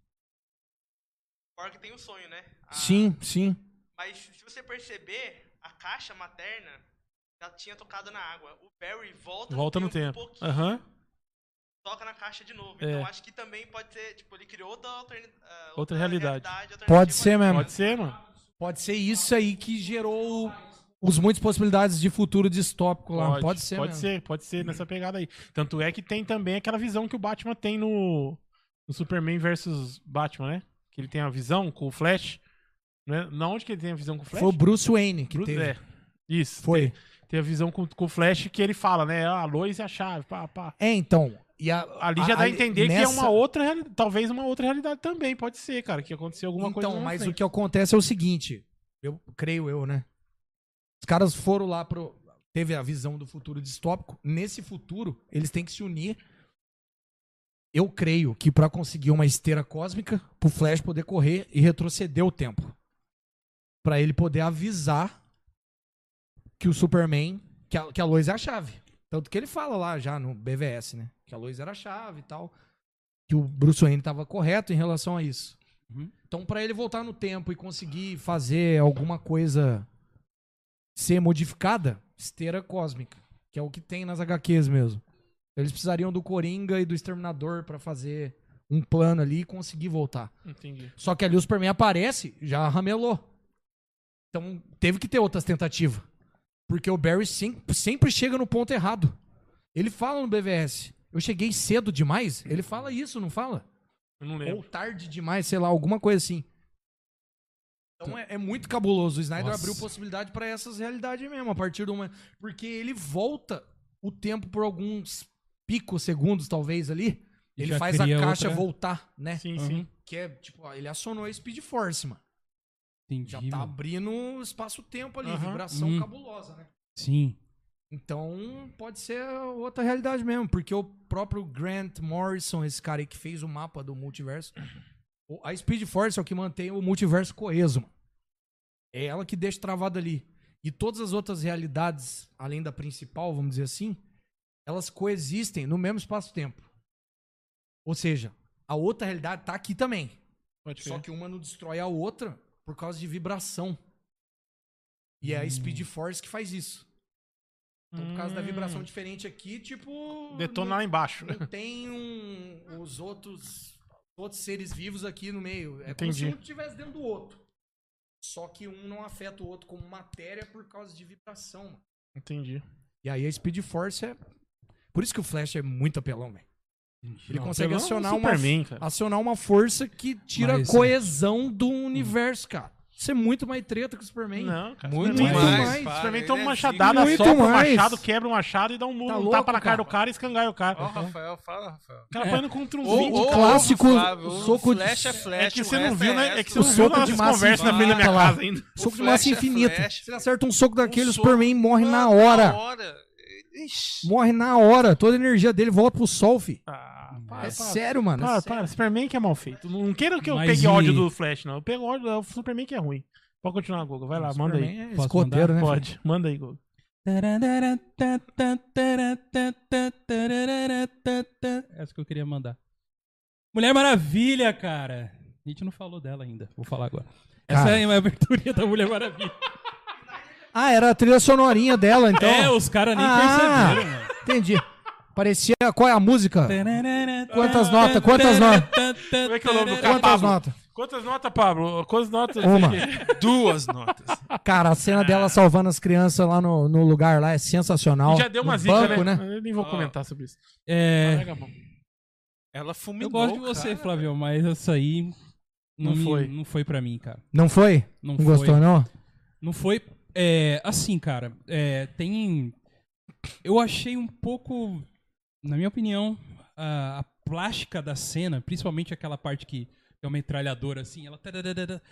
S6: claro que tem o sonho, né? A-
S4: Sim, sim.
S6: Mas se você perceber, a caixa materna já tinha tocado na água. O Barry volta,
S2: Volta no
S6: Um
S2: tempo.
S6: pouquinho,
S2: Aham.
S6: toca na caixa de novo.
S2: É.
S6: Então acho que também pode ser, tipo, ele criou outra, alterna- ah,
S2: Outra realidade.
S6: alternativa
S4: Pode ser mesmo.
S2: Pode ser, mano.
S4: Pode ser isso aí que gerou os muitas possibilidades de futuro distópico lá. Pode, ser,
S2: Pode
S4: mesmo.
S2: ser, pode ser nessa pegada aí. Tanto é que tem também aquela visão que o Batman tem no, no Superman versus Batman, né? Que ele tem a visão com o Flash. Né? Na onde que ele tem a visão com o Flash?
S4: Foi o Bruce Wayne que
S2: Bruce-
S4: teve.
S2: é. Isso.
S4: Foi.
S2: Tem a visão com, com o Flash que ele fala, né? A luz e a chave, pá, pá.
S4: É, então. E a,
S2: Ali já
S4: a-
S2: dá a entender que é
S4: nessa-
S2: uma outra realidade. Talvez uma outra realidade também, pode ser, cara. Que aconteceu alguma coisa.
S4: Então,
S2: lá na
S4: mas o
S2: frente.
S4: que acontece é o seguinte. Eu creio eu, né? Os caras foram lá pro. Teve a visão do futuro distópico. Nesse futuro, eles têm que se unir. Eu creio que pra conseguir uma esteira cósmica, pro Flash poder correr e retroceder o tempo. Pra ele poder avisar que o Superman. Que a, que a Lois é a chave. Tanto que ele fala lá já no BVS, né? Que a Lois era a chave e tal. Que o Bruce Wayne tava correto em relação a isso. Então, pra ele voltar no tempo e conseguir fazer alguma coisa ser modificada, esteira cósmica, que é o que tem nas HQs mesmo. Eles precisariam do Coringa e do Exterminador pra fazer um plano ali e conseguir voltar.
S2: Entendi.
S4: Só que ali o Superman aparece, já ramelou. Então, teve que ter outras tentativas. Porque o Barry sem- sempre chega no ponto errado. Ele fala no BVS, eu cheguei cedo demais. Ele fala isso, não fala?
S2: Eu não
S4: Ou
S2: lembro.
S4: tarde demais, sei lá, alguma coisa assim. Então é, é muito cabuloso. O Snyder
S1: Nossa.
S4: abriu possibilidade pra essas realidades mesmo, a partir do momento. Porque ele volta o tempo por alguns picos, segundos, talvez, ali.
S1: E
S4: ele
S1: já
S4: faz a
S1: cria
S4: caixa
S1: outra-
S4: voltar, né?
S2: Sim,
S1: Aham.
S2: sim.
S4: Que é, tipo, ó, ele acionou a Speed Force, mano.
S1: Entendi,
S4: Já tá
S1: mano.
S4: abrindo o espaço-tempo ali,
S2: Aham.
S4: vibração
S1: Hum.
S4: cabulosa, né?
S1: Sim.
S4: Então, pode ser outra realidade mesmo, porque o próprio Grant Morrison, esse cara aí que fez o mapa do multiverso, o- a Speed Force é o que mantém o multiverso coeso. mano. É ela que deixa travado ali. E todas as outras realidades, além da principal, vamos dizer assim, elas coexistem no mesmo espaço-tempo. Ou seja, a outra realidade tá aqui também.
S2: Pode
S4: Só
S2: crer.
S4: que uma não destrói a outra por causa de vibração. E é a Speed Force que faz isso.
S7: Então, por causa da
S2: Hum.
S7: vibração diferente aqui, tipo.
S2: Detona lá embaixo. <laughs>
S7: Não, não tem um, os outros, outros seres vivos aqui no meio. É
S2: Entendi.
S7: como se um estivesse dentro do outro. Só que um não afeta o outro como matéria por causa de vibração, mano.
S2: Entendi.
S4: E aí a Speed Force é. Por isso que o Flash é muito apelão, velho. Ele
S2: Não, é um
S4: consegue
S2: pelo
S4: acionar uma,
S2: Superman, cara.
S4: acionar uma força que tira
S1: Mas,
S4: a coesão do universo, cara. Isso é muito mais treta que o Superman.
S2: hum. Não, cara.
S4: Muito
S2: Superman-
S4: mais. né?
S2: O
S3: Para,
S2: Superman
S3: ele
S2: toma
S3: é
S2: uma
S3: zica.
S2: machadada,
S4: Muito
S2: sopra o
S4: mais.
S2: machado, quebra o machado e dá um murro, um
S4: Tá louco,
S2: tapa na cara
S4: cara. É.
S2: do cara e escangaia o cara.
S3: Ó, o Rafael, fala, Rafael.
S2: O cara apanhando contra uns
S3: Ou-
S2: 20
S3: ou- ou,
S4: clássico,
S3: Flávio,
S4: soco de-
S3: flash é flash.
S2: É que
S3: o
S2: você não
S3: resto
S2: viu,
S3: é
S2: né? É
S3: resto.
S2: que você não
S4: O
S2: viu
S4: soco
S2: nas
S4: de massa
S2: conversas na frente da minha
S4: infinita lá.
S2: casa ainda.
S4: Soco de
S3: Flash
S4: massa
S3: é
S4: infinita.
S3: Flash.
S4: Você acerta um soco daquele,
S3: Um
S4: o Superman morre
S3: Mano,
S4: na hora.
S3: hora. Ixi.
S4: Morre na hora. Toda a energia dele volta pro sol, fi.
S2: Ah, para,
S4: É
S2: para.
S4: sério, mano.
S2: Para, para, Superman que é mal feito. Não quero que eu
S1: Tá Mas
S2: pegue
S1: e-
S2: ódio do Flash, não. Eu pego ódio do Superman que é ruim. Pode continuar, Gogo. Vai lá, manda aí.
S4: Superman é
S1: Posso
S4: escoteiro, né? filho?
S2: Pode, manda aí, Gogo.
S1: É Essa que eu queria mandar. Mulher Maravilha, cara. A gente não falou dela ainda. Vou falar agora. Essa
S4: Cara.
S1: é a abertura da Mulher Maravilha.
S4: Ah, era a trilha sonorinha
S2: <laughs>
S4: dela, <laughs> então.
S1: É, os caras nem
S4: Ah.
S1: perceberam, mano.
S4: Entendi. Parecia qual é a música?
S1: Quantas
S4: notas? Quantas
S1: notas?
S2: Como é que é o nome do cara?
S4: Quantas
S2: Pablo.
S4: notas?
S2: Quantas notas, Pablo? Quantas notas?
S4: Uma.
S2: <laughs>
S3: Duas notas.
S4: Cara, a cena dela salvando as crianças lá no, no lugar lá é sensacional.
S2: E já deu uma
S4: No
S2: zica,
S4: banco,
S2: né?
S4: né?
S2: Eu nem vou
S3: Ó.
S2: comentar sobre isso.
S1: É,
S2: Pega a mão.
S3: Ela fulminou.
S1: eu gosto de você,
S3: cara.
S1: Flavio, mas essa aí não,
S2: Não
S1: foi.
S2: foi.
S1: não foi pra mim, cara.
S4: Não foi?
S1: Não,
S4: Não
S1: foi.
S4: gostou, não?
S1: Não foi. É, assim, cara, é, tem. Eu achei um pouco, na minha opinião, a, a plástica da cena, principalmente aquela parte que é uma metralhadora assim, ela. tararara,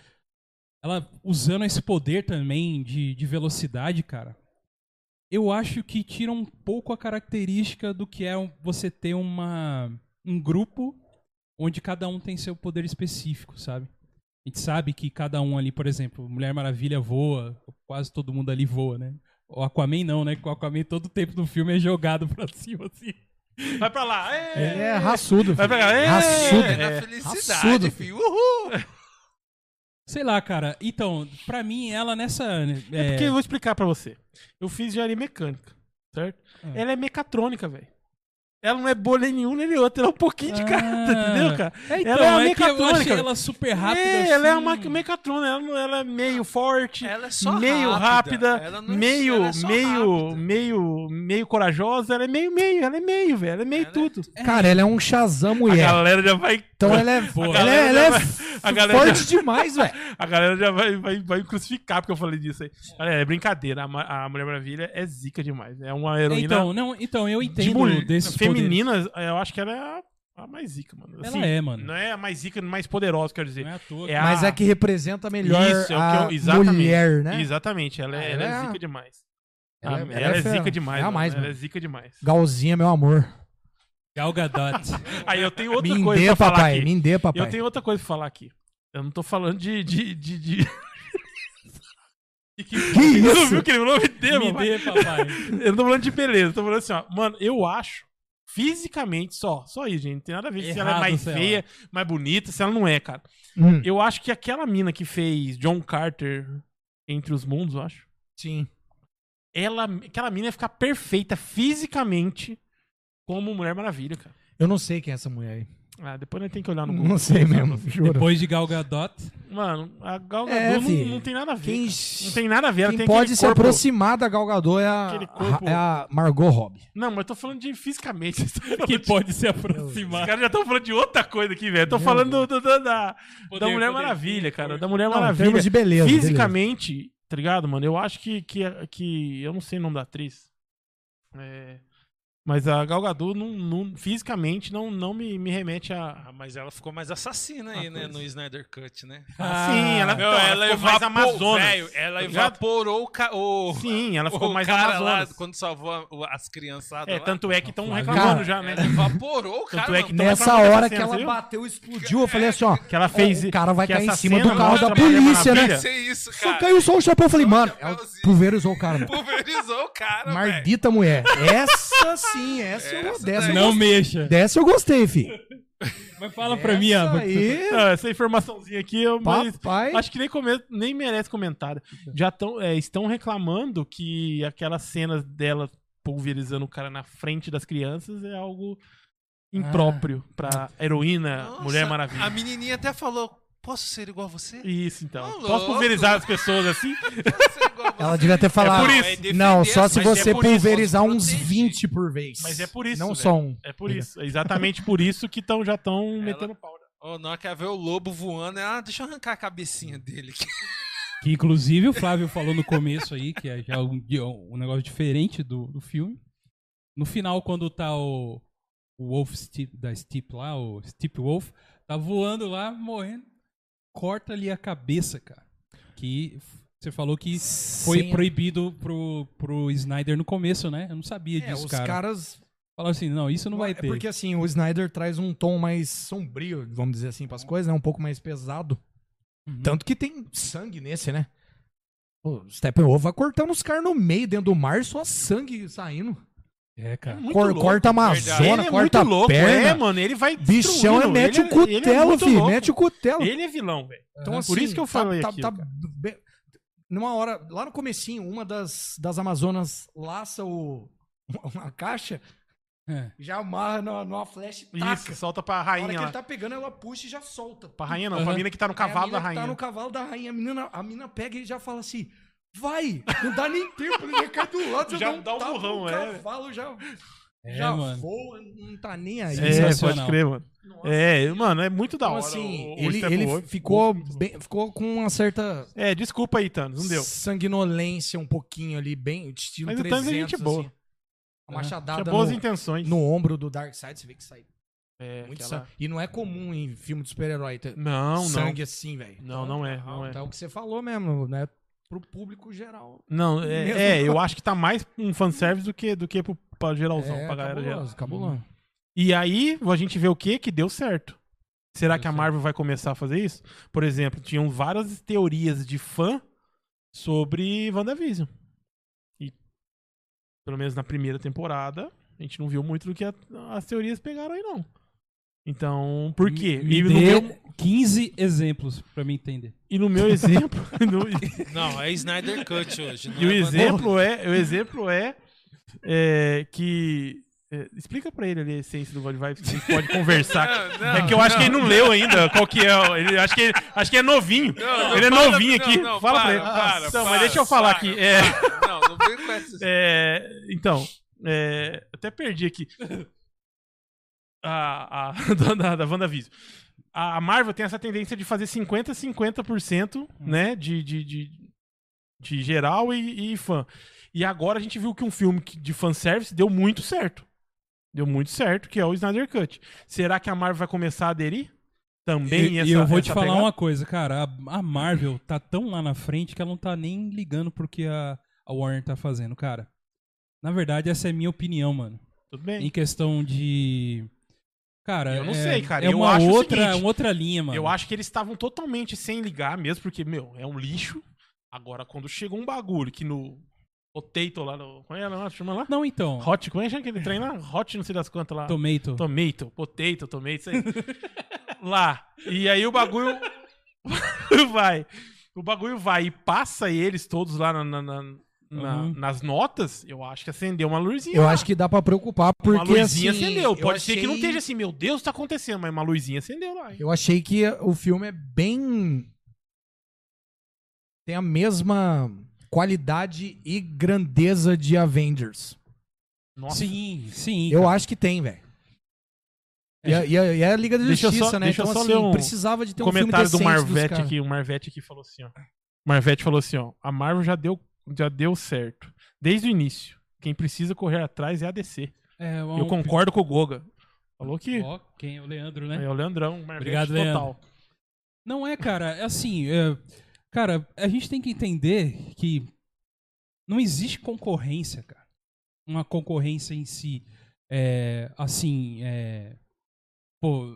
S1: Ela usando esse poder também de, de velocidade, cara. Eu acho que tira um pouco a característica do que é um- você ter uma, um grupo onde cada um tem seu poder específico, sabe? A gente sabe que cada um ali, por exemplo, Mulher Maravilha voa, quase todo mundo ali voa, né? O Aquaman não, né? Que O Aquaman todo tempo do filme é jogado <laughs> pra cima, assim.
S2: Vai pra lá.
S4: Ele
S2: É.
S4: é raçudo.
S2: Vai
S4: filho.
S2: pegar. É.
S4: Raçudo.
S3: É na
S2: É.
S3: felicidade,
S4: Absurdo,
S3: filho. Uhul.
S1: Sei lá, cara. Então, pra mim, ela nessa. né,
S2: É
S1: é,
S2: porque eu vou explicar pra você. Eu fiz engenharia mecânica, certo?
S1: Ah.
S2: Ela é mecatrônica, velho. Ela não é bolha nenhum nem outra, ela é um pouquinho de
S1: Ah.
S2: cada, <laughs> entendeu, cara?
S1: É, então,
S2: ela é uma
S1: é que eu achei
S2: mecatrônica.
S1: ela super rápida.
S2: é, ela é
S1: assim.
S2: uma mecatrônica, ela, não- ela é meio forte,
S3: Ela é só
S2: meio rápida,
S3: Ela não é-
S2: meio,
S3: ela é só
S2: meio,
S3: rápida.
S2: meio, meio corajosa, ela é meio, meio, ela é meio, velho, ela é meio
S3: Ela é-
S2: tudo.
S4: Cara, ela é um Shazam
S2: A
S4: mulher.
S2: galera já vai,
S4: Então
S2: <laughs>
S4: ela é,
S1: Boa.
S4: ela é, ela é
S2: a galera
S4: forte demais, velho.
S2: a galera já vai, vai, vai me crucificar porque eu falei disso aí. Galera, é brincadeira, a, Ma- a Mulher Maravilha é zica demais, é uma
S1: É,
S2: heroína
S1: então, não, então, eu
S2: de
S1: entendo
S2: mulher,
S1: desse
S2: feminina, eu acho que ela é a, a mais zica, mano.
S1: Ela é, mano.
S2: Não é a mais zica, mais poderosa, quero dizer.
S1: Não é à toa.
S2: É a-
S4: Mas é que representa melhor
S2: Isso, é o que eu-
S4: a
S2: exatamente.
S4: mulher, né?
S2: Exatamente, ela, é,
S4: Ah, ela
S2: ela é
S4: é a-
S2: zica demais.
S4: Ela
S2: Ela,
S4: é-
S2: ela
S4: ela
S2: é,
S4: é fe-
S2: zica demais.
S4: é a
S2: mano.
S4: mais,
S2: ela é
S4: mano.
S2: zica demais.
S4: Galzinha, meu amor.
S1: Gal Gadot.
S2: <laughs>
S1: <laughs>
S2: Aí eu tenho outra
S4: me
S2: coisa
S4: dê,
S2: pra falar
S4: papai.
S2: aqui.
S4: Me dê, papai.
S2: Eu tenho outra coisa pra falar aqui. Eu não tô falando de. de, de, de... <laughs> de que
S4: isso?
S2: Não viu que ele falou? Me dê,
S1: Me
S2: papai.
S1: dê, papai.
S2: Eu não tô falando de beleza, eu tô falando assim, ó. Mano, eu acho, fisicamente só, só isso, gente. Não tem nada a ver se ela é
S1: Errado,
S2: mais
S1: sei lá.
S2: feia, mais bonita, se ela não é, cara.
S4: Hum.
S2: Eu acho que aquela mina que fez John Carter entre os mundos, eu acho.
S4: Sim.
S2: Ela, aquela mina ia ficar perfeita fisicamente como Mulher Maravilha, cara.
S4: Eu não sei quem é essa mulher aí.
S2: Ah, depois nós tem que olhar no Google.
S4: Não sei mesmo, juro.
S1: Depois de Gal Gadot.
S2: Mano, a Gal Gadot
S4: É,
S2: não-
S4: filho.
S2: não, tem nada a ver.
S4: Quem-
S2: cara. Não tem nada a ver. Ela
S4: Quem
S2: tem
S4: pode
S2: aquele
S4: se
S2: corpo-
S4: aproximar da Galgador é
S2: Aquele
S4: a,
S2: corpo-
S4: é a Margot Robbie.
S2: Não, mas eu tô falando de fisicamente. <laughs> vocês tão falando
S1: Que
S2: de-
S1: pode
S2: <laughs>
S1: se
S2: Os
S1: aproximar.
S2: caras já estão falando de outra coisa aqui, velho. Eu tô falando do- do- do- da, da
S1: Poder,
S2: Mulher
S1: poder.
S2: Maravilha, cara. Da Mulher
S4: Não, em
S2: Maravilha.
S4: termos de beleza.
S2: Fisicamente, tá ligado, mano? Eu acho que, que, que. Eu não sei o nome da atriz. É, mas a Gal Gadot não, não- fisicamente não, não me, me remete a.
S3: Ah, mas ela ficou mais assassina aí,
S2: Ah,
S3: né?
S2: pois.
S3: No Snyder Cut, né?
S1: Ah,
S2: sim, ela,
S3: Meu,
S2: então, ela
S3: ela
S2: ficou mais
S3: evapou-
S2: Amazonas.
S3: velho, ela
S2: tá ligado?
S3: evaporou o, ca... o...
S2: Sim, ela ficou
S3: o
S2: mais
S3: cara
S2: Amazonas.
S3: lá quando salvou a- o- as criançadas.
S2: É,
S3: lá.
S2: tanto é que estão
S1: Flávio.
S2: reclamando
S4: Cara,
S2: já, né?
S3: Ela evaporou o cara.
S2: Tanto é que
S3: mano.
S4: dele. Nessa
S2: Então, tá
S4: hora
S2: acontecendo,
S4: que ela
S2: viu? É,
S4: bateu, explodiu, eu falei assim, ó.
S2: Que ela fez.
S4: o cara vai
S2: que
S4: cair em
S2: essa
S4: cima
S2: cena
S4: do carro
S2: da
S4: da
S2: Mulher
S4: polícia,
S2: Maravilha-
S4: né?
S3: Deve ser isso,
S4: Só
S3: cara.
S4: caiu só o chapéu, eu falei, mano, é o
S3: Chapéuzinho.
S4: pulverizou o cara, velho.
S3: <laughs> Pulverizou o cara, velho.
S4: Mardita mulher. Essa sim, essa, eu
S3: Essa
S4: dessa, eu
S1: Não
S4: gostei.
S1: mexa.
S4: Dessa eu gostei, fi.
S1: Mas fala
S2: é
S1: pra mim,
S4: Essa
S1: Ava.
S2: <laughs>
S4: aí,
S2: Não, essa informaçãozinha aqui, eu, mas
S4: papai.
S2: acho que nem, come- nem merece comentário. Já tão, é, estão reclamando que aquelas cenas dela pulverizando o cara na frente das crianças é algo
S4: Ah,
S2: impróprio pra heroína
S3: Nossa,
S2: Mulher Maravilha.
S3: A menininha até falou: Posso ser igual a você?
S2: Isso, então.
S3: Ô,
S2: Posso
S3: louco.
S2: pulverizar as pessoas assim?
S3: Posso ser igual a você?
S4: Ela devia ter falado.
S2: por
S4: Não,
S2: isso. é
S3: defender
S4: só
S3: as-
S4: se
S3: mas é
S4: você
S3: por isso,
S4: pulverizar
S3: você
S4: uns
S3: protege.
S4: 20 por vez.
S2: Mas é por isso,
S4: Não
S2: velho.
S4: só um.
S2: É por isso. É exatamente por isso que tão, já estão metendo pau.
S3: Ô, na hora que ela vê o lobo voando, ela, ah, deixa eu arrancar a cabecinha dele. aqui."
S1: Que inclusive o Flávio falou no começo aí, que é já um, di- um negócio diferente do, do filme. No final, quando tá o, o Wolf Steep- da Steep lá, o Steep Wolf, tá voando lá, morrendo, corta ali a cabeça, cara. Que f- você falou que foi
S4: Sem-
S1: proibido pro, pro Snyder no começo, né? Eu não sabia
S4: É,
S1: disso,
S4: os
S1: cara.
S4: caras.
S1: Falaram assim, não, isso não vai
S4: é
S1: ter.
S4: porque assim, o Snyder traz um tom mais sombrio, vamos dizer assim,
S2: Uhum.
S4: pras coisas, né? Um pouco mais pesado.
S1: Uhum.
S4: Tanto que tem sangue nesse, né? O Steppenwolf vai cortando os caras no meio, dentro do mar, só sangue saindo.
S1: É,
S3: tá
S1: cara.
S2: Muito
S4: Cor-
S2: louco,
S4: corta a Amazona,
S2: Ele é
S4: corta
S2: muito louco,
S4: a perna.
S2: é, mano. Ele vai
S4: Bichão é,
S2: destruindo,
S4: mete
S2: ele
S4: o
S2: é- ele é
S4: cutelo,
S2: muito
S4: filho.
S2: louco.
S4: Mete o cutelo.
S2: Ele é vilão, velho.
S4: Então,
S2: Por isso que eu
S4: tá-
S2: falei
S4: tá-
S2: aquilo,
S4: tá
S2: cara.
S4: be- Numa hora, lá no comecinho, uma das, das Amazonas laça o, <laughs> uma caixa,
S1: É.
S4: já amarra na- numa flecha e taca.
S2: Isso, solta pra
S4: Na hora
S2: rainha
S4: que
S2: lá.
S4: ele tá pegando, ela puxa e já solta.
S2: Pra rainha não,
S1: Aham.
S2: pra mina que tá no
S4: Aí a
S2: cavalo da
S4: mina que
S2: rainha.
S4: Tá no cavalo da rainha. A menina, a mina pega e já fala assim: vai! Não dá nem tempo, ele já cai do lado, já,
S2: <laughs> Já
S4: dá um,
S2: dá um
S4: tapa no
S2: burrão, é.
S4: cavalo, já,
S1: É,
S4: já
S1: mano.
S4: voa, não tá nem aí.
S1: É, Sensacional.
S2: mano. É, mano, é muito da
S4: Então,
S2: hora. o-
S4: assim,
S2: é o
S4: ele, ele
S2: Steppenwolf.
S4: ficou, bem, ficou com uma certa
S2: É, desculpa aí, Thanos, não deu.
S4: sanguinolência um pouquinho ali, bem estilo
S2: Mas o
S4: 300,
S2: Thanos é gente boa.
S4: assim. A
S1: É.
S4: machadada
S2: Tinha boas
S4: no,
S2: intenções.
S4: no ombro do Darkseid, você vê que sai
S2: É,
S4: muito
S2: aquela-
S4: sangue. E não é comum em filme de super-herói ter
S2: Não, não.
S4: sangue assim, velho.
S2: Não, não é, não é.
S4: Então é o que você falou mesmo, né? Pro público geral.
S2: Não, é,
S4: Mesmo.
S2: é, eu acho que tá mais um fanservice do que, do que pro, pra geralzão,
S4: é,
S2: pra galera Hum. geral.
S4: cabuloso, cabuloso.
S2: E aí, a gente vê o que que deu certo. Será
S1: Deu
S2: que a
S1: certo.
S2: Marvel vai começar a fazer isso? Por exemplo, tinham várias teorias de fã sobre WandaVision. E, pelo menos na primeira temporada, a gente não viu muito do que a- as teorias pegaram aí, não. Então, por quê?
S1: Me,
S2: e,
S1: me
S2: no
S1: dê
S2: meu,
S1: 15 exemplos pra me entender.
S2: e no
S1: <laughs>
S2: meu exemplo... <laughs> no-
S3: Não, é Snyder Cut <laughs> hoje. não
S2: E o
S3: é
S2: exemplo é, o exemplo é, é que. é, explica pra ele ali a essência do God Vibes, que a gente
S1: <laughs>
S2: pode conversar.
S3: Não, não,
S2: é que eu acho que
S3: não.
S2: ele não leu ainda qual que é. o- Ele, acho, que ele, acho que é novinho.
S3: Não, não,
S2: ele é
S3: para,
S2: novinho
S3: não,
S2: aqui.
S3: não,
S2: Fala pra
S3: para,
S2: ele.
S3: para,
S2: então, mas
S3: para,
S2: deixa eu falar
S3: para,
S2: aqui. É,
S3: para. Não, não vem
S2: <laughs>
S3: com essas.
S2: é, então, é, até perdi aqui. A, a <laughs> da, da WandaVision. A a Marvel tem essa tendência de fazer 50%, 50%,
S1: Hum.
S2: né? De, de, de, de geral e, e fã. E agora a gente viu que um filme que- de fanservice deu muito certo. Deu muito certo, que é o Snyder Cut. Será que a Marvel vai começar a aderir? Também
S1: e,
S2: essa
S1: e eu vou
S2: essa
S1: te falar
S2: pegada?
S1: uma coisa, cara. A, a Marvel tá tão lá na frente que ela não tá nem ligando pro que a, a Warner tá fazendo, cara. Na verdade, essa é a minha opinião, mano.
S2: Tudo bem.
S1: Em questão de. Cara,
S2: Eu não
S1: é,
S2: sei, cara.
S1: É
S2: Eu
S1: uma
S2: acho o
S1: outra,
S2: seguinte,
S1: uma outra linha, mano.
S2: Eu acho que eles estavam totalmente sem ligar mesmo, porque, meu, é um lixo. Agora, quando chegou um bagulho que no. O Tato lá no. Como é lá? Chama lá?
S1: Não, então.
S2: Hot. Como é que chama aquele trem lá? Hot, não sei das quantas lá.
S1: Tomato.
S2: Tomato, potato, tomato, isso aí. <laughs> lá. E aí o bagulho. <laughs> vai. O bagulho vai e passa eles todos lá na- na- na- na-
S1: Uhum.
S2: nas notas. Eu acho que acendeu uma luzinha.
S4: Eu
S2: lá.
S4: acho que dá pra preocupar, porque.
S2: uma luzinha
S4: assim,
S2: acendeu.
S4: eu
S2: Pode ser que não
S4: achei-
S2: esteja assim, meu Deus, tá acontecendo, mas uma luzinha acendeu lá. hein?
S4: Eu achei que o filme é bem. Tem a mesma qualidade e grandeza de Avengers.
S2: Nossa.
S1: Sim, sim.
S4: Eu
S1: cara.
S4: acho que tem, velho. E, a- e, a- e a Liga da
S2: É. Deixa eu
S4: Justiça,
S2: só-
S4: né?
S2: deixa eu
S4: então,
S2: só
S4: assim,
S2: ler um
S4: precisava de ter um
S2: comentário
S4: filme
S2: do
S4: decente dos
S2: Marvete
S4: caras.
S2: aqui. O Marvete aqui falou assim, ó. O Marvete falou assim, ó. A Marvel já deu, já deu certo. Desde o início. Quem precisa correr atrás é a DC.
S1: É, um-
S2: Eu concordo com o Goga. Falou que.
S1: Ó, quem é o Leandro, né?
S2: É o Leandrão, Marvete
S1: Obrigado,
S2: total.
S1: Não é, cara. É assim, é, cara, a gente tem que entender que não existe concorrência, cara. Uma concorrência em si, é, assim, é, pô,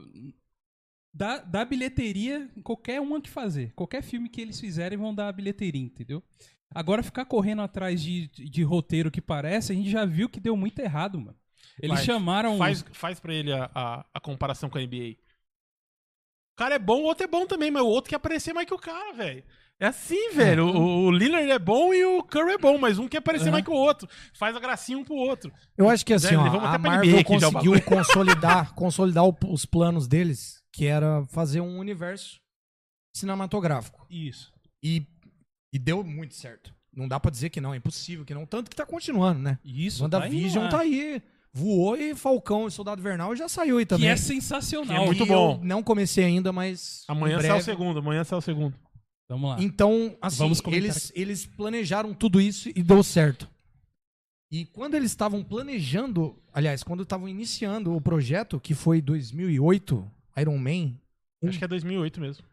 S1: dá, dá bilheteria em qualquer uma que fazer. Qualquer filme que eles fizerem vão dar a bilheteria, entendeu? Agora ficar correndo atrás de, de roteiro que parece, a gente já viu que deu muito errado, mano. Eles
S2: Faz-
S1: chamaram
S2: Faz, faz pra ele a, a, a comparação com a NBA. O cara é bom, o outro é bom também, mas o outro quer aparecer mais que o cara, velho. É assim, velho. O, o Lillard é bom e o Curry é bom, mas um quer parecer mais que o outro. Faz a gracinha um pro outro.
S4: Eu acho que assim,
S2: Velho,
S4: ó,
S2: levamos
S4: a
S2: até pra
S4: Marvel
S2: NBA aqui já o
S4: conseguiu consolidar, <laughs> consolidar o- os planos deles, que era fazer um universo cinematográfico.
S2: Isso.
S4: E, e deu muito certo. Não dá pra dizer que não, é impossível que não. Tanto que tá continuando, né?
S1: Isso,
S4: WandaVision
S2: né?
S4: tá, aí. Voou e Falcão e Soldado Invernal já saiu aí
S1: Que
S4: também.
S1: é sensacional.
S2: Que é muito
S4: E
S2: bom.
S4: eu não comecei ainda, mas.
S2: Amanhã
S4: em
S2: sai o
S4: breve.
S2: segundo, amanhã sai o segundo.
S1: Vamos lá.
S4: Então, assim,
S1: Vamos comentar
S4: eles, eles planejaram tudo isso e deu certo. E quando eles estavam planejando, aliás, quando estavam iniciando o projeto, que foi 2008, Iron Man,
S2: Acho que é 2008 mesmo.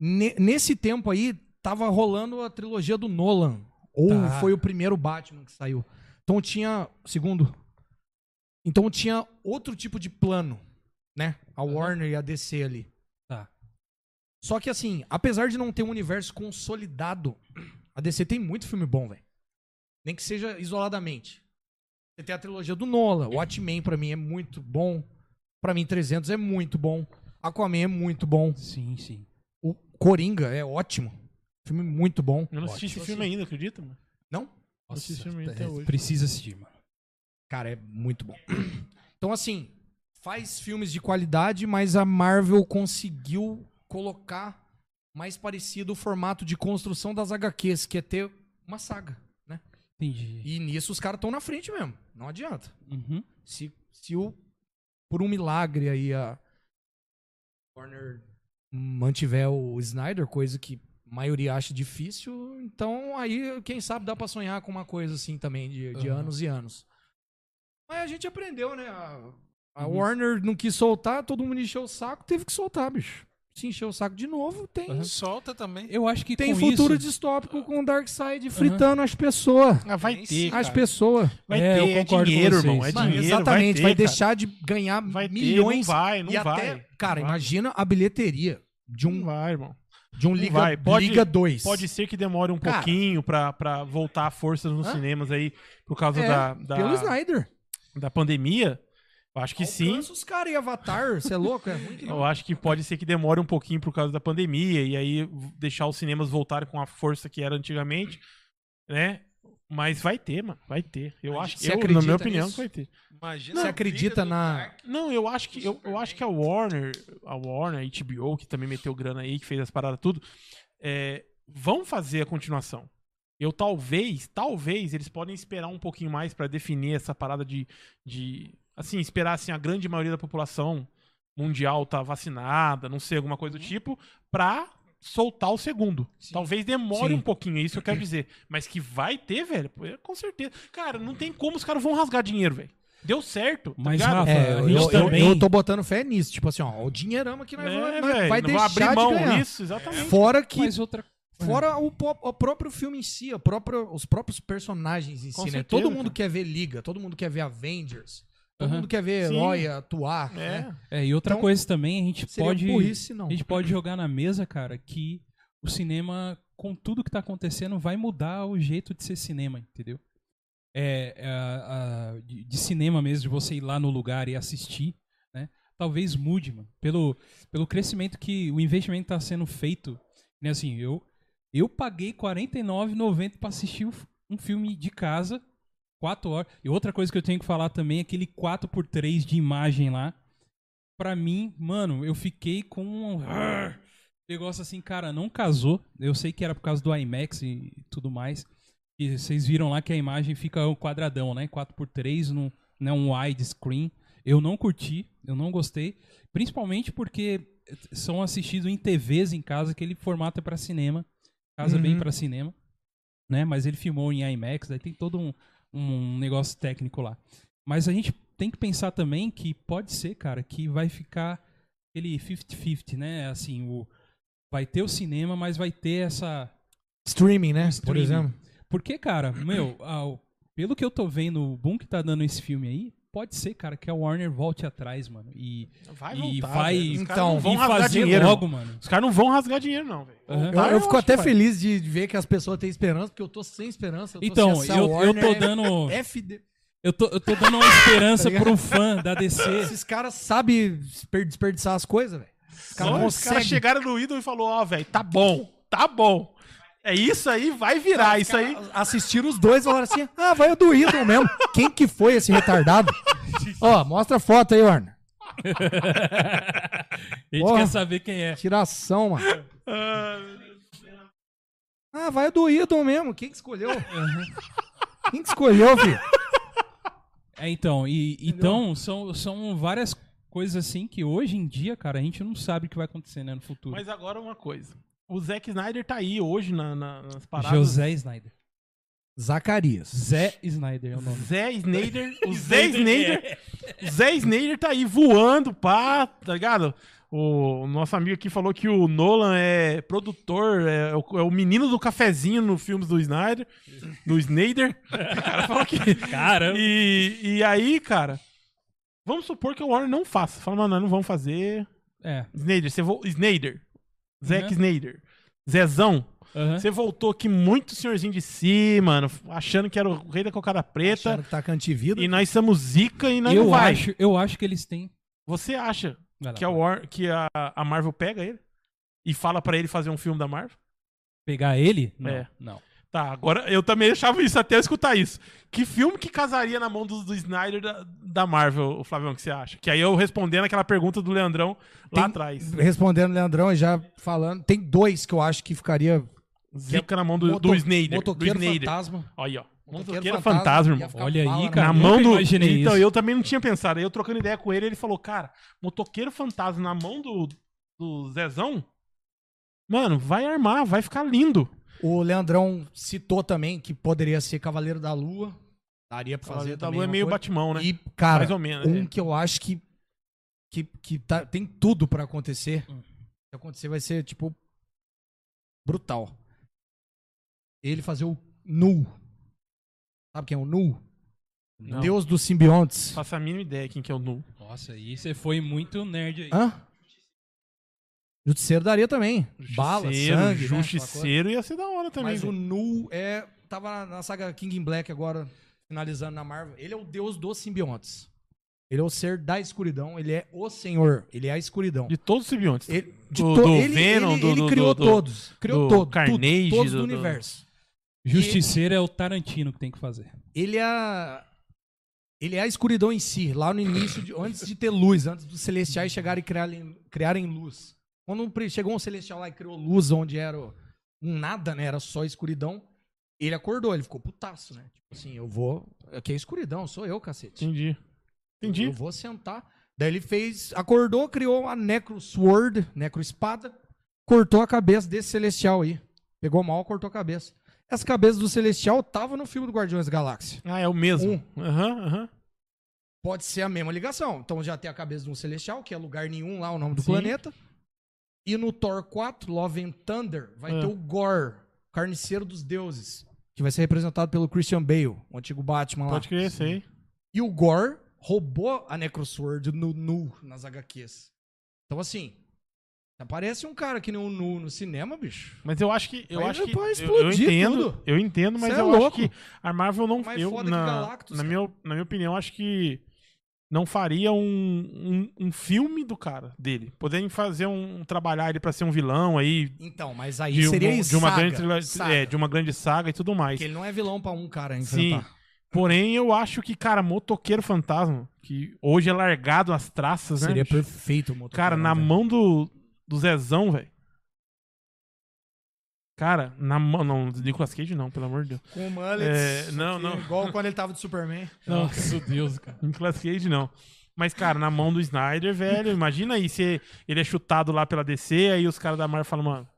S4: ne- nesse tempo aí tava rolando a trilogia do Nolan, ou
S1: Tá.
S4: foi o primeiro Batman que saiu. Então tinha, segundo, então tinha outro tipo de plano, né? A Warner e a DC ali.
S1: Tá.
S4: Só que assim, apesar de não ter um universo consolidado, a DC tem muito filme bom, velho. Nem que seja isoladamente. Você tem a trilogia do Nola, Watchmen pra mim é muito bom. Pra mim 300 é muito bom. Aquaman é muito bom.
S1: Sim, sim.
S4: O Coringa é ótimo. Filme muito bom.
S2: Eu não assisti esse
S4: Ótimo.
S2: filme ainda, acredita, mano?
S4: Não?
S1: Nossa,
S2: assisti esse filme até
S1: é,
S2: hoje.
S1: precisa assistir, mano.
S4: Cara, é muito bom. <clears throat> Então, assim, faz filmes de qualidade, mas a Marvel conseguiu colocar mais parecido o formato de construção das HQs, que é ter uma saga, né?
S1: Entendi.
S4: E nisso os caras estão na frente mesmo. Não adianta.
S1: Uhum.
S4: Se, se o, por um milagre aí a Warner mantiver o Snyder, coisa que a maioria acha difícil, então aí, quem sabe, dá pra sonhar com uma coisa assim também, de, de
S1: Aham.
S4: anos e anos. Mas a gente aprendeu, né? A, a
S1: Uhum.
S4: Warner não quis soltar, todo mundo encheu o saco, teve que soltar, bicho. Se encheu o saco de novo, tem,
S2: É.
S3: Solta também.
S1: Eu acho que
S4: tem
S1: com
S4: futuro
S1: isso...
S4: distópico com o Darkseid fritando as pessoas.
S2: Ah, vai
S3: Nem
S2: ter,
S3: sei,
S2: cara.
S4: As pessoas.
S2: Vai
S1: É, eu
S2: ter, é
S1: concordo com
S2: dinheiro,
S1: vocês.
S2: irmão. É
S1: Mano,
S2: dinheiro,
S4: exatamente, vai,
S2: ter, cara.
S4: deixar de ganhar
S2: Vai ter,
S4: milhões
S2: não vai, não
S4: e
S2: vai.
S4: até, cara,
S2: Não vai.
S4: imagina a bilheteria de
S2: Não
S4: um,
S2: vai, irmão.
S4: de um
S2: não
S4: Liga,
S2: vai. Pode-
S4: Liga 2.
S2: Pode ser que demore um
S4: Cara.
S2: pouquinho pra, pra voltar a força nos
S4: Hã?
S2: cinemas aí por causa
S4: É,
S2: da, da,
S4: Pelo Snyder.
S2: da pandemia. Eu acho que sim.
S4: Alcança os caras e Avatar, você é louco? É ruim que não.
S2: Eu acho que pode ser que demore um pouquinho por causa da pandemia e aí v- deixar os cinemas voltarem com a força que era antigamente, né? Mas vai ter, mano, vai ter. Eu
S4: Mas
S2: acho que,
S4: você
S2: eu, na
S4: acredita
S2: minha opinião,
S4: nisso?
S2: que vai ter.
S3: Imagina
S4: Você
S3: a
S4: acredita
S3: briga do
S4: na-
S3: Dark.
S2: Não, eu acho que eu, eu acho que a Warner, a Warner, a HBO, que também meteu grana aí, que fez as paradas tudo, é, vão fazer a continuação. Eu talvez, talvez eles podem esperar um pouquinho mais pra definir essa parada de, de assim, esperar assim a grande maioria da população mundial tá vacinada, não sei, alguma coisa do tipo, pra soltar o segundo. Talvez demore
S4: Uhum. Sim.
S2: um pouquinho, é isso que eu quero dizer. Mas que vai ter, velho, pô, é com certeza. Cara, não tem como os caras vão rasgar dinheiro, velho. Deu certo. tá
S1: Mas,
S2: ligado?
S1: Rafa,
S4: É,
S1: a
S4: eu,
S1: gente
S4: eu-
S1: também-
S4: eu tô botando fé nisso. Tipo assim, ó, o dinheirama que nós
S2: É,
S4: vamos- nós
S2: velho,
S4: vai
S2: não
S4: deixar
S2: abrir mão é.
S4: de ganhar.
S2: isso, exatamente.
S4: Fora que...
S1: Mas outra...
S4: Fora o, po- o próprio filme em si, a própria- os próprios personagens em
S2: Com
S4: si, né?
S2: certeza,
S4: Todo mundo
S2: cara.
S4: quer ver Liga, todo mundo quer ver Avengers, todo
S1: Aham.
S4: mundo quer ver
S2: Sim.
S4: herói atuar, né?
S2: É.
S1: É, e outra
S4: Então,
S1: coisa também, a gente
S4: Seria
S1: pode...
S4: burrice, não.
S1: A gente pode jogar na mesa, cara, que o cinema, com tudo que tá acontecendo, vai mudar o jeito de ser cinema, entendeu? É, é, a- a- de, de cinema mesmo, de você ir lá no lugar e assistir, né? Talvez mude, mano. Pelo, pelo crescimento que o investimento tá sendo feito. Né? Assim, eu, eu paguei R$ 49,90 pra assistir um f- um filme de casa, 4 horas. E outra coisa que eu tenho que falar também é aquele 4x3 de imagem lá. Pra mim, mano, eu fiquei com um Arr! negócio assim, cara, não casou. Eu sei que era por causa do IMAX e tudo mais. E vocês viram lá que a imagem fica um quadradão, né? 4x3, num, né? um widescreen. Eu não curti, eu não gostei. Principalmente porque são assistidos em TVs em casa, que ele formata pra cinema. Casa bem pra cinema. Né? Mas ele filmou em IMAX, daí tem todo um, um negócio técnico lá. Mas a gente tem que pensar também que pode ser, cara, que vai ficar aquele 50-50, né? Assim, o vai ter o cinema, mas vai ter essa
S4: Streaming, né? Por
S1: Streaming.
S4: exemplo.
S1: porque,
S2: <clears throat>
S1: cara, meu, ao- pelo que eu tô vendo, o boom que tá dando esse filme aí, pode ser, cara, que a Warner volte atrás, mano. E,
S2: Vai
S1: E
S2: voltar,
S1: vai-
S2: velho. Os caras
S4: então,
S2: não vão
S1: e
S2: rasgar
S1: fazer
S2: dinheiro.
S1: logo,
S2: irmão.
S1: mano.
S2: Os caras não vão rasgar dinheiro, não, velho.
S1: Aham.
S4: Eu,
S2: Tá,
S4: eu
S2: eu
S4: fico
S2: acho
S4: até
S2: que vai.
S4: feliz de ver que as pessoas têm esperança, porque eu tô sem esperança. tô
S1: Então,
S4: sem assim, essa
S1: eu, eu
S4: Warner,
S1: tô dando.
S4: é FD.
S1: Eu tô, eu tô dando uma esperança
S4: <laughs> Tá ligado?
S1: pra um fã da
S4: <laughs>
S1: DC.
S4: Esses caras sabem desper- desperdiçar as coisas, velho. Os
S2: Os caras
S4: conseguem.
S2: chegaram no ídolo e falou, ó, velho, tá bom, tá bom. É isso aí, vai virar. isso aí.
S4: Assistiram os dois e falaram assim: ah, vai o do Idol mesmo. Quem que foi esse
S1: <laughs>
S4: retardado? Ó, mostra a foto aí, Warner.
S1: <laughs> A gente
S4: Porra.
S1: quer saber quem é.
S4: Tiração, mano. Ah, vai o do Idol mesmo. Quem que escolheu? Quem que escolheu, filho?
S1: É, então, e, então são, são várias coisas assim que hoje em dia, cara, a gente não sabe o que vai acontecer né, no futuro.
S2: Mas agora uma coisa. O Zack Snyder tá aí hoje na- na- nas paradas.
S1: José Snyder.
S4: Zacarias.
S1: Zé Snyder é o nome. é.
S2: Zé Snyder.
S1: <laughs>
S2: O Zé Snyder. O Zé Snyder tá aí voando, pá, tá ligado? O nosso amigo aqui falou que o Nolan é produtor, é o, é o menino do cafezinho no filmes do Snyder.
S1: <laughs>
S2: Do Snyder. O cara falou que.
S1: Caramba!
S2: E, e aí, cara. Vamos supor que o Warner não faça. Fala, mano, nós não vamos fazer.
S1: É.
S2: Snyder, você vo... Snyder. Zack
S1: Né?
S2: Snyder. Zezão.
S1: aham.
S2: Você voltou aqui muito senhorzinho de si, mano, achando que era o rei da cocada preta.
S4: Acharam que tá cantivido.
S2: E nós somos zica e nós não
S1: Eu
S2: vai.
S1: acho, eu acho que eles têm.
S2: Você acha
S1: Vai lá,
S2: que, é a, War... que a, a Marvel pega ele? E fala pra ele fazer um filme da Marvel?
S1: pegar ele? Não.
S2: É.
S1: não.
S2: Tá, agora eu também achava isso até eu escutar isso. Que filme que casaria na mão do, do Snyder da, da Marvel, o Flavião, que você acha? Que aí eu respondendo aquela pergunta do Leandrão lá
S4: Tem-
S2: atrás.
S4: Respondendo, Leandrão, e já falando. Tem dois que eu acho que ficaria.
S2: Zica na mão do,
S4: Moto-
S2: do Snyder. Do
S4: Motoqueiro
S2: Snyder.
S4: fantasma.
S2: Aí, ó.
S4: Motoqueiro
S2: Motoqueiro é fantasma,
S4: ia
S2: irmão.
S4: ficar
S1: Olha
S4: bala
S1: aí,
S4: na
S1: cara.
S2: na
S1: nunca
S2: mão do.
S1: imaginei
S2: então,
S1: isso.
S2: eu também não tinha pensado. Aí eu trocando ideia com ele, ele falou, cara, motoqueiro fantasma na mão do, do Zezão? Mano, vai armar, vai ficar lindo.
S4: O Leandrão citou também que poderia ser Cavaleiro da Lua. Daria pra fazer
S2: Fazer da
S4: também
S2: lua é
S4: uma
S2: meio
S4: coisa.
S2: batimão, né?
S4: E, cara,
S2: Mais ou menos.
S4: um
S2: é.
S4: que eu acho que, que, que tá- tem tudo pra acontecer.
S2: Hum.
S4: Se acontecer, vai ser, tipo, brutal. Ele fazer o Nu. Sabe quem é o Nu?
S1: Não.
S4: Deus dos simbiontes.
S2: Faço a mínima ideia quem que é o Nu.
S1: Nossa, aí você foi muito nerd aí.
S4: Hã? Justiceiro daria também. Bala,
S2: Justiceiro,
S4: sangue. né, aquela coisa.
S2: Justiceiro ia ser da hora também.
S4: Mas o
S2: velho.
S4: Nu é... Tava na, na saga King in Black agora, finalizando na Marvel. Ele é o deus dos simbiontes. Ele é o ser da escuridão. Ele é o senhor. Ele é a escuridão.
S2: De todos os simbiontes.
S4: Ele, de
S2: Do-
S4: to-
S2: do
S4: ele,
S2: Venom,
S4: ele-
S2: do-
S4: ele
S2: do-
S4: criou
S2: do-
S4: todos. Criou
S2: do
S4: todo, tudo,
S2: Carnage,
S4: todos
S2: do-
S4: do,
S2: do-
S4: universo.
S1: Justiceiro é o Tarantino que tem que fazer.
S4: Ele é a- ele é a escuridão em si, lá no início, de- antes de ter luz, antes dos celestiais chegarem e criarem, criarem luz. Quando um pre- chegou um celestial lá e criou luz, onde era o- um nada, né? Era só escuridão. Ele acordou, ele ficou putaço, né? Tipo assim, eu vou. Aqui é escuridão, sou eu, cacete.
S2: Entendi. Entendi.
S4: Eu vou sentar. Daí ele fez, acordou, criou a Necro Sword, Necro Espada, cortou a cabeça desse Celestial aí. Pegou mal, cortou a cabeça. Essa cabeça do Celestial tava no filme do Guardiões da Galáxia.
S2: Ah, é o mesmo.
S4: um.
S2: Aham, aham.
S4: Pode ser a mesma ligação. Então já tem a cabeça de um Celestial, que é lugar nenhum lá, o nome do
S2: Sim.
S4: planeta. E no Thor 4, Love and Thunder, vai
S2: Ah.
S4: ter o Gore, Carniceiro dos Deuses, que vai ser representado pelo Christian Bale, o antigo Batman lá.
S2: Pode crer, sei.
S4: E o Gore roubou a Necrosword no Nu nas HQs. Então, assim, aparece um cara que nem um Nu no cinema, bicho.
S2: Mas eu acho que. Eu
S4: Aí
S2: acho que.
S4: vai
S2: Eu, eu
S4: explodir
S2: entendo.
S4: tudo.
S2: Eu entendo, mas
S4: Cê é
S2: eu acho
S4: louco.
S2: que a Marvel não.
S4: Mais
S2: eu,
S4: foda é que
S2: na,
S4: Galactus,
S2: na,
S4: cara.
S2: minha, na minha opinião, acho que não faria um, um, um filme do cara dele. Poderem fazer um. trabalhar ele pra ser um vilão aí.
S4: Então, mas aí
S2: De, um-
S4: seria
S2: de
S4: isso.
S2: uma
S4: saga,
S2: grande trila-
S4: saga.
S2: é, de uma grande saga e tudo mais.
S4: Porque ele não é vilão pra um cara
S2: Sim.
S4: enfrentar.
S2: Porém, eu acho que, cara, motoqueiro fantasma, que hoje é largado as traças, né?
S4: Seria
S2: bicho?
S4: perfeito o né? motoqueiro,
S2: Cara, na
S4: velho.
S2: mão do, do Zezão, velho. Cara, na mão. Não, do Nicolas Cage não, pelo amor de Deus. <laughs>
S4: Com mullets.
S2: É, não,
S4: que-
S2: não.
S4: Igual quando ele tava de Superman.
S1: Nossa, Deus, cara.
S2: Nicolas Cage não. Mas, cara, na mão do Snyder, velho, imagina aí se ele é chutado lá pela DC, aí os caras da Marvel falam, mano,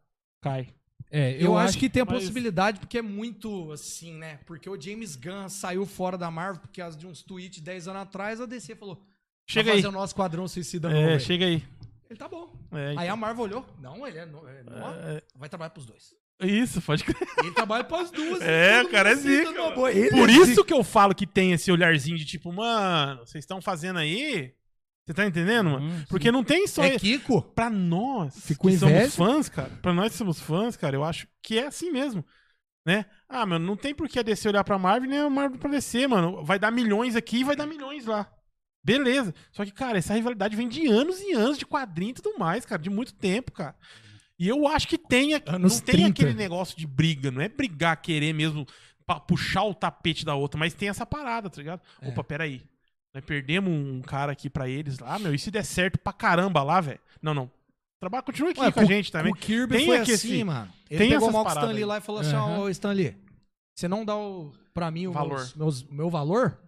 S2: cai.
S1: É,
S4: Eu, acho, que tem a
S2: mas-
S4: possibilidade, porque é muito assim, né? Porque o James Gunn saiu fora da Marvel por causa de uns tweets 10 anos atrás, a DC falou:
S2: Chega
S4: "Vai
S2: aí.
S4: fazer um o nosso quadrão suicida novo
S2: É,
S4: aí."
S2: chega aí.
S4: Ele tá bom.
S2: É,
S4: Aí a Marvel olhou. Não, ele é. No, é Noah,
S2: É.
S4: Vai trabalhar pros dois.
S2: Isso, pode crer.
S4: Ele trabalha pras duas.
S2: É,
S4: todo
S2: o cara
S4: mundo
S2: é
S4: aceita
S2: zica,
S4: numa boa. Ele
S2: Por <laughs>
S4: é
S2: isso que eu falo que tem esse olharzinho de tipo, mano, vocês estão fazendo aí? Você tá entendendo, mano?
S1: Hum, sim.
S2: Porque não tem só.
S4: zica. É Kiko?
S2: Pra nós
S4: Ficou
S2: que
S4: inveja?
S2: somos fãs, cara, pra nós que somos fãs, cara, eu acho que é assim mesmo, né? Ah, mano, não tem por que a DC olhar pra Marvel nem a Marvel pra DC, mano. Vai dar milhões aqui e vai dar milhões lá. Beleza. Só que, cara, essa rivalidade vem de anos e anos de quadrinho e tudo mais, cara, de muito tempo, cara. E eu acho que tem, a-
S4: Anos
S2: não tem
S4: 30.
S2: aquele negócio de briga, não é brigar, querer mesmo pa- puxar o tapete da outra, mas tem essa parada, tá ligado? Opa, peraí. Nós perdemos um cara aqui pra eles lá, meu, e se der certo pra caramba lá, velho? Não, não. Trabalha, continua aqui
S4: Ué,
S2: com a gente também.
S4: O Kirby
S2: Tem
S4: foi
S2: aqui
S4: assim,
S2: esse-
S4: mano. Ele
S2: tem
S4: pegou
S2: essas
S4: o Malcolm
S2: paradas
S4: Stanley
S2: aí.
S4: lá e falou assim, ó,
S8: Aham.
S4: ô Stanley, você não dá o, pra mim o
S2: Valor.
S4: meus- meus- meu valor?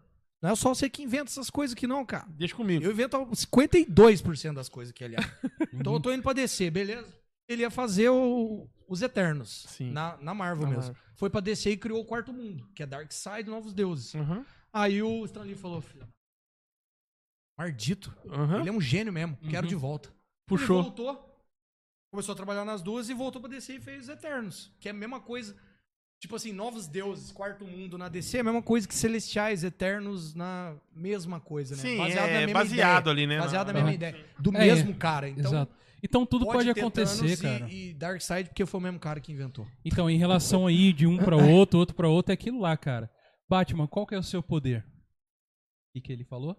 S4: Não é só você que inventa essas coisas aqui não, cara.
S2: Deixa comigo.
S4: Eu invento 52% das coisas que ele acha.
S2: <laughs>
S4: então eu tô indo pra DC, beleza? Ele ia fazer o- os Eternos.
S2: Sim.
S4: Na, na Marvel
S2: Na
S4: mesmo. Foi pra DC e criou o Quarto Mundo, que é Darkseid e Novos Deuses.
S2: Aham.
S4: Aí o Stanley falou, filho... Mardito.
S2: Aham.
S4: Ele é um gênio mesmo.
S2: Uhum.
S4: Quero de volta.
S2: Puxou.
S4: Ele voltou, começou a trabalhar nas duas e voltou pra DC e fez Eternos, que é a mesma coisa. Tipo assim, Novos Deuses, Quarto Mundo na DC, é a mesma coisa que Celestiais, Eternos na mesma coisa, né?
S2: Sim,
S4: na
S2: é
S4: mesma
S2: baseado
S4: ideia.
S2: ali, né?
S4: Baseado na
S2: na-
S4: mesma ideia. Do
S1: É,
S4: mesmo cara. Então,
S1: Exato. Então tudo pode,
S4: ter
S1: acontecer,
S4: Thanos
S1: cara.
S4: E, e Darkseid, porque foi o mesmo cara que inventou.
S1: Então, em relação aí de um pra outro, outro pra outro, é aquilo lá, cara. Batman, qual que é o seu poder? O que que ele falou?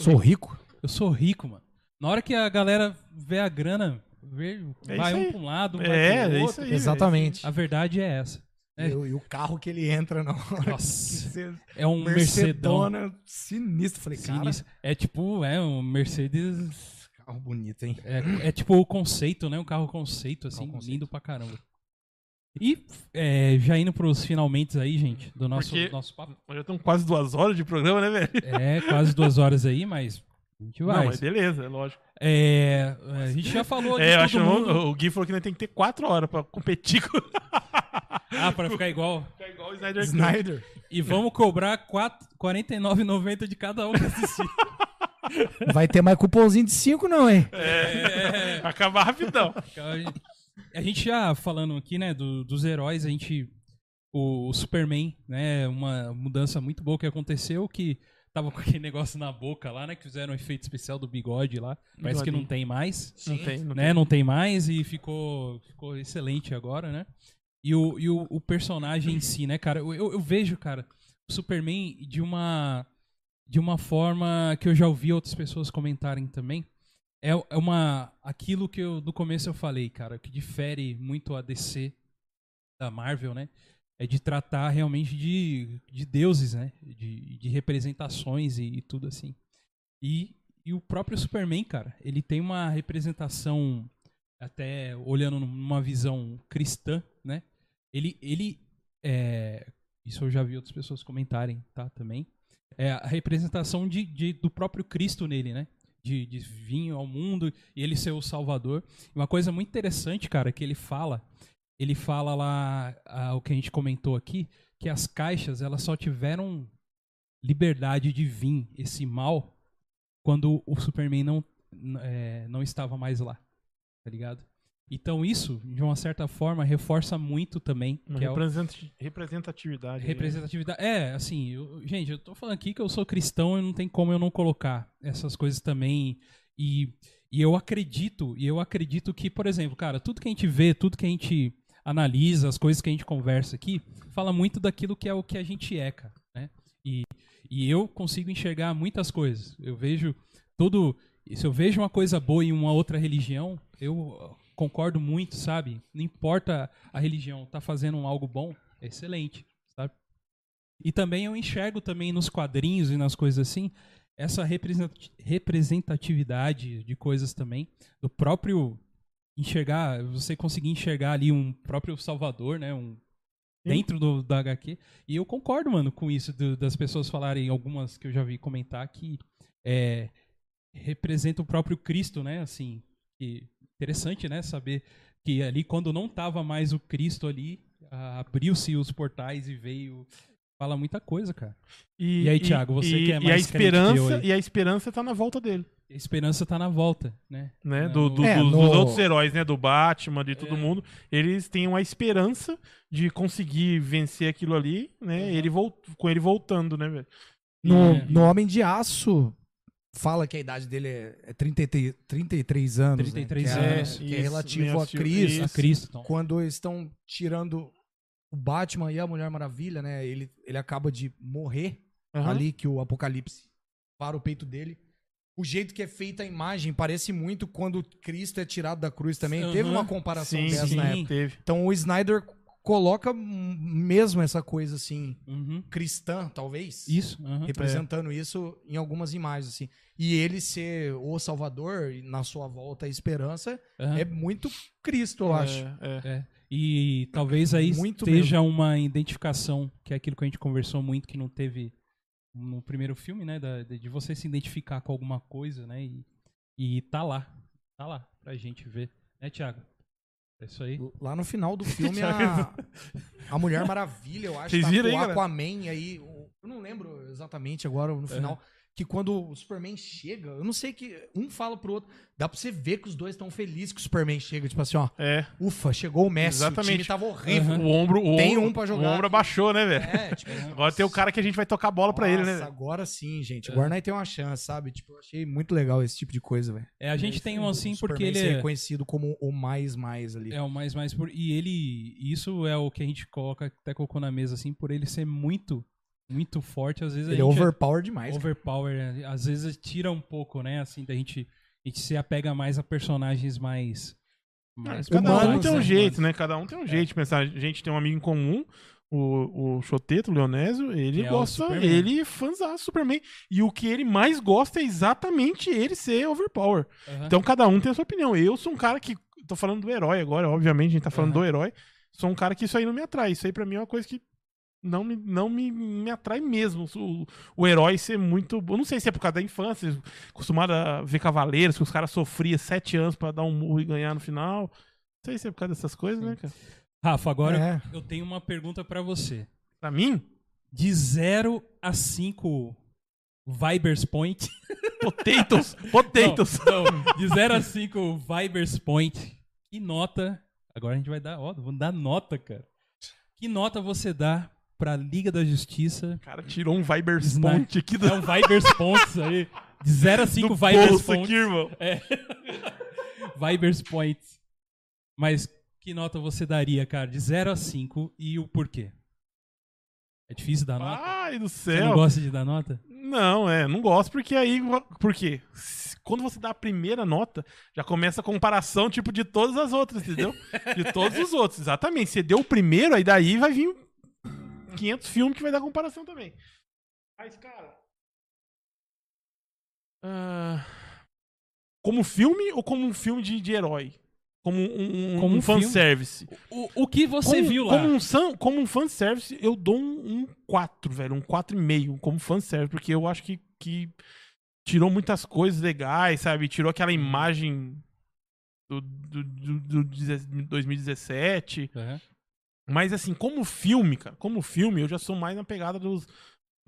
S4: Sou rico?
S1: Eu sou rico, mano. Na hora que a galera vê a grana, vê,
S2: É
S1: vai
S2: isso
S1: um
S2: aí.
S1: pra um lado, um
S2: É,
S1: vai pro
S2: é
S1: outro.
S2: isso aí. velho.
S4: Exatamente.
S1: A verdade é essa. É.
S4: E o- e o carro que ele entra na hora.
S1: Nossa, é um Mercedão.
S4: Mercedona sinistra. Falei,
S1: Sinistro. É tipo, é um Mercedes.
S4: cara, carro bonito, hein?
S1: É, é tipo o conceito, né? Um carro conceito, assim,
S4: Carro conceito.
S1: lindo pra caramba. E é, já indo pros finalmente aí, gente, do nosso,
S2: Porque-
S1: nosso papo.
S2: Nós já estamos quase duas horas de programa, né, velho?
S1: É quase duas horas aí, mas a gente vai.
S2: Não, mas beleza, é lógico.
S1: É, a gente já falou de
S2: É, eu
S1: todo
S2: acho que
S1: mundo.
S2: o o Gui falou que nós tem que ter quatro horas pra competir com
S1: Ah, pra ficar igual.
S2: Tá igual o Snyder. Cut.
S4: Snyder.
S1: E vamos cobrar quatro- R$ 49,90 de cada um que <laughs> assistir.
S4: Vai ter mais cupomzinho de 5, não, hein?
S1: É,
S2: Acabar rapidão.
S1: A gente já falando aqui, né, do- dos heróis, a gente. O, o Superman, né? Uma mudança muito boa que aconteceu, que tava com aquele negócio na boca lá, né? Que fizeram um efeito especial do bigode lá. Parece que não
S2: Bigodinho.
S1: tem mais.
S2: Não tem, não
S1: né? Não tem mais e ficou, ficou excelente agora, né? E o, e o, o personagem em si, né, cara? Eu, eu eu vejo, cara, o Superman de uma de uma forma que eu já ouvi outras pessoas comentarem também. É, é uma aquilo que eu no começo eu falei, cara, que difere muito a DC da Marvel, né? É de tratar realmente de, de deuses, né? De, de representações e, e tudo assim. E, e o próprio Superman, cara, ele tem uma representação, até olhando numa visão cristã, né? Ele, ele é, isso eu já vi outras pessoas comentarem, tá? Também. É a representação de, de- do próprio Cristo nele, né? De, de vir ao mundo e ele ser o Salvador. Uma coisa muito interessante, cara, que ele fala, ele fala lá ah, o que a gente comentou aqui, que as caixas elas só tiveram liberdade de vir esse mal quando o Superman não, n- é, não estava mais lá, tá ligado? Então isso, de uma certa forma, reforça muito também
S2: Uma
S1: que é o-
S2: represent- representatividade. aí, né?
S1: Representatividade. É, assim, eu- gente, eu tô falando aqui que eu sou cristão e não tem como eu não colocar essas coisas também. E, e eu acredito, e eu acredito que, por exemplo, cara, tudo que a gente vê, tudo que a gente analisa, as coisas que a gente conversa aqui, fala muito daquilo que é o que a gente é, cara, né? E, e eu consigo enxergar muitas coisas. Eu vejo todo. Se eu vejo uma coisa boa em uma outra religião, eu concordo muito, sabe? Não importa a religião, tá fazendo algo bom, é excelente. E também eu enxergo também nos quadrinhos e nas coisas assim essa represent- representatividade de coisas também do próprio enxergar, você conseguir enxergar ali um próprio salvador, né, um dentro do, da HQ. E eu concordo, mano, com isso do- das pessoas falarem algumas que eu já vi comentar que é, representa o próprio Cristo, né, assim, que interessante, né, saber que ali quando não tava mais o Cristo ali, ah, abriu-se os portais e veio Fala muita coisa, cara. E aí, Thiago, você
S2: e,
S1: que é
S2: e a
S1: mais crente que eu
S2: esperança
S1: aí.
S2: E a esperança tá na volta dele,
S1: A esperança tá na volta, né?
S2: né?
S1: É,
S2: Do, do-
S4: É,
S2: dos,
S4: no-
S2: dos outros heróis, né? Do Batman, de todo
S1: É.
S2: mundo. Eles têm uma esperança de conseguir vencer aquilo ali, né? Ele vol- com ele voltando, né, velho?
S4: No,
S1: É.
S4: no Homem de Aço, fala que a idade dele é é 33, 33 anos.
S1: 33
S4: né? Que é-
S1: anos,
S4: Que é,
S2: isso,
S4: relativo
S2: meio
S4: a
S2: assistiu-
S4: Cristo.
S1: A
S2: Isso.
S1: Cristo. então.
S4: Quando eles estão tirando o Batman e a Mulher Maravilha, né? Ele, ele acaba de morrer
S2: Aham.
S4: ali que o Apocalipse para o peito dele. O jeito que é feita a imagem parece muito quando Cristo é tirado da cruz também. Teve
S1: Aham.
S4: uma comparação
S2: Sim,
S4: dessa
S2: sim,
S4: na época.
S2: teve.
S4: Então o Snyder coloca hum, mesmo essa coisa assim,
S1: Uhum.
S4: cristã, talvez.
S1: Isso.
S2: né? É.
S1: aham.
S4: representando isso em algumas imagens, assim. E ele ser o Salvador, e na sua volta a esperança,
S1: Aham.
S4: é muito Cristo, eu acho.
S2: É, é.
S1: E talvez aí
S4: Muito
S1: esteja uma identificação, que é aquilo que a gente conversou muito, que não teve no primeiro filme, né? da- de de você se identificar com alguma coisa, né? E, e tá lá. Tá lá pra gente ver. Né, Thiago? É isso aí.
S4: Lá no
S2: <laughs>
S4: final do filme, a, a Mulher Maravilha, eu acho,
S2: Vocês
S4: tá
S2: viram
S4: com
S2: aí,
S4: o
S2: galera?
S4: Aquaman aí. o- Eu não lembro exatamente agora, no
S2: É.
S4: final, que quando o Superman chega, eu não sei que um fala pro outro, dá pra você ver que os dois estão felizes que o Superman chega, tipo assim, ó,
S2: É.
S4: ufa, chegou o Messi, o time
S2: Exatamente.
S4: tava horrível.
S2: O ombro, o
S4: Tem
S2: ombro-
S4: um pra jogar
S2: O ombro
S4: aqui.
S2: abaixou, né, velho?
S4: É, tipo,
S2: Agora tem o cara que a gente vai tocar a bola pra ele, né?
S4: Nossa,
S2: velho? É.
S4: Agora sim, gente. Agora nós temos uma chance, sabe? Tipo, eu achei muito legal esse tipo de coisa, velho.
S1: É, a gente tem um assim
S4: O
S1: porque
S4: Superman
S1: ele
S4: ser
S1: é,
S4: reconhecido como o mais mais ali.
S1: é o mais mais por, e ele isso é o que a gente coloca até colocou na mesa assim por ele ser muito muito forte às vezes
S4: ele é
S1: a gente
S4: overpower demais.
S1: overpower, né? às vezes tira um pouco, né? Assim, da gente, a gente se apega mais a personagens mais. mais
S2: Cada um
S4: Humanos,
S2: tem um
S4: né?
S2: jeito, né? Cada um tem um jeito de pensar. A gente tem um amigo em comum, o, o Choteto, o Leonésio, ele
S1: Que é o
S2: gosta,
S1: Superman.
S2: ele é fãzão do Superman. E o que ele mais gosta é exatamente ele ser overpower.
S1: Aham.
S2: Então cada um tem a sua opinião. Eu sou um cara que. Tô falando do herói agora, obviamente, a gente tá falando
S1: Aham.
S2: do herói. Sou um cara que isso aí não me atrai. Isso aí pra mim é uma coisa que não me, não me, me atrai mesmo. O, o herói ser muito. Eu não sei se é por causa da infância, acostumado a ver cavaleiros, que os caras sofriam sete anos pra dar um murro e ganhar no final. Não sei se é por causa dessas coisas, né, cara?
S1: Rafa, agora
S4: É.
S1: eu tenho uma pergunta pra você.
S2: Pra mim,
S1: De 0 a 5 Vibers Point. <laughs>
S2: potatoes, potatoes.
S1: Não, não, de 0 a 5 Vibers Point. Que nota. Agora a gente vai dar, ó, vamos dar nota, cara. Que nota você dá pra Liga da Justiça?
S2: O cara tirou um Viber
S1: Snack.
S2: Spont aqui do,
S1: É um Vibers Points aí. De 0 a 5
S2: do
S1: Vibers
S2: bolso
S1: Point.
S2: aqui, irmão.
S1: É. <laughs> Vibers Point. Mas que nota você daria, cara? De 0 a 5 e o porquê? É difícil dar nota?
S2: Ai, do
S1: Você
S2: céu.
S1: não gosta de dar nota?
S2: Não, é, não gosto, porque aí. Por quê? Se- Quando você dá a primeira nota, já começa a comparação, tipo, de todas as outras, entendeu? De todos os outros, exatamente. Você deu o primeiro, aí daí vai vir 500 filmes que vai dar comparação também. Mas, cara. ah, como filme ou como um filme de, de herói? Como um, um,
S1: Como
S2: um
S1: um filme?
S2: fanservice?
S1: O, o que você
S2: como,
S1: viu lá?
S2: Como um, san- como um fanservice, eu dou um, um 4, velho. Um 4,5 como fanservice, porque eu acho que, que tirou muitas coisas legais, sabe? Tirou aquela
S1: Uhum.
S2: imagem do, do, do- do deze- 2017.
S1: Aham.
S2: Mas assim, como filme, cara, como filme, eu já sou mais na pegada dos.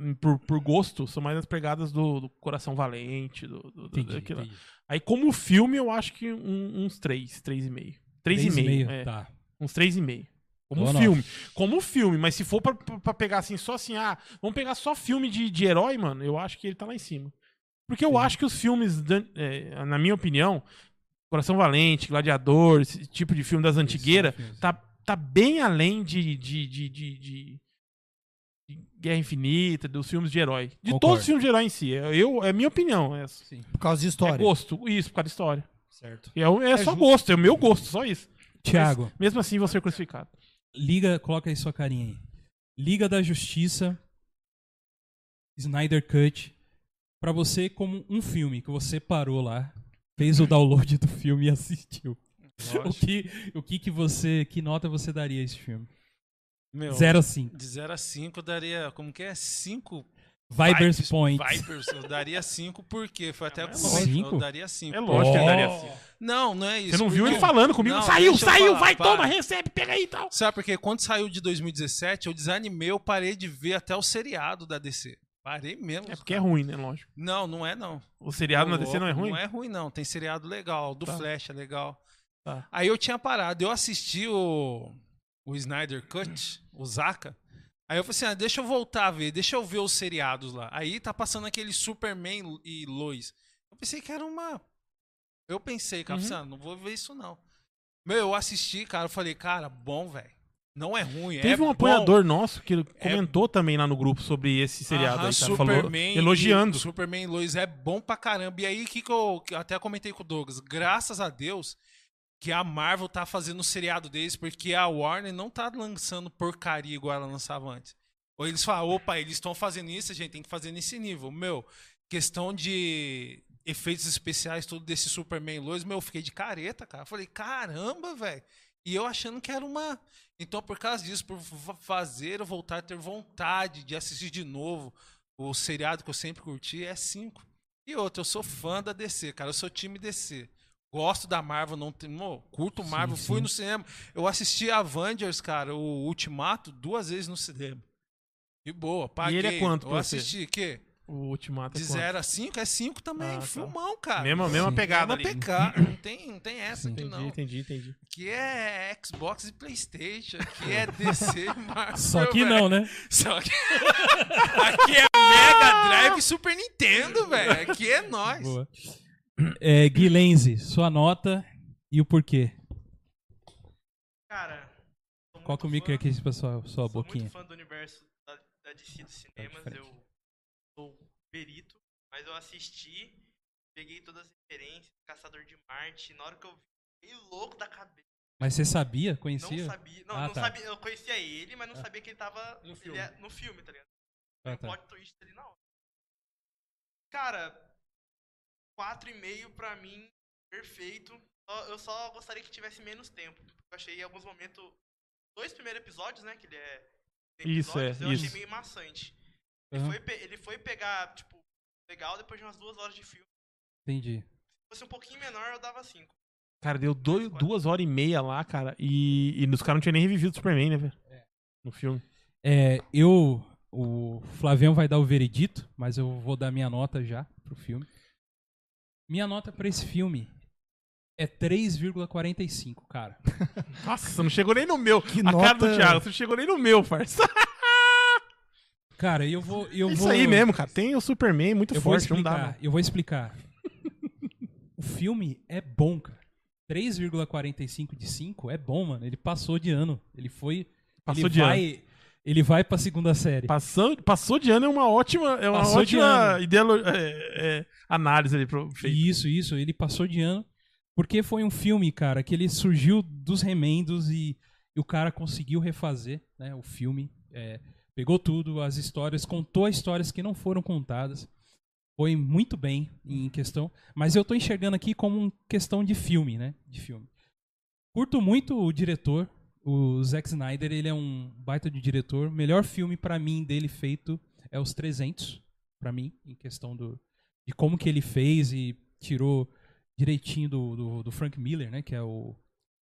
S2: hum, Por, por gosto, sou mais nas pegadas do, do Coração Valente, do, do, do-
S1: Entendi,
S2: daquilo lá.
S1: entendi.
S2: Aí, como filme, eu acho que um- uns 3, 3,5. 3,5. É.
S1: Tá.
S2: Uns 3,5. Como
S1: Boa
S2: filme. Como filme, mas se for pra, pra pra pegar assim, só assim, ah, vamos pegar só filme de, de herói, mano, eu acho que ele tá lá em cima. Porque eu acho que os filmes, da- é, na minha opinião, Coração Valente, Gladiador, esse tipo de filme das antigueiras, tá, tá bem além de, de, de, de, de- de Guerra Infinita, dos filmes de herói. De
S1: Concordo.
S2: todos os filmes de herói em si. É- Eu, é minha opinião. É,
S4: Por causa de
S2: é
S4: história.
S2: gosto. Isso, por causa da história.
S4: certo.
S2: É, o- é só
S4: justo.
S2: gosto, é o meu gosto, só isso.
S1: Tiago,
S2: Mesmo assim, vou ser crucificado.
S1: liga, coloca aí sua carinha aí. Liga da Justiça, Snyder Cut, pra você como um filme que você parou lá, fez o download do filme e assistiu. O que, o que que você, que nota você daria a esse filme?
S3: Meu,
S1: 0 a 5.
S3: de 0 a 5 eu daria, como que é? 5
S1: Vibers Point.
S3: Vipers, eu daria 5 porque foi até o
S2: mas é
S3: momento,
S1: lógico.
S3: eu daria 5.
S2: É lógico que ele daria assim.
S3: Não, não é isso.
S2: Você não viu
S3: porque-
S2: ele falando comigo?
S3: Não,
S2: saiu,
S3: deixa eu
S2: saiu,
S3: falar,
S2: vai,
S3: para.
S2: toma, recebe, pega aí e tal.
S3: Sabe porque quando saiu de 2017, eu desanimei, eu parei de ver até o seriado da DC. Parei mesmo.
S2: É porque é ruim, né? Lógico.
S3: Não, não é não.
S2: O seriado na DC não é ruim?
S3: Não é ruim, não. Tem seriado legal, do
S2: Tá.
S3: Flash é legal.
S2: Tá.
S3: Aí eu tinha parado, eu assisti o, o Snyder Cut, o Zaka. Aí eu falei assim: ah, deixa eu voltar a ver, deixa eu ver os seriados lá. Aí tá passando aquele Superman e Lois. Eu pensei que era uma. Eu
S2: Uhum.
S3: pensei, cara, eu falei assim, ah, não vou ver isso não. Meu, eu assisti, cara, eu falei, cara, bom, velho. Não é ruim, é
S2: Teve um
S3: bom. É
S2: apoiador nosso que comentou também lá no grupo sobre esse seriado
S3: Aham,
S2: aí, tá? Falou,
S3: Superman e-
S2: elogiando.
S3: Superman e Lois é bom pra caramba. E aí, que, que eu que eu até comentei com o Douglas. Graças a Deus que a Marvel tá fazendo o seriado deles, porque a Warner não tá lançando porcaria igual ela lançava antes. Ou eles falam, opa, eles estão fazendo isso, a gente tem que fazer nesse nível. Meu, questão de efeitos especiais, tudo desse Superman e Lois, meu, eu fiquei de careta, cara. Falei, caramba, velho. E eu achando que era uma. Então, por causa disso, por fa- fazer eu voltar a ter vontade de assistir de novo o seriado que eu sempre curti é 5. E outra, eu sou fã da DC, cara. Eu sou time DC. Gosto da Marvel, não tem. Mô, curto Marvel, fui no cinema. Eu assisti Avengers, cara, o Ultimato, duas vezes no cinema. De boa, paguei.
S2: ele é quanto
S3: Eu
S2: pra você?
S3: assisti, que?
S2: O Ultimato. é
S3: De
S2: quanto?
S3: 0 a 5 é 5 também.
S2: Ah, tá.
S3: Filmão, cara.
S2: Mesma, mesma pegada
S3: Mesma
S2: ali.
S3: pegada. Não tem, não tem essa aqui,
S2: Entendi,
S3: não.
S2: entendi, entendi.
S3: Que é Xbox e Playstation. Que é DC e Marvel.
S9: Só que
S3: velho.
S9: não, né?
S3: Só que. <laughs> Aqui é Mega Drive e Super Nintendo, velho. Aqui é nós.
S1: Boa. É, Guilense, sua nota e o porquê.
S6: Cara. sou
S1: Qual que é o
S6: muito
S1: micro
S6: fã-
S1: aqui pra sua, sua
S6: sou
S1: boquinha?
S6: muito fã do universo da, da DC dos
S4: Tá
S6: cinemas.
S1: diferente.
S6: eu sou perito, mas eu assisti, peguei todas as referências, Caçador de Marte. Na hora que eu vi, fiquei louco da cabeça.
S1: Mas você sabia?
S6: Não
S1: Conhecia?
S6: sabia. Não,
S1: Ah,
S6: não
S1: tá.
S6: sabia. Eu conhecia ele, mas não sabia que ele tava
S3: No
S6: ele
S3: filme.
S6: é- no filme, tá ligado?
S1: Ah,
S6: Tem
S1: tá.
S6: um plot twist ali na hora. Cara, 4,5 pra mim, perfeito. Só- Eu só gostaria que tivesse menos tempo. Eu achei em alguns momentos. Dois primeiros episódios, né? Que ele é. tem
S2: Isso,
S6: episódios,
S2: é,
S6: Eu achei
S2: isso.
S6: meio maçante. Ele,
S1: Aham.
S6: foi, pe- ele foi pegar, tipo, legal depois de umas duas horas de filme.
S1: Entendi.
S6: Se fosse um pouquinho menor, eu dava 5.
S2: Cara, deu dois, duas horas e meia lá, cara. E, e os caras não tinham nem revivido o Superman, né, velho? No filme.
S1: É, eu. O Flavião vai dar o veredito, mas eu vou dar minha nota já pro filme. Minha nota pra esse filme é 3,45, cara.
S2: Nossa, não chegou nem no meu. a cara do
S4: nota-
S2: Thiago, você não chegou nem no meu, parça.
S1: Cara, eu vou. Eu
S2: É Isso
S1: vou,
S2: aí mesmo, cara. Tem o Superman muito
S1: Eu vou
S2: forte, não dá.
S1: explicar.
S2: não.
S1: Eu vou explicar. o filme é bom, cara. 3,45 de 5 é bom, mano. Ele passou de ano. Ele foi.
S2: Passou
S1: ele
S2: de
S1: vai, ano. Ele vai pra segunda série.
S2: Passou, passou de ano é uma ótima, é uma
S1: Passou de
S2: ótima
S1: ano.
S2: ideolo- é, é, análise ali pro feito.
S1: Isso, isso. Ele passou de ano. Porque foi um filme, cara, que ele surgiu dos remendos e, e o cara conseguiu refazer né, o filme. É, pegou tudo, as histórias, contou as histórias que não foram contadas. Foi muito bem em questão. Mas eu tô enxergando aqui como uma questão de filme, né? De filme. Curto muito o diretor, o Zack Snyder. Ele é um baita de diretor. Melhor filme pra mim dele feito é Os 300, pra mim, em questão do, de como que ele fez e tirou direitinho do, do, do Frank Miller, né? Que é o,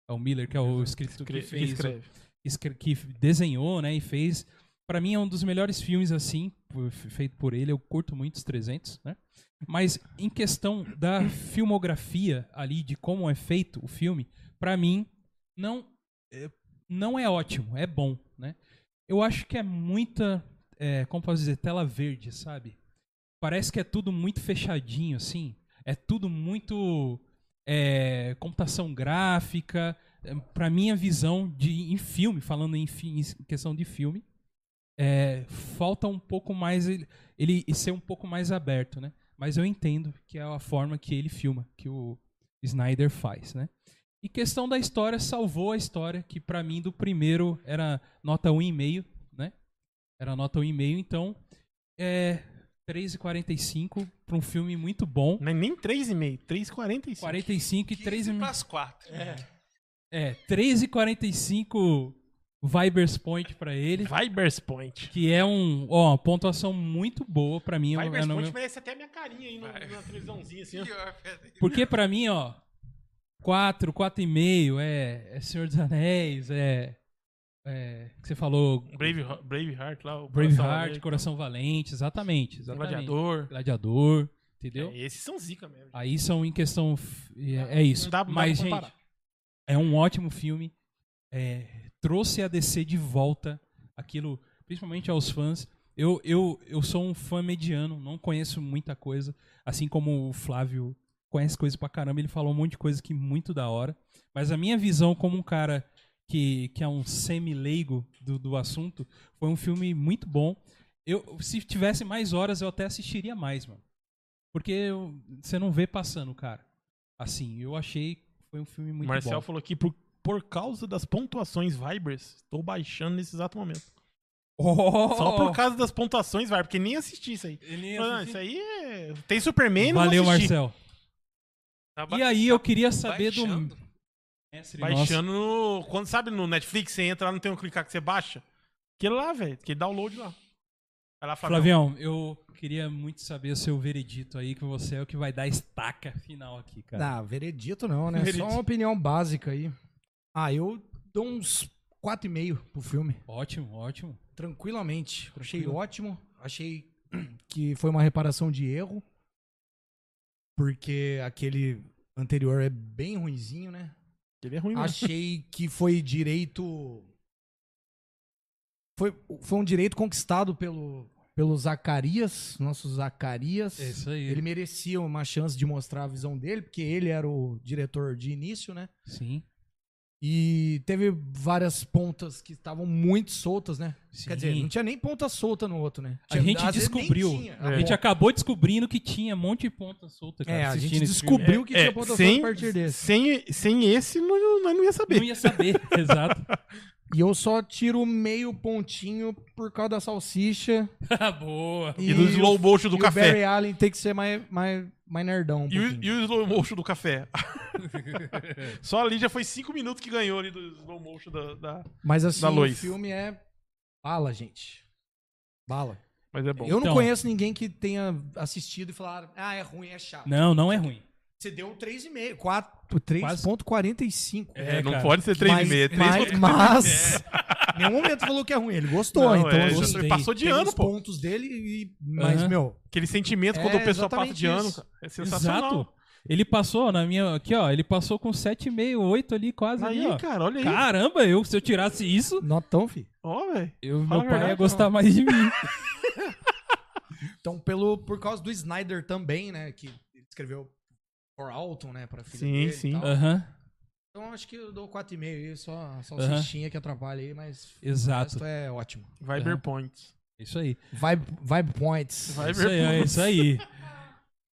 S1: é o Miller, que é o escritor que
S2: Escre-
S1: fez o-
S2: escreve.
S1: escre- que desenhou, né, e fez. Pra mim é um dos melhores filmes assim, por- feito por ele. Eu curto muito os 300, né? Mas em questão da filmografia ali de como é feito o filme, pra mim não é, não é ótimo, é bom, né? Eu acho que é muita, é, como posso dizer, tela verde, sabe? Parece que é tudo muito fechadinho assim, é tudo muito é, computação gráfica, é, pra minha visão de em filme, falando em, fi- em questão de filme, é, falta um pouco mais ele, ele ser um pouco mais aberto, né? Mas eu entendo que é a forma que ele filma, que o Snyder faz, né? E questão da história salvou a história, que pra mim do primeiro era nota 1,5, né? Era nota 1,5, então é 3,45 pra um filme muito bom.
S2: Não é nem 3,5, 3,45.
S1: 45 e
S3: 15
S1: 3,5.
S3: pras né? 4.
S1: É, 3,45 Vibers Point pra ele,
S2: Vibers Point.
S1: que é um, ó, uma pontuação muito boa pra mim. eu-
S2: Vibers
S1: eu não-
S2: Point merece até a minha carinha aí no-
S3: Vai.
S2: na televisãozinha, assim, ó.
S3: Pior, velho.
S1: Porque pra mim, ó, 4, 4,5 é, é Senhor dos Anéis, é, é que você falou
S2: Brave, Braveheart lá, o
S1: Braveheart, Coração Valente, exatamente, exatamente.
S2: Gladiador.
S1: Gladiador, entendeu? Ah,
S2: É, esses são zica mesmo.
S1: Aí são em questão. f- É, é isso.
S2: Não dá- não dá
S1: Mas,
S2: pra
S1: gente,
S2: comparar.
S1: é um ótimo filme. É, trouxe a DC de volta. Aquilo, principalmente aos fãs. Eu, eu, eu sou um fã mediano, não conheço muita coisa. Assim como o Flávio conhece coisa pra caramba, ele falou um monte de coisa que muito da hora. Mas a minha visão como um cara que, que é um semi-leigo do, do assunto, foi um filme muito bom. Eu, se tivesse mais horas, eu até assistiria mais, mano. Porque eu- você não vê passando, cara. Assim, eu achei que foi um filme muito
S2: Marcel
S1: bom. <laughs>
S2: falou aqui, por, por causa das pontuações Vibers, estou baixando nesse exato momento.
S1: Oh!
S2: Só por causa das pontuações Vibers, porque nem assisti isso aí.
S1: Ele
S2: Falei, "Não, isso aí é... Tem Superman, não
S1: Valeu,
S2: vou assistir."
S1: Marcel. E aí eu queria saber do
S3: Baixando?
S1: mestre nosso.
S2: Baixando no... Quando, sabe, no Netflix, você entra lá, não tem um clicar que você baixa? Aquele lá, velho. Aquele download lá. Vai lá, Flavião.
S1: Flavião, eu queria muito saber o seu veredito aí, que você é o que vai dar estaca final aqui, cara.
S4: Ah, veredito não, né?
S2: Veredito.
S4: Só uma opinião básica aí. Ah, eu dou uns 4,5 pro filme.
S1: Ótimo, ótimo.
S4: Tranquilamente. Achei
S1: Tranquilo.
S4: ótimo. Achei <clears throat> que foi uma reparação de erro. Porque aquele anterior é bem ruinzinho, né?
S2: Ele é ruim mesmo.
S4: Achei que foi direito. Foi, foi um direito conquistado pelo, pelo Zacarias, nosso Zacarias.
S1: É isso aí.
S4: Ele merecia uma chance de mostrar a visão dele, porque ele era o diretor de início, né?
S1: Sim,
S4: E teve várias pontas que estavam muito soltas, né?
S1: sim.
S4: Quer dizer, não tinha nem ponta solta no outro, né?
S1: a
S4: Tinha-
S1: gente
S4: às vezes nem
S1: descobriu.
S4: tinha.
S1: A gente acabou descobrindo que tinha um monte de ponta solta, cara.
S4: É, a
S1: assistindo
S4: gente
S1: esse filme.
S4: descobriu que
S2: É,
S4: tinha ponta solta
S2: sem,
S4: a partir desse.
S2: Sem, sem esse, não, não, não ia saber.
S1: É, Não ia
S4: <laughs>
S1: saber, exato.
S4: E eu só tiro meio pontinho por causa da salsicha.
S1: Boa.
S2: E do slow motion do
S4: e
S2: café.
S4: O Barry Allen tem que ser mais, mais, mais nerdão. um
S2: E o,
S4: pouquinho.
S2: e o slow motion do
S4: <laughs>
S2: café? Só ali já foi cinco minutos que ganhou ali do slow motion da. da-
S4: Mas assim,
S2: da
S4: o
S2: Lois.
S4: filme é bala, gente. Bala.
S2: Mas é bom.
S4: eu não
S1: então-
S4: conheço ninguém que tenha assistido e falar, ah, é ruim, é chato.
S1: Não, não é ruim.
S4: Você deu um 3,5, 4, 3,45.
S2: É, não
S1: cara.
S2: pode ser 3,5.
S4: Mas-
S2: É 3
S4: Mas, mas em <laughs> nenhum momento falou que é ruim. Ele gostou,
S2: Não,
S4: então
S2: é,
S4: eu
S2: já
S4: gostei.
S2: passou de
S4: Tem
S2: ano,
S4: os
S2: pô.
S4: pontos dele e... Mas,
S1: Aham.
S4: meu,
S2: Aquele sentimento quando
S4: É,
S2: o pessoal passa de ano.
S4: exatamente
S2: cara, É sensacional.
S1: Exato. Ele passou na minha. Aqui, ó. Ele passou com 7,5, 8 ali, quase. ali, ó.
S2: Aí, cara, olha aí.
S1: Caramba, eu, se eu tirasse isso,
S4: notão, fi.
S2: Ó, velho.
S1: eu,
S2: Fala
S1: meu
S2: a
S1: pai ia
S2: verdade,
S1: gostar mais de mim.
S4: Então, pelo, por causa do Snyder também, né? Que ele escreveu For Alton, né? Pra filha
S2: Sim,
S4: dele e
S2: sim.
S4: tal.
S1: Aham,
S4: Então, acho que eu dou 4,5 aí, só a salsichinha que atrapalha aí, mas o
S1: exato.
S4: resto é ótimo.
S2: Viber
S1: É.
S2: Points.
S1: Isso aí.
S4: Vibe, vibe points.
S2: Vai-
S1: É isso aí, é isso aí.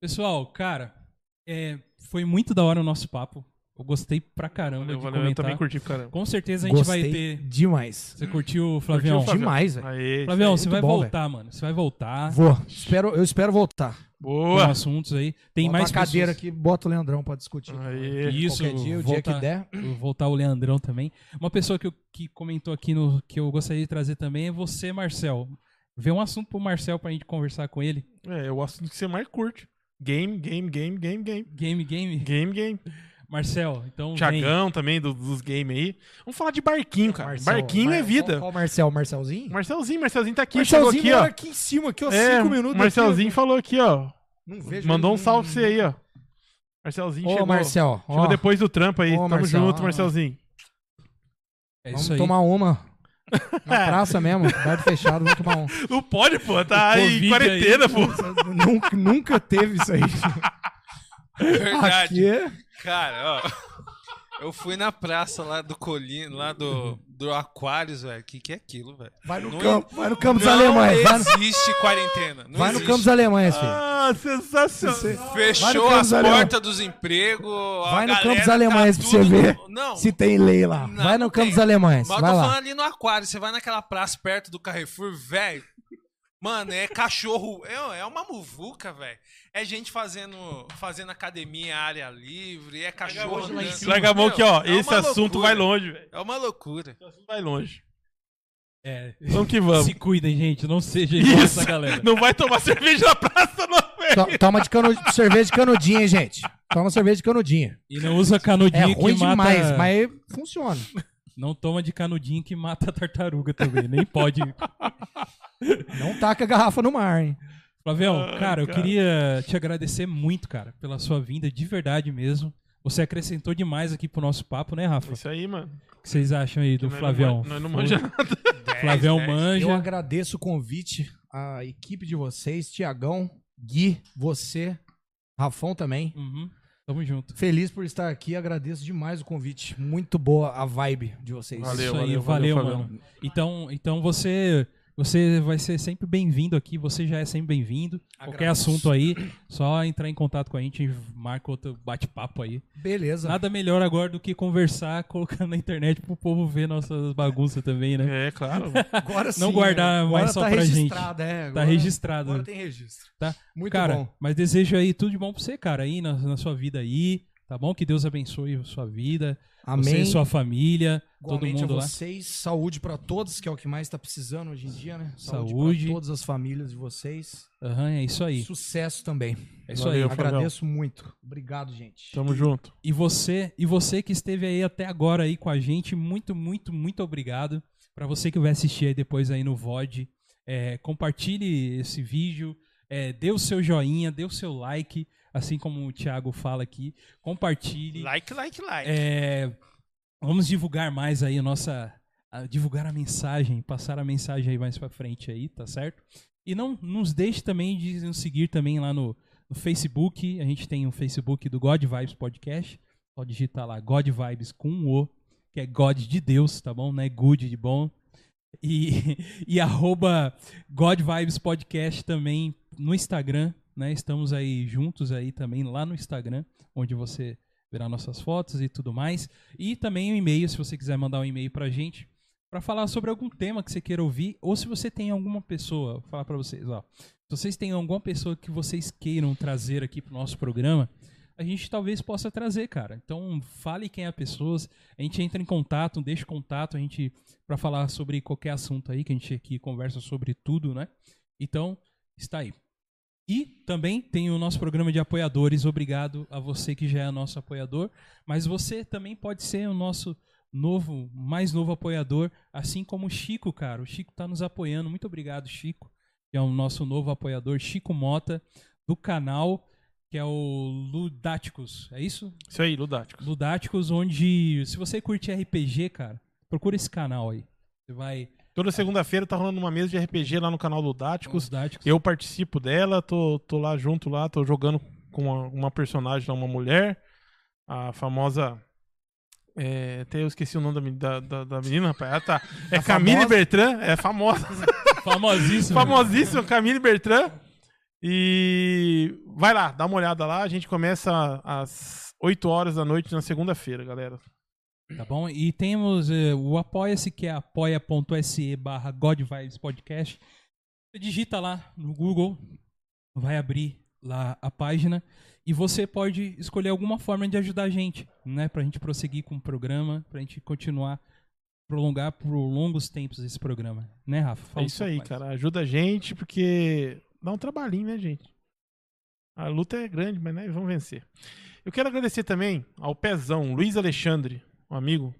S1: Pessoal, cara, é, foi muito da hora o nosso papo. Eu gostei pra caramba
S2: Valeu,
S1: de
S2: valeu. Eu
S1: comentar.
S2: também curti, cara.
S1: Com certeza a gente
S4: Gostei
S1: vai ter.
S4: demais.
S1: Você curtiu, Flavião?
S2: Curtiu, Flavião?
S4: Demais, velho.
S2: Aê.
S1: Flavião,
S4: Muito
S1: você vai
S4: bom,
S1: voltar, mano. Você vai voltar
S4: Vou. Espero, eu espero voltar.
S1: com
S2: Boa.
S1: assuntos aí. Tem
S4: Bota
S1: mais
S4: uma cadeira
S1: pessoas-
S4: aqui, bota o Leandrão pra discutir.
S2: Aê.
S1: Isso,
S4: Qualquer dia, o dia
S1: voltar-
S4: que der.
S1: voltar o Leandrão também. Uma pessoa que, eu- que comentou aqui no que eu gostaria de trazer também é você, Marcel. Vê um assunto pro Marcel pra gente conversar com ele.
S2: É, o assunto que você mais curte. Game, game, game, game, game.
S1: Game, game.
S2: Game, game.
S1: Marcel, então vem.
S2: Tiagão também, do- dos games aí. Vamos falar de barquinho, cara.
S4: Marcel,
S2: barquinho é
S4: Mar-
S2: vida.
S4: Qual, qual Marcel? Marcelzinho?
S2: Marcelzinho, Marcelzinho tá aqui,
S4: Marcelzinho
S2: chegou
S4: mora
S2: aqui,
S4: aqui em cima, aqui, ó.
S2: ó. É,
S4: cinco minutos.
S2: Marcelzinho falou aqui, ó.
S4: aqui, eu não vejo
S2: Mandou um
S4: ele.
S2: salve pra você aí, ó. Marcelzinho
S4: Ô,
S2: chegou.
S4: Marcel. ó,
S2: Chegou depois do trampo aí.
S4: Ô,
S2: Tamo
S4: Marcel,
S2: junto,
S4: ó.
S2: Marcelzinho.
S1: É
S4: Vamos
S1: isso aí.
S4: tomar uma. Na
S2: <laughs>
S4: praça mesmo, bar fechado, vamos tomar um.
S2: Não pode, pô. Tá
S1: Covid
S2: em quarentena, pô.
S4: nunca, nunca teve isso aí.
S3: Verdade.
S4: Aqui é-
S3: Cara, ó. Eu fui na praça lá do Colino, lá do, do Aquários, velho. O que, que é aquilo, velho?
S4: Vai no
S3: Não-
S4: campo, vai no campo dos
S3: não
S4: alemães. Vai no,
S3: existe quarentena. Não
S4: vai no
S3: existe.
S4: campo dos alemães, filho.
S2: Ah, sensacional.
S4: Você- Vai no
S3: Fechou
S4: campo
S3: as
S4: dos alemães.
S3: portas dos empregos. a
S4: Vai no
S3: galera tá
S4: campo dos alemães pra você
S3: tudo-
S4: ver
S3: Não.
S4: Se tem lei lá.
S3: Não,
S4: vai
S3: não
S4: no campo
S3: tem.
S4: dos alemães.
S3: Mas eu
S4: Vai
S3: tô falando
S4: lá.
S3: ali no aquário. Você vai naquela praça perto do Carrefour, velho. Mano, é cachorro. É, é uma muvuca, velho. É gente fazendo, fazendo academia em área livre. É cachorro.
S4: hoje lá em
S3: andando.
S4: cima.
S2: Né? Larga a mão aqui, ó.
S3: Meu, é
S2: Esse
S3: uma
S2: assunto
S3: loucura.
S2: vai longe, velho.
S3: É uma loucura.
S2: Esse assunto vai longe.
S1: É,
S2: Vamos que vamos.
S1: se cuidem, gente. Não seja igual
S2: Isso.
S1: essa galera.
S2: Não vai tomar <laughs> cerveja na praça, não, velho.
S4: To- Toma de cano, cerveja de canudinha, hein, gente. Toma cerveja de canudinha.
S1: E não usa
S4: É
S1: canudinho
S4: ruim
S1: que mata.
S4: demais, mas funciona.
S1: Não toma de canudinho que mata a tartaruga também. Nem
S4: <laughs>
S1: pode.
S4: Não taca a garrafa no mar, hein?
S1: Flavião,
S4: Ah,
S2: Ai,
S1: cara, eu
S2: cara.
S1: queria te agradecer muito, cara, pela sua vinda, de verdade mesmo. Você acrescentou demais aqui pro nosso papo, né, Rafa?
S2: Isso aí, mano.
S1: O que vocês acham aí do
S2: Nós não
S1: Flavião?
S2: man- Nós não né? manjamos.
S4: é um
S1: Flavião
S3: dez.
S1: manja.
S4: Eu agradeço o convite, a equipe de vocês, Tiagão, Gui, você, Rafão também.
S1: Uhum. Tamo junto.
S5: Feliz por estar aqui, agradeço demais o convite. Muito boa a vibe de vocês.
S2: Valeu,
S1: Isso aí,
S2: valeu,
S1: valeu,
S2: valeu,
S1: mano. Então, então você, você vai ser sempre bem-vindo aqui, você já é sempre bem-vindo. Qualquer
S5: Agradeço.
S1: assunto aí, só entrar em contato com a gente, marca outro bate-papo aí.
S5: Beleza.
S1: Nada melhor agora do que conversar, <laughs> colocando na internet pro povo ver nossas bagunças também, né? <laughs>
S2: É, claro.
S5: Agora sim.
S1: Não guardar
S5: agora
S1: mais só
S5: tá
S1: pra gente.
S5: registrado, É,
S1: Tá
S5: agora-
S1: registrado.
S5: Agora tem registro.
S1: Tá.
S5: Muito
S1: cara,
S5: bom.
S1: mas desejo aí tudo de bom pra você, cara, aí na, na sua vida aí, tá bom? Que Deus abençoe a sua vida, você
S5: Amém.
S1: e sua família,
S5: Igualmente
S1: todo mundo
S5: a
S1: lá.
S5: vocês, saúde pra todos, que é o que mais tá precisando hoje em dia, né?
S1: Saúde.
S5: pra todas as famílias de vocês.
S1: Aham, é isso aí.
S5: Sucesso também.
S1: É isso
S2: Valeu,
S1: aí. Então,
S2: Fabião.
S5: Agradeço muito. Obrigado, gente.
S2: Tamo junto.
S1: E você, e você que esteve aí até agora aí com a gente, muito, muito, muito obrigado. Pra você que vai assistir aí depois aí no VOD, é, compartilhe esse vídeo, é, dê o seu joinha, dê o seu like, assim como o Thiago fala aqui, compartilhe.
S3: Like, like, like.
S1: É, vamos divulgar mais aí a nossa. a- divulgar a mensagem, passar a mensagem aí mais pra frente aí, tá certo? E não nos deixe também de nos seguir também lá no, no Facebook. A gente tem o Facebook do God Vibes Podcast. Só digitar lá God Vibes com um O, que é God de Deus, tá bom? Não é good de bom. E, <laughs> e arroba God Vibes Podcast também no Instagram, né? Estamos aí juntos aí também lá no Instagram, onde você verá nossas fotos e tudo mais. E também o e-mail, se você quiser mandar um e-mail pra gente, pra falar sobre algum tema que você queira ouvir, ou se você tem alguma pessoa, vou falar pra vocês, ó. Se vocês têm alguma pessoa que vocês queiram trazer aqui pro nosso programa, a gente talvez possa trazer, cara. Então, fale quem é a pessoa, a gente entra em contato, deixa o contato, a gente pra falar sobre qualquer assunto aí, que a gente aqui conversa sobre tudo, né? Então, está aí. E também tem o nosso programa de apoiadores. Obrigado a você que já é nosso apoiador. Mas você também pode ser o nosso novo, mais novo apoiador, assim como o Chico, cara. O Chico está nos apoiando. Muito obrigado, Chico, que é o nosso novo apoiador, Chico Mota, do canal, que é o Ludáticos. É isso?
S2: Isso aí, Ludático.
S1: Ludáticos, onde se você curte RPG, cara, procura esse canal aí. Você vai.
S2: Toda segunda-feira tá rolando uma mesa de RPG lá no canal Ludáticos.
S1: Ludáticos.
S2: Tipo, Eu participo dela, tô, tô lá junto lá, tô jogando com uma, uma personagem lá, uma mulher. A famosa. é, até eu esqueci o nome da men- da, da, da menina, rapaz. Ela tá. É Camille
S5: famosa?
S2: Bertrand, é famosa.
S1: <laughs> Famosíssimo.
S2: famosíssimo Camille Bertrand. E vai lá, dá uma olhada lá. A gente começa às 8 horas da noite na segunda-feira, galera.
S1: Tá bom? E temos eh, o Apoia-se, que é apoia.se barra godvibespodcast. Você digita lá no Google, vai abrir lá a página e você pode escolher alguma forma de ajudar a gente, né? Pra gente prosseguir com o programa, pra gente continuar, prolongar por longos tempos esse programa, né, Rafa? Fala
S2: é
S1: um
S2: isso
S1: pouco
S2: aí,
S1: mais.
S2: cara. Ajuda a gente, porque dá um trabalhinho, né, gente? A luta é grande, mas né, vamos vencer. Eu quero agradecer também ao Pezão, Luiz Alexandre, um amigo,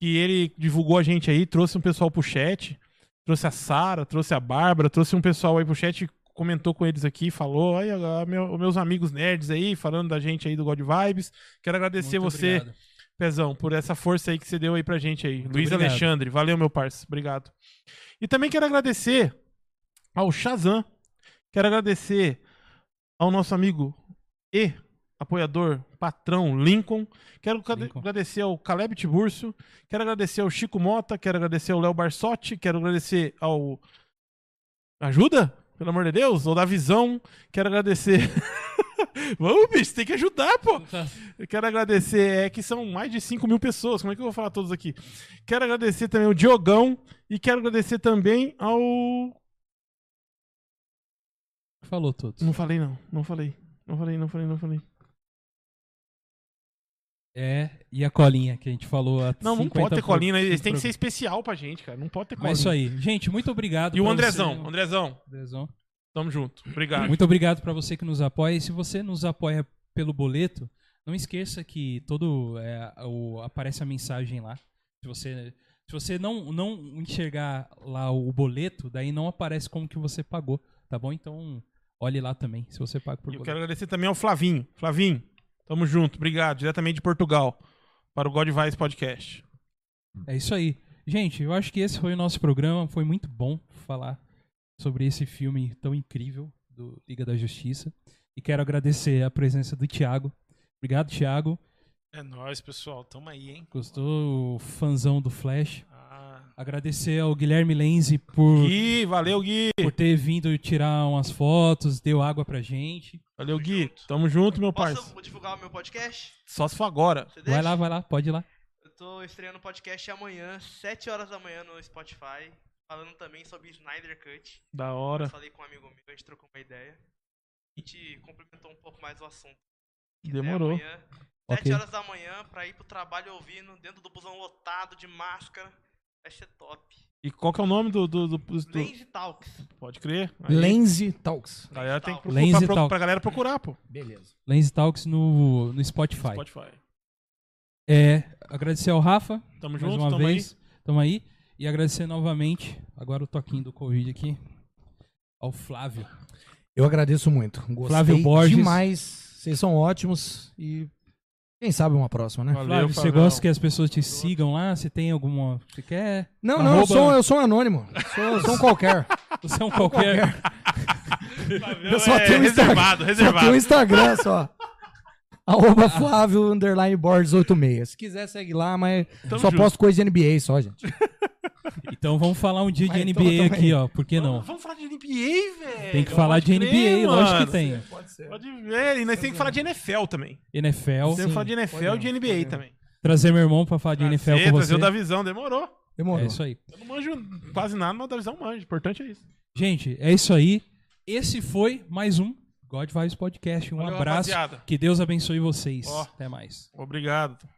S2: que ele divulgou a gente aí, trouxe um pessoal pro chat, trouxe a Sara, trouxe a Bárbara, trouxe um pessoal aí pro chat, comentou com eles aqui, falou, aí, ó, meu- meus amigos nerds aí, falando da gente aí do God Vibes. Quero agradecer
S1: Muito
S2: você,
S1: obrigado.
S2: Pezão, por essa força aí que você deu aí pra gente aí.
S1: Muito
S2: Luiz
S1: obrigado.
S2: Alexandre, valeu, meu parceiro. Obrigado. E também quero agradecer ao Shazam. Quero agradecer ao nosso amigo e apoiador, patrão Lincoln. Quero cade-
S1: Lincoln.
S2: agradecer ao Caleb Tiburcio. Quero agradecer ao Chico Mota. Quero agradecer ao Léo Barsotti. Quero agradecer ao. Ajuda? Pelo amor de Deus? Ou da Visão. Quero agradecer. <laughs> Vamos, bicho, tem que ajudar, pô. Eu quero agradecer, é que são mais de 5 mil pessoas, como é que eu vou falar todos aqui? Quero agradecer também ao Diogão e quero agradecer também ao.
S1: Falou todos.
S2: Não falei, não, não falei. Não falei, não falei, não falei.
S1: É, e a colinha que a gente falou há
S2: Não, não
S1: 50
S2: pode ter
S1: pro-
S2: colina, eles têm que
S1: pro-
S2: ser especial pra gente, cara. Não pode ter colina.
S1: Mas é isso aí. Gente, muito obrigado.
S2: E o
S1: pra
S2: Andrezão,
S1: você-
S2: Andrezão,
S1: Andrezão.
S2: tamo junto. Obrigado.
S1: Muito obrigado para você que nos apoia. E se você nos apoia pelo boleto, não esqueça que todo é, o- aparece a mensagem lá. Se você se você não não enxergar lá o boleto, daí não aparece como que você pagou, tá bom? Então olhe lá também se você paga por
S2: E eu
S1: boleto.
S2: quero agradecer também ao Flavinho. Flavinho, tamo junto, obrigado. Diretamente de Portugal, para o God Vice Podcast.
S1: É isso aí. Gente, eu acho que esse foi o nosso programa. Foi muito bom falar sobre esse filme tão incrível do Liga da Justiça. E quero agradecer a presença do Thiago, Obrigado, Thiago.
S3: É nóis, pessoal. Tamo aí, hein?
S1: Gostou o fanzão do Flash.
S3: Ah.
S1: Agradecer ao Guilherme Lenzi por,
S2: Gui, valeu, Gui.
S1: por ter vindo tirar umas fotos, deu água pra gente.
S2: Valeu, Gui. Tamo junto, meu
S6: Posso
S2: parceiro.
S6: divulgar o meu podcast?
S2: Só se for agora.
S6: Você
S1: Vai
S6: deixa?
S1: lá, vai lá, pode ir lá.
S6: Eu tô estreando o podcast amanhã, 7 horas da manhã no Spotify, falando também sobre Snyder Cut.
S2: Da
S6: Eu
S2: hora.
S6: falei com um amigo meu, a gente trocou uma ideia. A gente complementou um pouco mais o assunto.
S2: Demorou.
S6: Até É, amanhã, 7
S1: Ok.
S6: horas da manhã, pra ir pro trabalho ouvindo, dentro do busão lotado, de máscara. Vai ser top.
S2: E qual que é o nome do. do, do- do-
S6: Lens Talks.
S2: Pode crer. Aí,
S4: Lenzi Talks.
S2: galera tem que
S6: Lenz
S2: procurar,
S1: e
S2: pra, pro-
S1: tal.
S2: pra galera procurar, pô.
S4: Beleza.
S1: Lenzi Talks no, no Spotify.
S2: Spotify.
S1: É, agradecer ao Rafa,
S2: Tamo
S1: mais
S2: junto,
S1: uma
S2: tamo
S1: vez. Tamo aí. E agradecer novamente, agora o toquinho do Covid aqui, ao Flávio.
S4: Eu agradeço muito. Gostei
S1: Flávio Borges.
S4: demais. Vocês são ótimos e quem sabe uma próxima, né?
S2: aí. Valeu,
S1: Flávio, você
S2: Flavão.
S1: gosta que as pessoas te sigam lá? Você tem alguma. Você quer?
S4: Não, não, eu
S1: Arroba-
S4: sou, eu sou um anônimo. Sou, eu sou um qualquer.
S1: Você é um qualquer.
S4: Eu só tenho
S2: É,
S1: um
S2: reservado,
S4: Só tem
S2: reservado.
S4: o Instagram é só. <laughs> Arroba Flávio underline Borges 86. Se quiser, segue lá, mas
S2: Tamo
S4: só
S2: junto.
S4: posto coisa de NBA só, gente.
S1: Então vamos falar um dia de
S4: Mas então
S1: NBA
S4: também.
S1: aqui, ó. Por que não?
S2: Vamos falar de NBA, velho.
S1: Tem que falar
S2: Pode
S1: de NBA,
S2: crer,
S1: lógico
S2: mano.
S1: que tem.
S2: Pode ver. E nós temos que falar de NFL também.
S1: NFL.
S2: Temos que falar de NFL e de NBA também.
S1: Trazer meu irmão pra falar É de NFL com
S2: trazer
S1: você.
S2: o é da visão, demorou.
S4: Demorou.
S1: É isso aí.
S2: Eu não manjo quase nada, mas o da visão manjo. O importante é isso.
S1: Gente, é isso aí. Esse foi mais um God Vibes Podcast. Um
S2: Valeu,
S1: abraço.
S2: rapaziada.
S1: Que Deus abençoe vocês.
S2: Ó.
S1: Até mais.
S2: Obrigado.